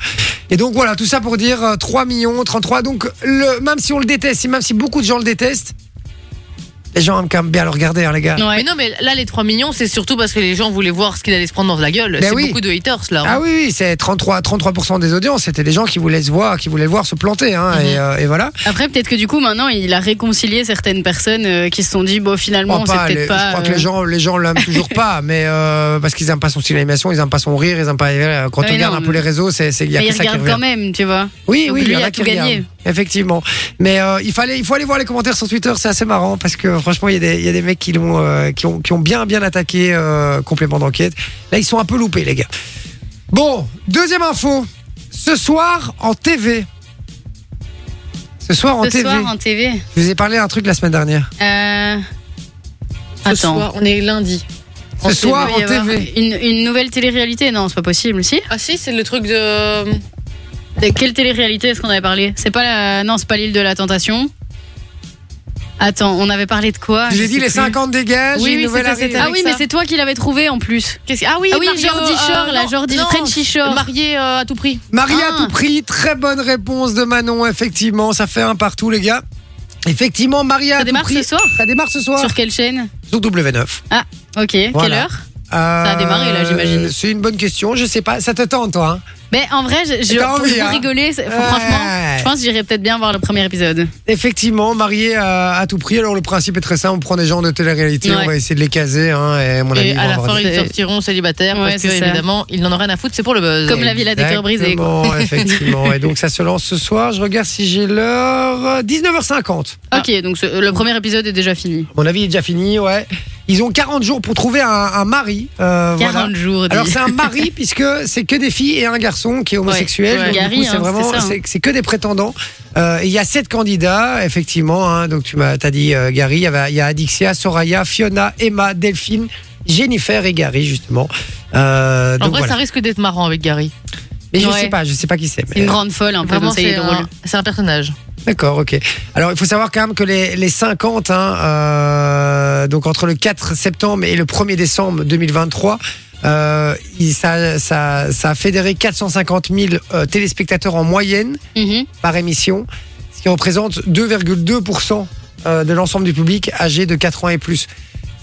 Speaker 2: Et donc voilà, tout ça pour dire euh, 3 millions, 33. Donc le, même si on le déteste, et même si beaucoup de gens le détestent, les gens aiment quand même bien le regarder, hein, les gars.
Speaker 3: Ouais.
Speaker 4: Mais non, mais là, les 3 millions, c'est surtout parce que les gens voulaient voir ce qu'il allait se prendre dans la gueule.
Speaker 2: Ben
Speaker 4: c'est
Speaker 2: oui.
Speaker 4: beaucoup de haters, là.
Speaker 2: Ah
Speaker 4: hein.
Speaker 2: oui, oui, c'est 33, 33% des audiences, c'était des gens qui voulaient se voir, qui voulaient le voir se planter, hein,
Speaker 4: Mhm.
Speaker 2: et, euh, et voilà.
Speaker 3: Après, peut-être que du coup, maintenant, il a réconcilié certaines personnes euh, qui se sont dit, bon,
Speaker 2: crois
Speaker 3: finalement, c'est
Speaker 2: Oh, pas,
Speaker 3: peut-être
Speaker 2: les-
Speaker 3: pas.
Speaker 2: je crois que
Speaker 3: euh,
Speaker 2: les gens, les gens l'aiment
Speaker 3: *laughs*
Speaker 2: toujours pas, mais euh, parce qu'ils aiment pas son style d'animation, ils aiment pas son rire, ils aiment pas. euh, Quand
Speaker 3: Mais
Speaker 2: tu regardes
Speaker 3: Ah non,
Speaker 2: un peu
Speaker 3: mais-
Speaker 2: les réseaux, c'est c'est- il y a
Speaker 3: mais
Speaker 2: que
Speaker 3: il
Speaker 2: ça qui
Speaker 3: regarde
Speaker 2: revient.
Speaker 3: quand même, tu vois.
Speaker 2: Oui,
Speaker 3: Donc
Speaker 2: oui, il
Speaker 3: lui
Speaker 2: y en a
Speaker 3: a
Speaker 2: qui
Speaker 3: tout gagné.
Speaker 2: regardent. effectivement. Mais euh, il fallait, il faut aller voir les commentaires sur Twitter, c'est assez marrant parce que franchement, il y, a des- il y a des mecs qui l'ont, euh, qui ont, qui ont bien, bien attaqué euh, complément d'enquête. Là, ils sont un peu loupés, les gars. Bon, deuxième info. Ce soir en TV. Ce soir en
Speaker 3: Ce
Speaker 2: TV.
Speaker 3: soir en TV.
Speaker 2: Je vous ai parlé d'un truc la semaine dernière.
Speaker 3: Euh,
Speaker 4: Ce
Speaker 3: Attends.
Speaker 4: soir, on est lundi.
Speaker 2: Ce soir
Speaker 3: Il
Speaker 2: en
Speaker 3: va y avoir
Speaker 2: TV.
Speaker 3: Une, une nouvelle télé-réalité Non, c'est pas possible. Si
Speaker 4: Ah si, c'est le truc de. euh,
Speaker 3: De quelle télé-réalité est-ce qu'on avait parlé C'est pas la... Non, c'est pas l'île de la tentation. Attends, on avait parlé de quoi
Speaker 2: Je vous
Speaker 3: Ah, Je
Speaker 2: ai dit
Speaker 3: sais
Speaker 2: les
Speaker 3: plus.
Speaker 2: 50 dégagent,
Speaker 3: Oui,
Speaker 2: une
Speaker 3: oui,
Speaker 2: nouvelle
Speaker 3: c'était- c'était-
Speaker 2: arrivée.
Speaker 3: Ah oui, mais c'est toi qui l'avais trouvé en plus.
Speaker 4: Qu'est-ce que- Ah oui,
Speaker 3: Ah oui,
Speaker 4: Mario,
Speaker 3: Jordi
Speaker 4: euh,
Speaker 3: Shore, la
Speaker 4: non,
Speaker 3: Jordi
Speaker 4: non,
Speaker 3: Frenchy Shore.
Speaker 4: Marié euh, à tout prix.
Speaker 2: Marie à
Speaker 3: Ah.
Speaker 2: tout prix, très bonne réponse de Manon, effectivement, ça fait un partout les gars. Effectivement, Marie à
Speaker 3: Ça
Speaker 2: tout
Speaker 3: démarre
Speaker 2: prix.
Speaker 3: ce soir
Speaker 2: Ça démarre ce soir
Speaker 3: Sur quelle chaîne
Speaker 2: sur W9.
Speaker 3: Ok, quelle
Speaker 2: Voilà.
Speaker 3: heure a démarré, là, j'imagine.
Speaker 2: C'est une bonne question, je sais pas, ça te tente toi. hein
Speaker 3: Mais en vrai, je, je,
Speaker 2: T'as
Speaker 3: pour-
Speaker 2: envie,
Speaker 3: pour
Speaker 2: hein
Speaker 3: rigoler, c'est- faut-
Speaker 2: Ouais.
Speaker 3: franchement, je pense que j'irai peut-être bien voir le premier épisode.
Speaker 2: Effectivement, marié à, à tout prix, alors le principe est très simple, on prend des gens de télé-réalité,
Speaker 3: Ouais.
Speaker 2: on va essayer de les caser, hein, et à mon avis,
Speaker 4: Et
Speaker 2: ils
Speaker 4: à
Speaker 2: vont
Speaker 4: la
Speaker 2: avoir
Speaker 4: fin,
Speaker 2: des-
Speaker 4: ils
Speaker 3: des-
Speaker 4: sortiront célibataires
Speaker 3: Ouais,
Speaker 4: parce que,
Speaker 3: c'est ça.
Speaker 4: évidemment, ils n'en ont rien à foutre, c'est pour le buzz.
Speaker 3: Comme la ville à des cœurs brisés, quoi.
Speaker 2: Exactement, effectivement, et donc ça se lance ce soir, je regarde si j'ai l'heure, Euh, 19h50.
Speaker 3: Ok, donc ce- le premier épisode est déjà fini.
Speaker 2: À mon avis, il est déjà fini, ouais. Ils ont 40 jours pour trouver un, un mari. euh,
Speaker 3: 40
Speaker 2: voilà.
Speaker 3: jours.
Speaker 2: Alors
Speaker 3: dis.
Speaker 2: c'est un mari *laughs* puisque c'est que des filles et un garçon qui est homosexuel.
Speaker 3: ouais.
Speaker 2: Donc, du
Speaker 3: Gary,
Speaker 2: coup,
Speaker 3: hein,
Speaker 2: c'est vraiment
Speaker 3: c'était ça, hein.
Speaker 2: c'est- c'est que des prétendants. Euh, et Il y a sept candidats effectivement. hein. donc tu m'as t'as dit euh, Gary, il y, avait- il y a Adixia, Soraya, Fiona, Emma, Delphine, Jennifer et Gary justement. Euh,
Speaker 4: En
Speaker 2: donc
Speaker 4: vrai,
Speaker 2: voilà.
Speaker 4: ça risque d'être marrant avec Gary.
Speaker 2: Mais je
Speaker 3: Ouais.
Speaker 2: sais pas, je sais pas qui c'est. mais-
Speaker 3: C'est une grande folle, un peu,
Speaker 4: Vraiment,
Speaker 3: donc ça y est
Speaker 4: c'est
Speaker 3: drôle.
Speaker 4: un, c'est un personnage.
Speaker 2: D'accord, ok. Alors il faut savoir quand même que les, les 50, hein, euh, donc entre le 4 septembre et le 1er décembre 2023, euh, il- ça, ça, ça a fédéré 450 000 euh, téléspectateurs en moyenne
Speaker 3: Mhm.
Speaker 2: par émission, ce qui représente 2,2% euh, de l'ensemble du public âgé de 4 ans et plus.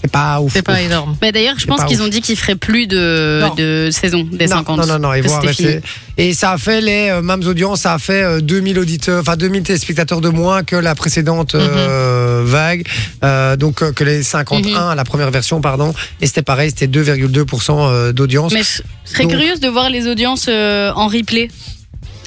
Speaker 2: C'est pas ouf.
Speaker 4: C'est pas
Speaker 2: ouf.
Speaker 4: énorme.
Speaker 3: Mais d'ailleurs, je
Speaker 2: C'est
Speaker 3: pense
Speaker 2: pas
Speaker 3: qu'ils
Speaker 2: ouf.
Speaker 3: ont dit qu'ils feraient plus de,
Speaker 2: Non.
Speaker 3: de saison des
Speaker 2: non,
Speaker 3: 50.
Speaker 2: non, non, non, ils
Speaker 3: que
Speaker 2: vont
Speaker 3: c'était
Speaker 2: arrêter. Et ça a fait les euh, mêmes audiences, ça a fait euh, 2000 auditeurs, enfin 2000 téléspectateurs de moins que la
Speaker 3: Mhm.
Speaker 2: précédente euh, vague, euh, donc euh, que les 51,
Speaker 3: Mhm.
Speaker 2: la première version, pardon. Et c'était pareil, c'était 2,2% euh, d'audience.
Speaker 3: Mais je je serais
Speaker 2: Donc-
Speaker 3: curieuse de voir les audiences euh, en replay.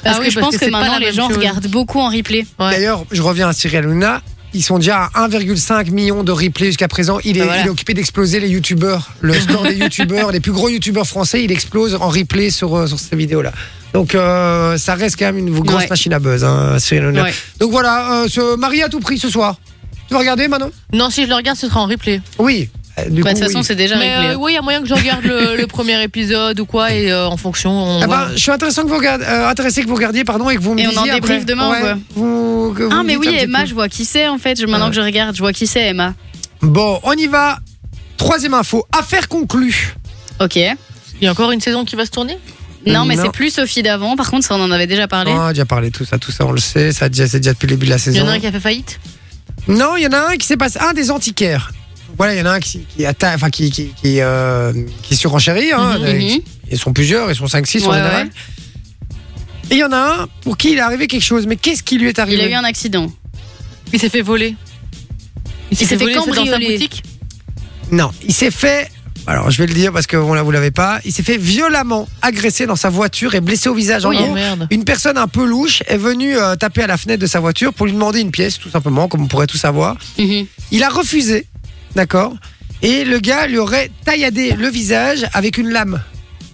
Speaker 3: Parce
Speaker 4: Ah
Speaker 3: que
Speaker 4: oui,
Speaker 3: je
Speaker 4: parce
Speaker 3: pense
Speaker 4: que
Speaker 3: que,
Speaker 4: c'est pas
Speaker 3: maintenant
Speaker 4: la
Speaker 3: les
Speaker 4: même
Speaker 3: gens
Speaker 4: chose.
Speaker 3: regardent beaucoup en replay. Bah,
Speaker 4: ouais.
Speaker 2: D'ailleurs, je reviens à Cyril Luna. Ils sont déjà à 1,5 million de replays jusqu'à présent. Il est,
Speaker 3: Ben voilà.
Speaker 2: il est occupé d'exploser les youtubeurs.
Speaker 3: *laughs*
Speaker 2: Le score des youtubeurs, les plus gros youtubeurs français, il explose en replay sur, euh, sur ces vidéos-là. Donc euh, ça reste quand même une grosse
Speaker 3: Ouais.
Speaker 2: machine à buzz, hein, Cyril Hanouna.
Speaker 3: Ouais.
Speaker 2: Donc voilà, euh, ce mari à tout prix ce soir. Tu vas regarder Manon
Speaker 4: Non, si je le regarde, ce sera en replay.
Speaker 2: Oui. Euh, Du
Speaker 3: Bah, De
Speaker 2: coup,
Speaker 3: toute façon,
Speaker 2: oui.
Speaker 3: c'est déjà
Speaker 4: Mais
Speaker 3: réglé.
Speaker 4: euh, oui, il y a moyen que je regarde le, *laughs* le premier épisode ou quoi, et euh, en fonction, on
Speaker 2: Ah
Speaker 4: voit.
Speaker 2: ben, je suis intéressant que vous regarde- euh, intéressé que vous regardiez pardon, et que vous me
Speaker 3: Et on
Speaker 2: disiez
Speaker 3: en débriefe
Speaker 2: après.
Speaker 3: demain,
Speaker 2: Ouais,
Speaker 3: quoi.
Speaker 2: vous- que vous
Speaker 3: Ah
Speaker 2: me
Speaker 3: mais
Speaker 2: dites
Speaker 3: oui,
Speaker 2: un petit
Speaker 3: Emma,
Speaker 2: peu.
Speaker 3: je vois qui c'est en fait. Je- Maintenant
Speaker 2: Ouais.
Speaker 3: que je regarde, je vois qui c'est Emma.
Speaker 2: Bon, on y va. Troisième info, affaire conclue.
Speaker 3: Ok.
Speaker 4: Il y a encore une saison qui va se tourner
Speaker 3: Non, mais
Speaker 2: Non.
Speaker 3: c'est plus Sophie d'avant. Par contre, ça on en avait déjà parlé.
Speaker 2: On a Ah, déjà parlé tout ça, tout ça, on le sait. Ça a déjà, c'est déjà depuis le début de la
Speaker 4: Il y
Speaker 2: saison.
Speaker 4: en a un qui a fait faillite
Speaker 2: Non, il y en a un qui s'est passé. Un des antiquaires. Voilà, il y en a un qui, qui atta- enfin qui qui qui, euh, qui surenchérit. Hein,
Speaker 3: Mhm.
Speaker 2: Ils- Ils sont plusieurs, ils sont 5-6 en
Speaker 3: Ouais,
Speaker 2: général.
Speaker 3: ouais.
Speaker 2: Et il y en a un pour qui il est arrivé quelque chose. Mais qu'est-ce qui lui est
Speaker 3: Il
Speaker 2: arrivé
Speaker 3: a eu un accident.
Speaker 4: Il s'est fait voler.
Speaker 3: Il s'est fait
Speaker 4: voler, c'est dans sa
Speaker 3: cambrioler.
Speaker 4: boutique.
Speaker 2: Non, il s'est fait. Alors, je vais le dire parce que bon, là, vous l'avez pas. Il s'est fait violemment agresser dans sa voiture et blessé au visage. En
Speaker 4: Oui,
Speaker 2: gros,
Speaker 4: Oh, merde.
Speaker 2: Une personne un peu louche est venue euh, taper à la fenêtre de sa voiture pour lui demander une pièce, tout simplement, comme on pourrait tout savoir. *laughs*
Speaker 3: Mhm.
Speaker 2: Il a refusé, d'accord Et le gars lui aurait tailladé le visage avec une lame.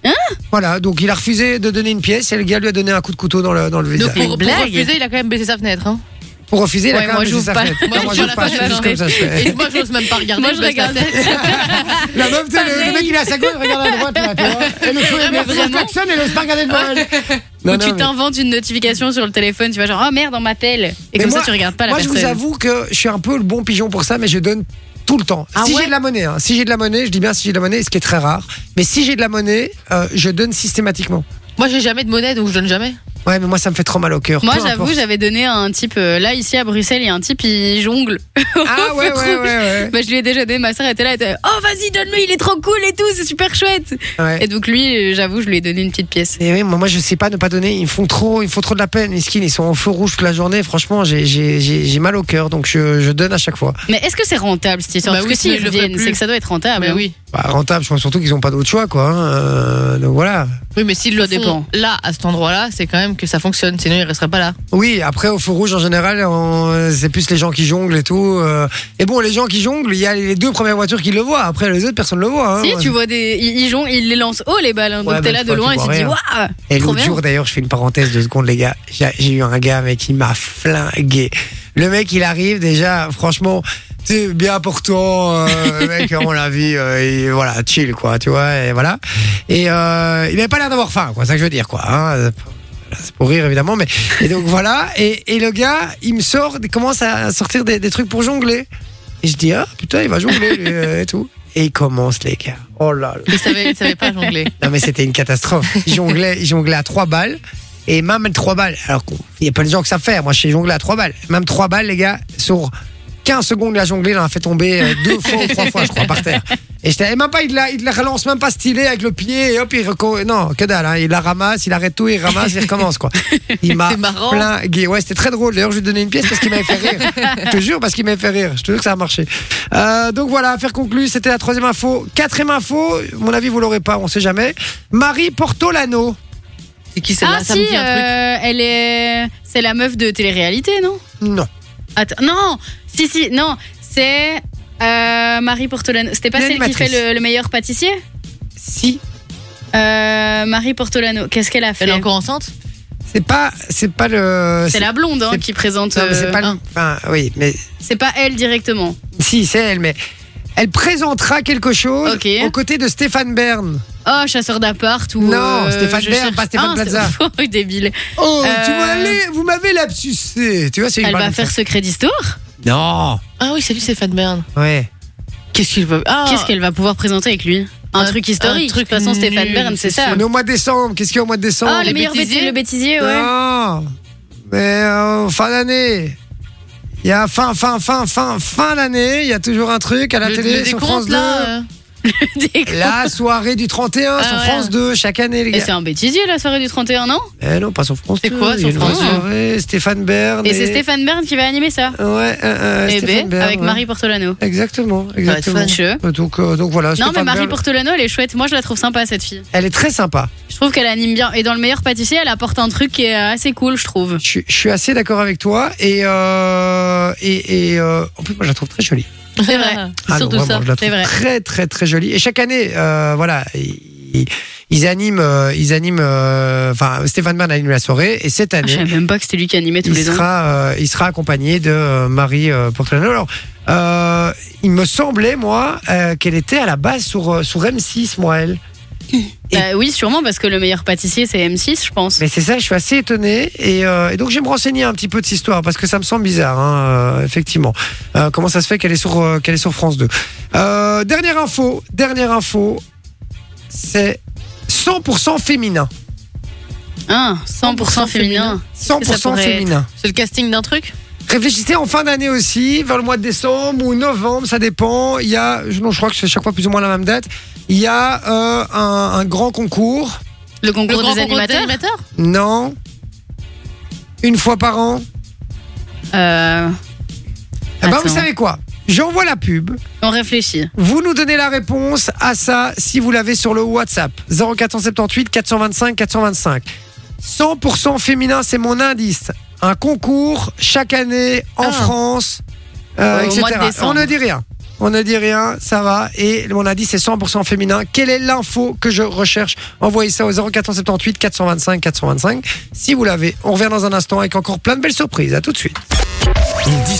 Speaker 3: Hein
Speaker 2: Voilà, donc il a refusé de donner une pièce et le gars lui a donné un coup de couteau dans le, dans le visage.
Speaker 4: Donc pour, pour
Speaker 3: blague.
Speaker 4: refuser, il a quand même baissé sa fenêtre. Hein.
Speaker 2: Pour refuser, il a
Speaker 3: Ouais,
Speaker 2: quand
Speaker 3: moi,
Speaker 2: même baissé
Speaker 3: j'ouvre
Speaker 2: sa
Speaker 3: pas.
Speaker 2: fenêtre.
Speaker 4: Moi,
Speaker 2: moi,
Speaker 4: je
Speaker 2: j'ouvre
Speaker 4: la
Speaker 2: pas, je
Speaker 4: fais
Speaker 2: fais juste
Speaker 4: pas.
Speaker 2: comme ça, je fais.
Speaker 3: *laughs*
Speaker 4: Et moi, j'ose même pas regarder.
Speaker 3: Moi je
Speaker 4: baisse la
Speaker 3: regarde.
Speaker 4: tête.
Speaker 2: La meuf, tu sais, le, le mec, il est à sa gauche, il regarde à droite, là, tu
Speaker 3: *laughs*
Speaker 2: vois. Et le feu, il
Speaker 3: Mais
Speaker 2: est vraiment
Speaker 3: vraiment
Speaker 2: personne, il n'ose pas
Speaker 3: *laughs*
Speaker 2: regarder devant elle.
Speaker 3: Ou
Speaker 2: Non,
Speaker 3: tu
Speaker 2: non, mais-
Speaker 3: t'inventes une notification sur le téléphone, tu vas genre oh merde on m'appelle et
Speaker 2: Mais
Speaker 3: comme
Speaker 2: moi-
Speaker 3: ça tu regardes pas la
Speaker 2: Moi, je
Speaker 3: personne.
Speaker 2: vous avoue que je suis un peu le bon pigeon pour ça, mais je donne tout le temps.
Speaker 4: Ah
Speaker 2: si
Speaker 4: ouais
Speaker 2: j'ai de la monnaie, hein, si j'ai de la monnaie, je dis bien si j'ai de la monnaie, ce qui est très rare. Mais si j'ai de la monnaie, euh, je donne systématiquement.
Speaker 4: Moi, j'ai jamais de monnaie, donc je donne jamais.
Speaker 2: Ouais, mais moi, ça me fait trop mal au cœur.
Speaker 3: Moi
Speaker 2: peu
Speaker 3: j'avoue
Speaker 2: importe.
Speaker 3: j'avais donné à un type euh, là ici à Bruxelles il y a un type il jongle. *laughs*
Speaker 2: Ah ouais, ouais, ouais, ouais,
Speaker 3: Bah, je lui ai déjà donné, ma soeur était là, elle était Oh vas-y donne-le, il est trop cool et tout, c'est super chouette.
Speaker 2: ouais.
Speaker 3: Et donc lui euh, j'avoue je lui ai donné une petite pièce.
Speaker 2: Et oui, moi, moi, je sais pas ne pas donner. Ils me font trop, ils me font trop de la peine. Les skins, ils sont en feu rouge toute la journée. Franchement, j'ai- j'ai j'ai- j'ai mal au cœur, donc je, je donne à chaque fois.
Speaker 3: Mais est-ce que c'est rentable cette histoire
Speaker 4: Bah
Speaker 3: Parce
Speaker 4: oui,
Speaker 3: que s'ils
Speaker 4: mais je le ferai
Speaker 3: reviennent
Speaker 4: plus.
Speaker 3: c'est que ça doit être rentable.
Speaker 4: Ah, Mais
Speaker 3: hein.
Speaker 4: oui.
Speaker 2: Bah, rentable, je pense surtout qu'ils n'ont pas d'autre choix, quoi. hein. Euh, donc voilà.
Speaker 4: Oui, mais s'ils le
Speaker 3: Ça
Speaker 4: font
Speaker 3: dépend.
Speaker 4: là, à cet endroit-là, c'est quand même que ça fonctionne. Sinon, il resterait pas là.
Speaker 2: Oui, après au feu rouge en général, on- c'est plus les gens qui jonglent et tout. euh. Et bon, les gens qui jonglent, il y a les deux premières voitures qui le voient. Après les autres, personne le voit. hein.
Speaker 3: Si, tu vois des. Ils, ils jonglent, ils les lancent haut les balles. hein.
Speaker 2: Ouais,
Speaker 3: donc t'es
Speaker 2: mais
Speaker 3: là
Speaker 2: tu
Speaker 3: de
Speaker 2: vois,
Speaker 3: loin
Speaker 2: tu
Speaker 3: et tu
Speaker 2: vois
Speaker 3: te dis
Speaker 2: rien.
Speaker 3: waouh
Speaker 2: Et
Speaker 3: Trop
Speaker 2: l'autre
Speaker 3: bien.
Speaker 2: jour, d'ailleurs, je fais une parenthèse de secondes, les gars. J'ai j'ai eu un gars, mec, il m'a flingué. Le mec, il arrive déjà, franchement, c'est bien pourtant, euh, mec, on l'a vu, euh, et voilà, chill, quoi, tu vois, et voilà. Et euh, il n'avait pas l'air d'avoir faim, quoi, c'est ça que je veux dire, quoi. hein. C'est pour rire, évidemment, mais. Et donc, voilà, et, et le gars, il me sort, il commence à sortir des, des trucs pour jongler. Et je dis, ah, putain, il va jongler, lui, euh, et tout. Et il commence, les gars. Oh là là.
Speaker 4: Ils savaient, ils savaient pas jongler.
Speaker 2: Non mais c'était une catastrophe. Il jonglait, il jonglait à trois balles. Et même trois balles, alors qu'il n'y a pas de gens que ça fait. Moi, je sais jongler à trois balles. Même trois balles, les gars, sur 15 secondes, la jonglée, il en a fait tomber euh,
Speaker 4: *laughs*
Speaker 2: deux fois ou trois fois, je crois, par terre. Et j'étais, et même pas, il la, il la relance, même pas stylé avec le pied, et hop, il reco- Non, que dalle, hein. il la ramasse, il arrête tout, il ramasse, il recommence,
Speaker 4: *laughs*
Speaker 2: quoi. Il m'a
Speaker 4: C'est marrant.
Speaker 2: flingué. Ouais, c'était très drôle. D'ailleurs, je lui ai donné une pièce parce qu'il m'avait fait rire.
Speaker 4: *laughs*
Speaker 2: Je te jure, parce qu'il m'avait fait rire. Je te jure que ça a marché. Euh, donc voilà, affaire conclue. C'était la troisième info. Quatrième info, à mon avis, vous l'aurez pas, on sait jamais. Marie Portolano.
Speaker 4: *laughs* C'est qui celle-là
Speaker 3: Ah
Speaker 4: Ça me
Speaker 3: si,
Speaker 4: dit un truc.
Speaker 3: euh, elle est. C'est la meuf de télé-réalité, non
Speaker 2: Non.
Speaker 3: Attends, non Si, si, non, c'est. euh, Marie Portolano. C'était pas
Speaker 2: Une
Speaker 3: celle qui fait
Speaker 2: animatrice.
Speaker 3: le, le meilleur pâtissier
Speaker 2: Si.
Speaker 3: Euh, Marie Portolano, qu'est-ce qu'elle a fait
Speaker 4: Elle est encore enceinte
Speaker 2: C'est pas, c'est pas le.
Speaker 3: C'est la blonde hein,
Speaker 2: Bah, c'est-
Speaker 3: qui présente.
Speaker 2: Non, mais c'est
Speaker 3: euh,
Speaker 2: pas le-
Speaker 3: hein.
Speaker 2: Enfin, oui, mais
Speaker 3: C'est pas elle directement.
Speaker 2: si, c'est elle, mais elle présentera quelque chose
Speaker 3: Ok.
Speaker 2: aux côtés de Stéphane Bern.
Speaker 3: Oh, chasseur d'appart ou.
Speaker 2: Non,
Speaker 3: euh,
Speaker 2: Stéphane
Speaker 3: je
Speaker 2: Bern,
Speaker 3: cherche-
Speaker 2: pas Stéphane
Speaker 3: Ah, c'est-
Speaker 2: Plaza.
Speaker 3: *laughs* Oh, débile.
Speaker 2: Oh, tu
Speaker 3: Euh.
Speaker 2: m'avez- vous m'avez lapsusé. Tu vois, c'est une
Speaker 3: Elle
Speaker 2: balle
Speaker 3: va
Speaker 2: de
Speaker 3: faire secret d'histoire
Speaker 2: fer. Non.
Speaker 4: Ah oui, salut Stéphane Bern.
Speaker 2: Ouais.
Speaker 4: Qu'est-ce qu'il veut Ah,
Speaker 3: Qu'est-ce qu'elle va pouvoir présenter avec lui un,
Speaker 4: Un-
Speaker 3: truc historique.
Speaker 4: un
Speaker 3: de
Speaker 4: truc
Speaker 3: toute façon,
Speaker 4: nul,
Speaker 3: Stéphane Bern, c'est
Speaker 4: c'est
Speaker 3: ça.
Speaker 2: On est au mois de décembre. Qu'est-ce qu'il y a au mois de décembre
Speaker 3: Oh,
Speaker 4: les
Speaker 3: le meilleur
Speaker 4: bêtisiers.
Speaker 3: bêtisier, le bêtisier, ouais.
Speaker 2: Non. Mais euh, fin d'année. Il y a fin, fin, fin, fin, fin d'année. Il y a toujours un truc à la
Speaker 4: le,
Speaker 2: télé
Speaker 4: le
Speaker 2: sur
Speaker 4: décompte,
Speaker 2: France 2.
Speaker 4: là, euh,
Speaker 3: *laughs* Des-
Speaker 2: La soirée du
Speaker 3: *laughs*
Speaker 2: 31 sur
Speaker 4: Ah ouais.
Speaker 2: France 2 chaque année, les
Speaker 3: Et
Speaker 2: gars.
Speaker 3: c'est un bêtisier la soirée du 31, non
Speaker 2: Eh non, pas sur France
Speaker 4: C'est
Speaker 2: 2,
Speaker 4: quoi,
Speaker 2: il y
Speaker 4: sur
Speaker 2: a une
Speaker 4: France
Speaker 2: vraie soirée, Stéphane Bern.
Speaker 3: Et, c'est Stéphane Bern qui va animer ça.
Speaker 2: Ouais, euh, euh,
Speaker 3: Eh
Speaker 2: Stéphane
Speaker 3: ben,
Speaker 2: Bern,
Speaker 3: avec
Speaker 2: ouais.
Speaker 3: Marie Portolano.
Speaker 2: Exactement,
Speaker 4: va être
Speaker 2: exactement.
Speaker 4: fun.
Speaker 3: Cheux.
Speaker 2: Donc, euh, donc voilà,
Speaker 3: Non,
Speaker 2: Stéphane
Speaker 3: mais Marie
Speaker 2: Bern,
Speaker 3: Portolano, elle est chouette. Moi, je la trouve sympa, cette fille.
Speaker 2: elle est très sympa.
Speaker 3: Je trouve qu'elle anime bien. Et dans le meilleur pâtissier, elle apporte un truc qui est assez cool, je trouve.
Speaker 2: Je, suis- je suis assez d'accord avec toi et euh, et, et, euh, en plus moi je la trouve très jolie.
Speaker 3: C'est vrai.
Speaker 2: *laughs* Ah non,
Speaker 4: surtout
Speaker 2: vraiment,
Speaker 4: ça.
Speaker 2: je la
Speaker 3: c'est
Speaker 2: trouve
Speaker 3: vrai.
Speaker 2: très très très jolie. Et chaque année, euh, voilà, ils, ils animent, euh, ils animent. euh, Enfin, Stéphane Bern anime la soirée et cette
Speaker 3: Ah, je
Speaker 2: année,
Speaker 3: savais même pas que c'était lui qui animait tous
Speaker 2: il
Speaker 3: les ans.
Speaker 2: sera, euh, il sera accompagné de euh, Marie euh, Portolano. Alors, euh, il me semblait, moi, euh, qu'elle était à la base sur, euh, sur M6, moi, elle. Et-
Speaker 3: Bah oui, sûrement, parce que le meilleur pâtissier, c'est M6, je pense.
Speaker 2: Mais c'est ça, je suis assez étonné. Et, euh, et donc, je vais me renseigner un petit peu de cette histoire parce que ça me semble bizarre, hein, euh, effectivement. Euh, comment ça se fait qu'elle est, sur, euh, qu'elle est sur France 2 Euh, Dernière info, dernière info, c'est 100% féminin.
Speaker 3: Hein, 100% féminin.
Speaker 2: 100%
Speaker 4: pourrait être
Speaker 2: féminin.
Speaker 4: C'est le casting d'un truc
Speaker 2: Réfléchissez en fin d'année aussi, vers le mois de décembre ou novembre, ça dépend. Il y a, je- non, je crois que c'est chaque fois plus ou moins la même date. Il y a euh, un, un grand concours.
Speaker 3: Le concours des animateurs
Speaker 2: Non. Une fois par an.
Speaker 3: Euh,
Speaker 2: Eh ben,
Speaker 3: Attends.
Speaker 2: vous savez quoi J'envoie la pub.
Speaker 3: On réfléchit.
Speaker 2: Vous nous donnez la réponse à ça si vous l'avez sur le WhatsApp 0478 425 425. 100% féminin, c'est mon indice. Un concours chaque année en
Speaker 4: Ah.
Speaker 2: France, euh,
Speaker 3: Au
Speaker 2: etc.
Speaker 3: mois de décembre.
Speaker 2: On ne dit rien. On ne dit rien, ça va. Et mon indice c'est 100% féminin. Quelle est l'info que je recherche Envoyez ça au 0478 425 425. Si vous l'avez, on revient dans un instant avec encore plein de belles surprises. À tout de suite.
Speaker 5: On discute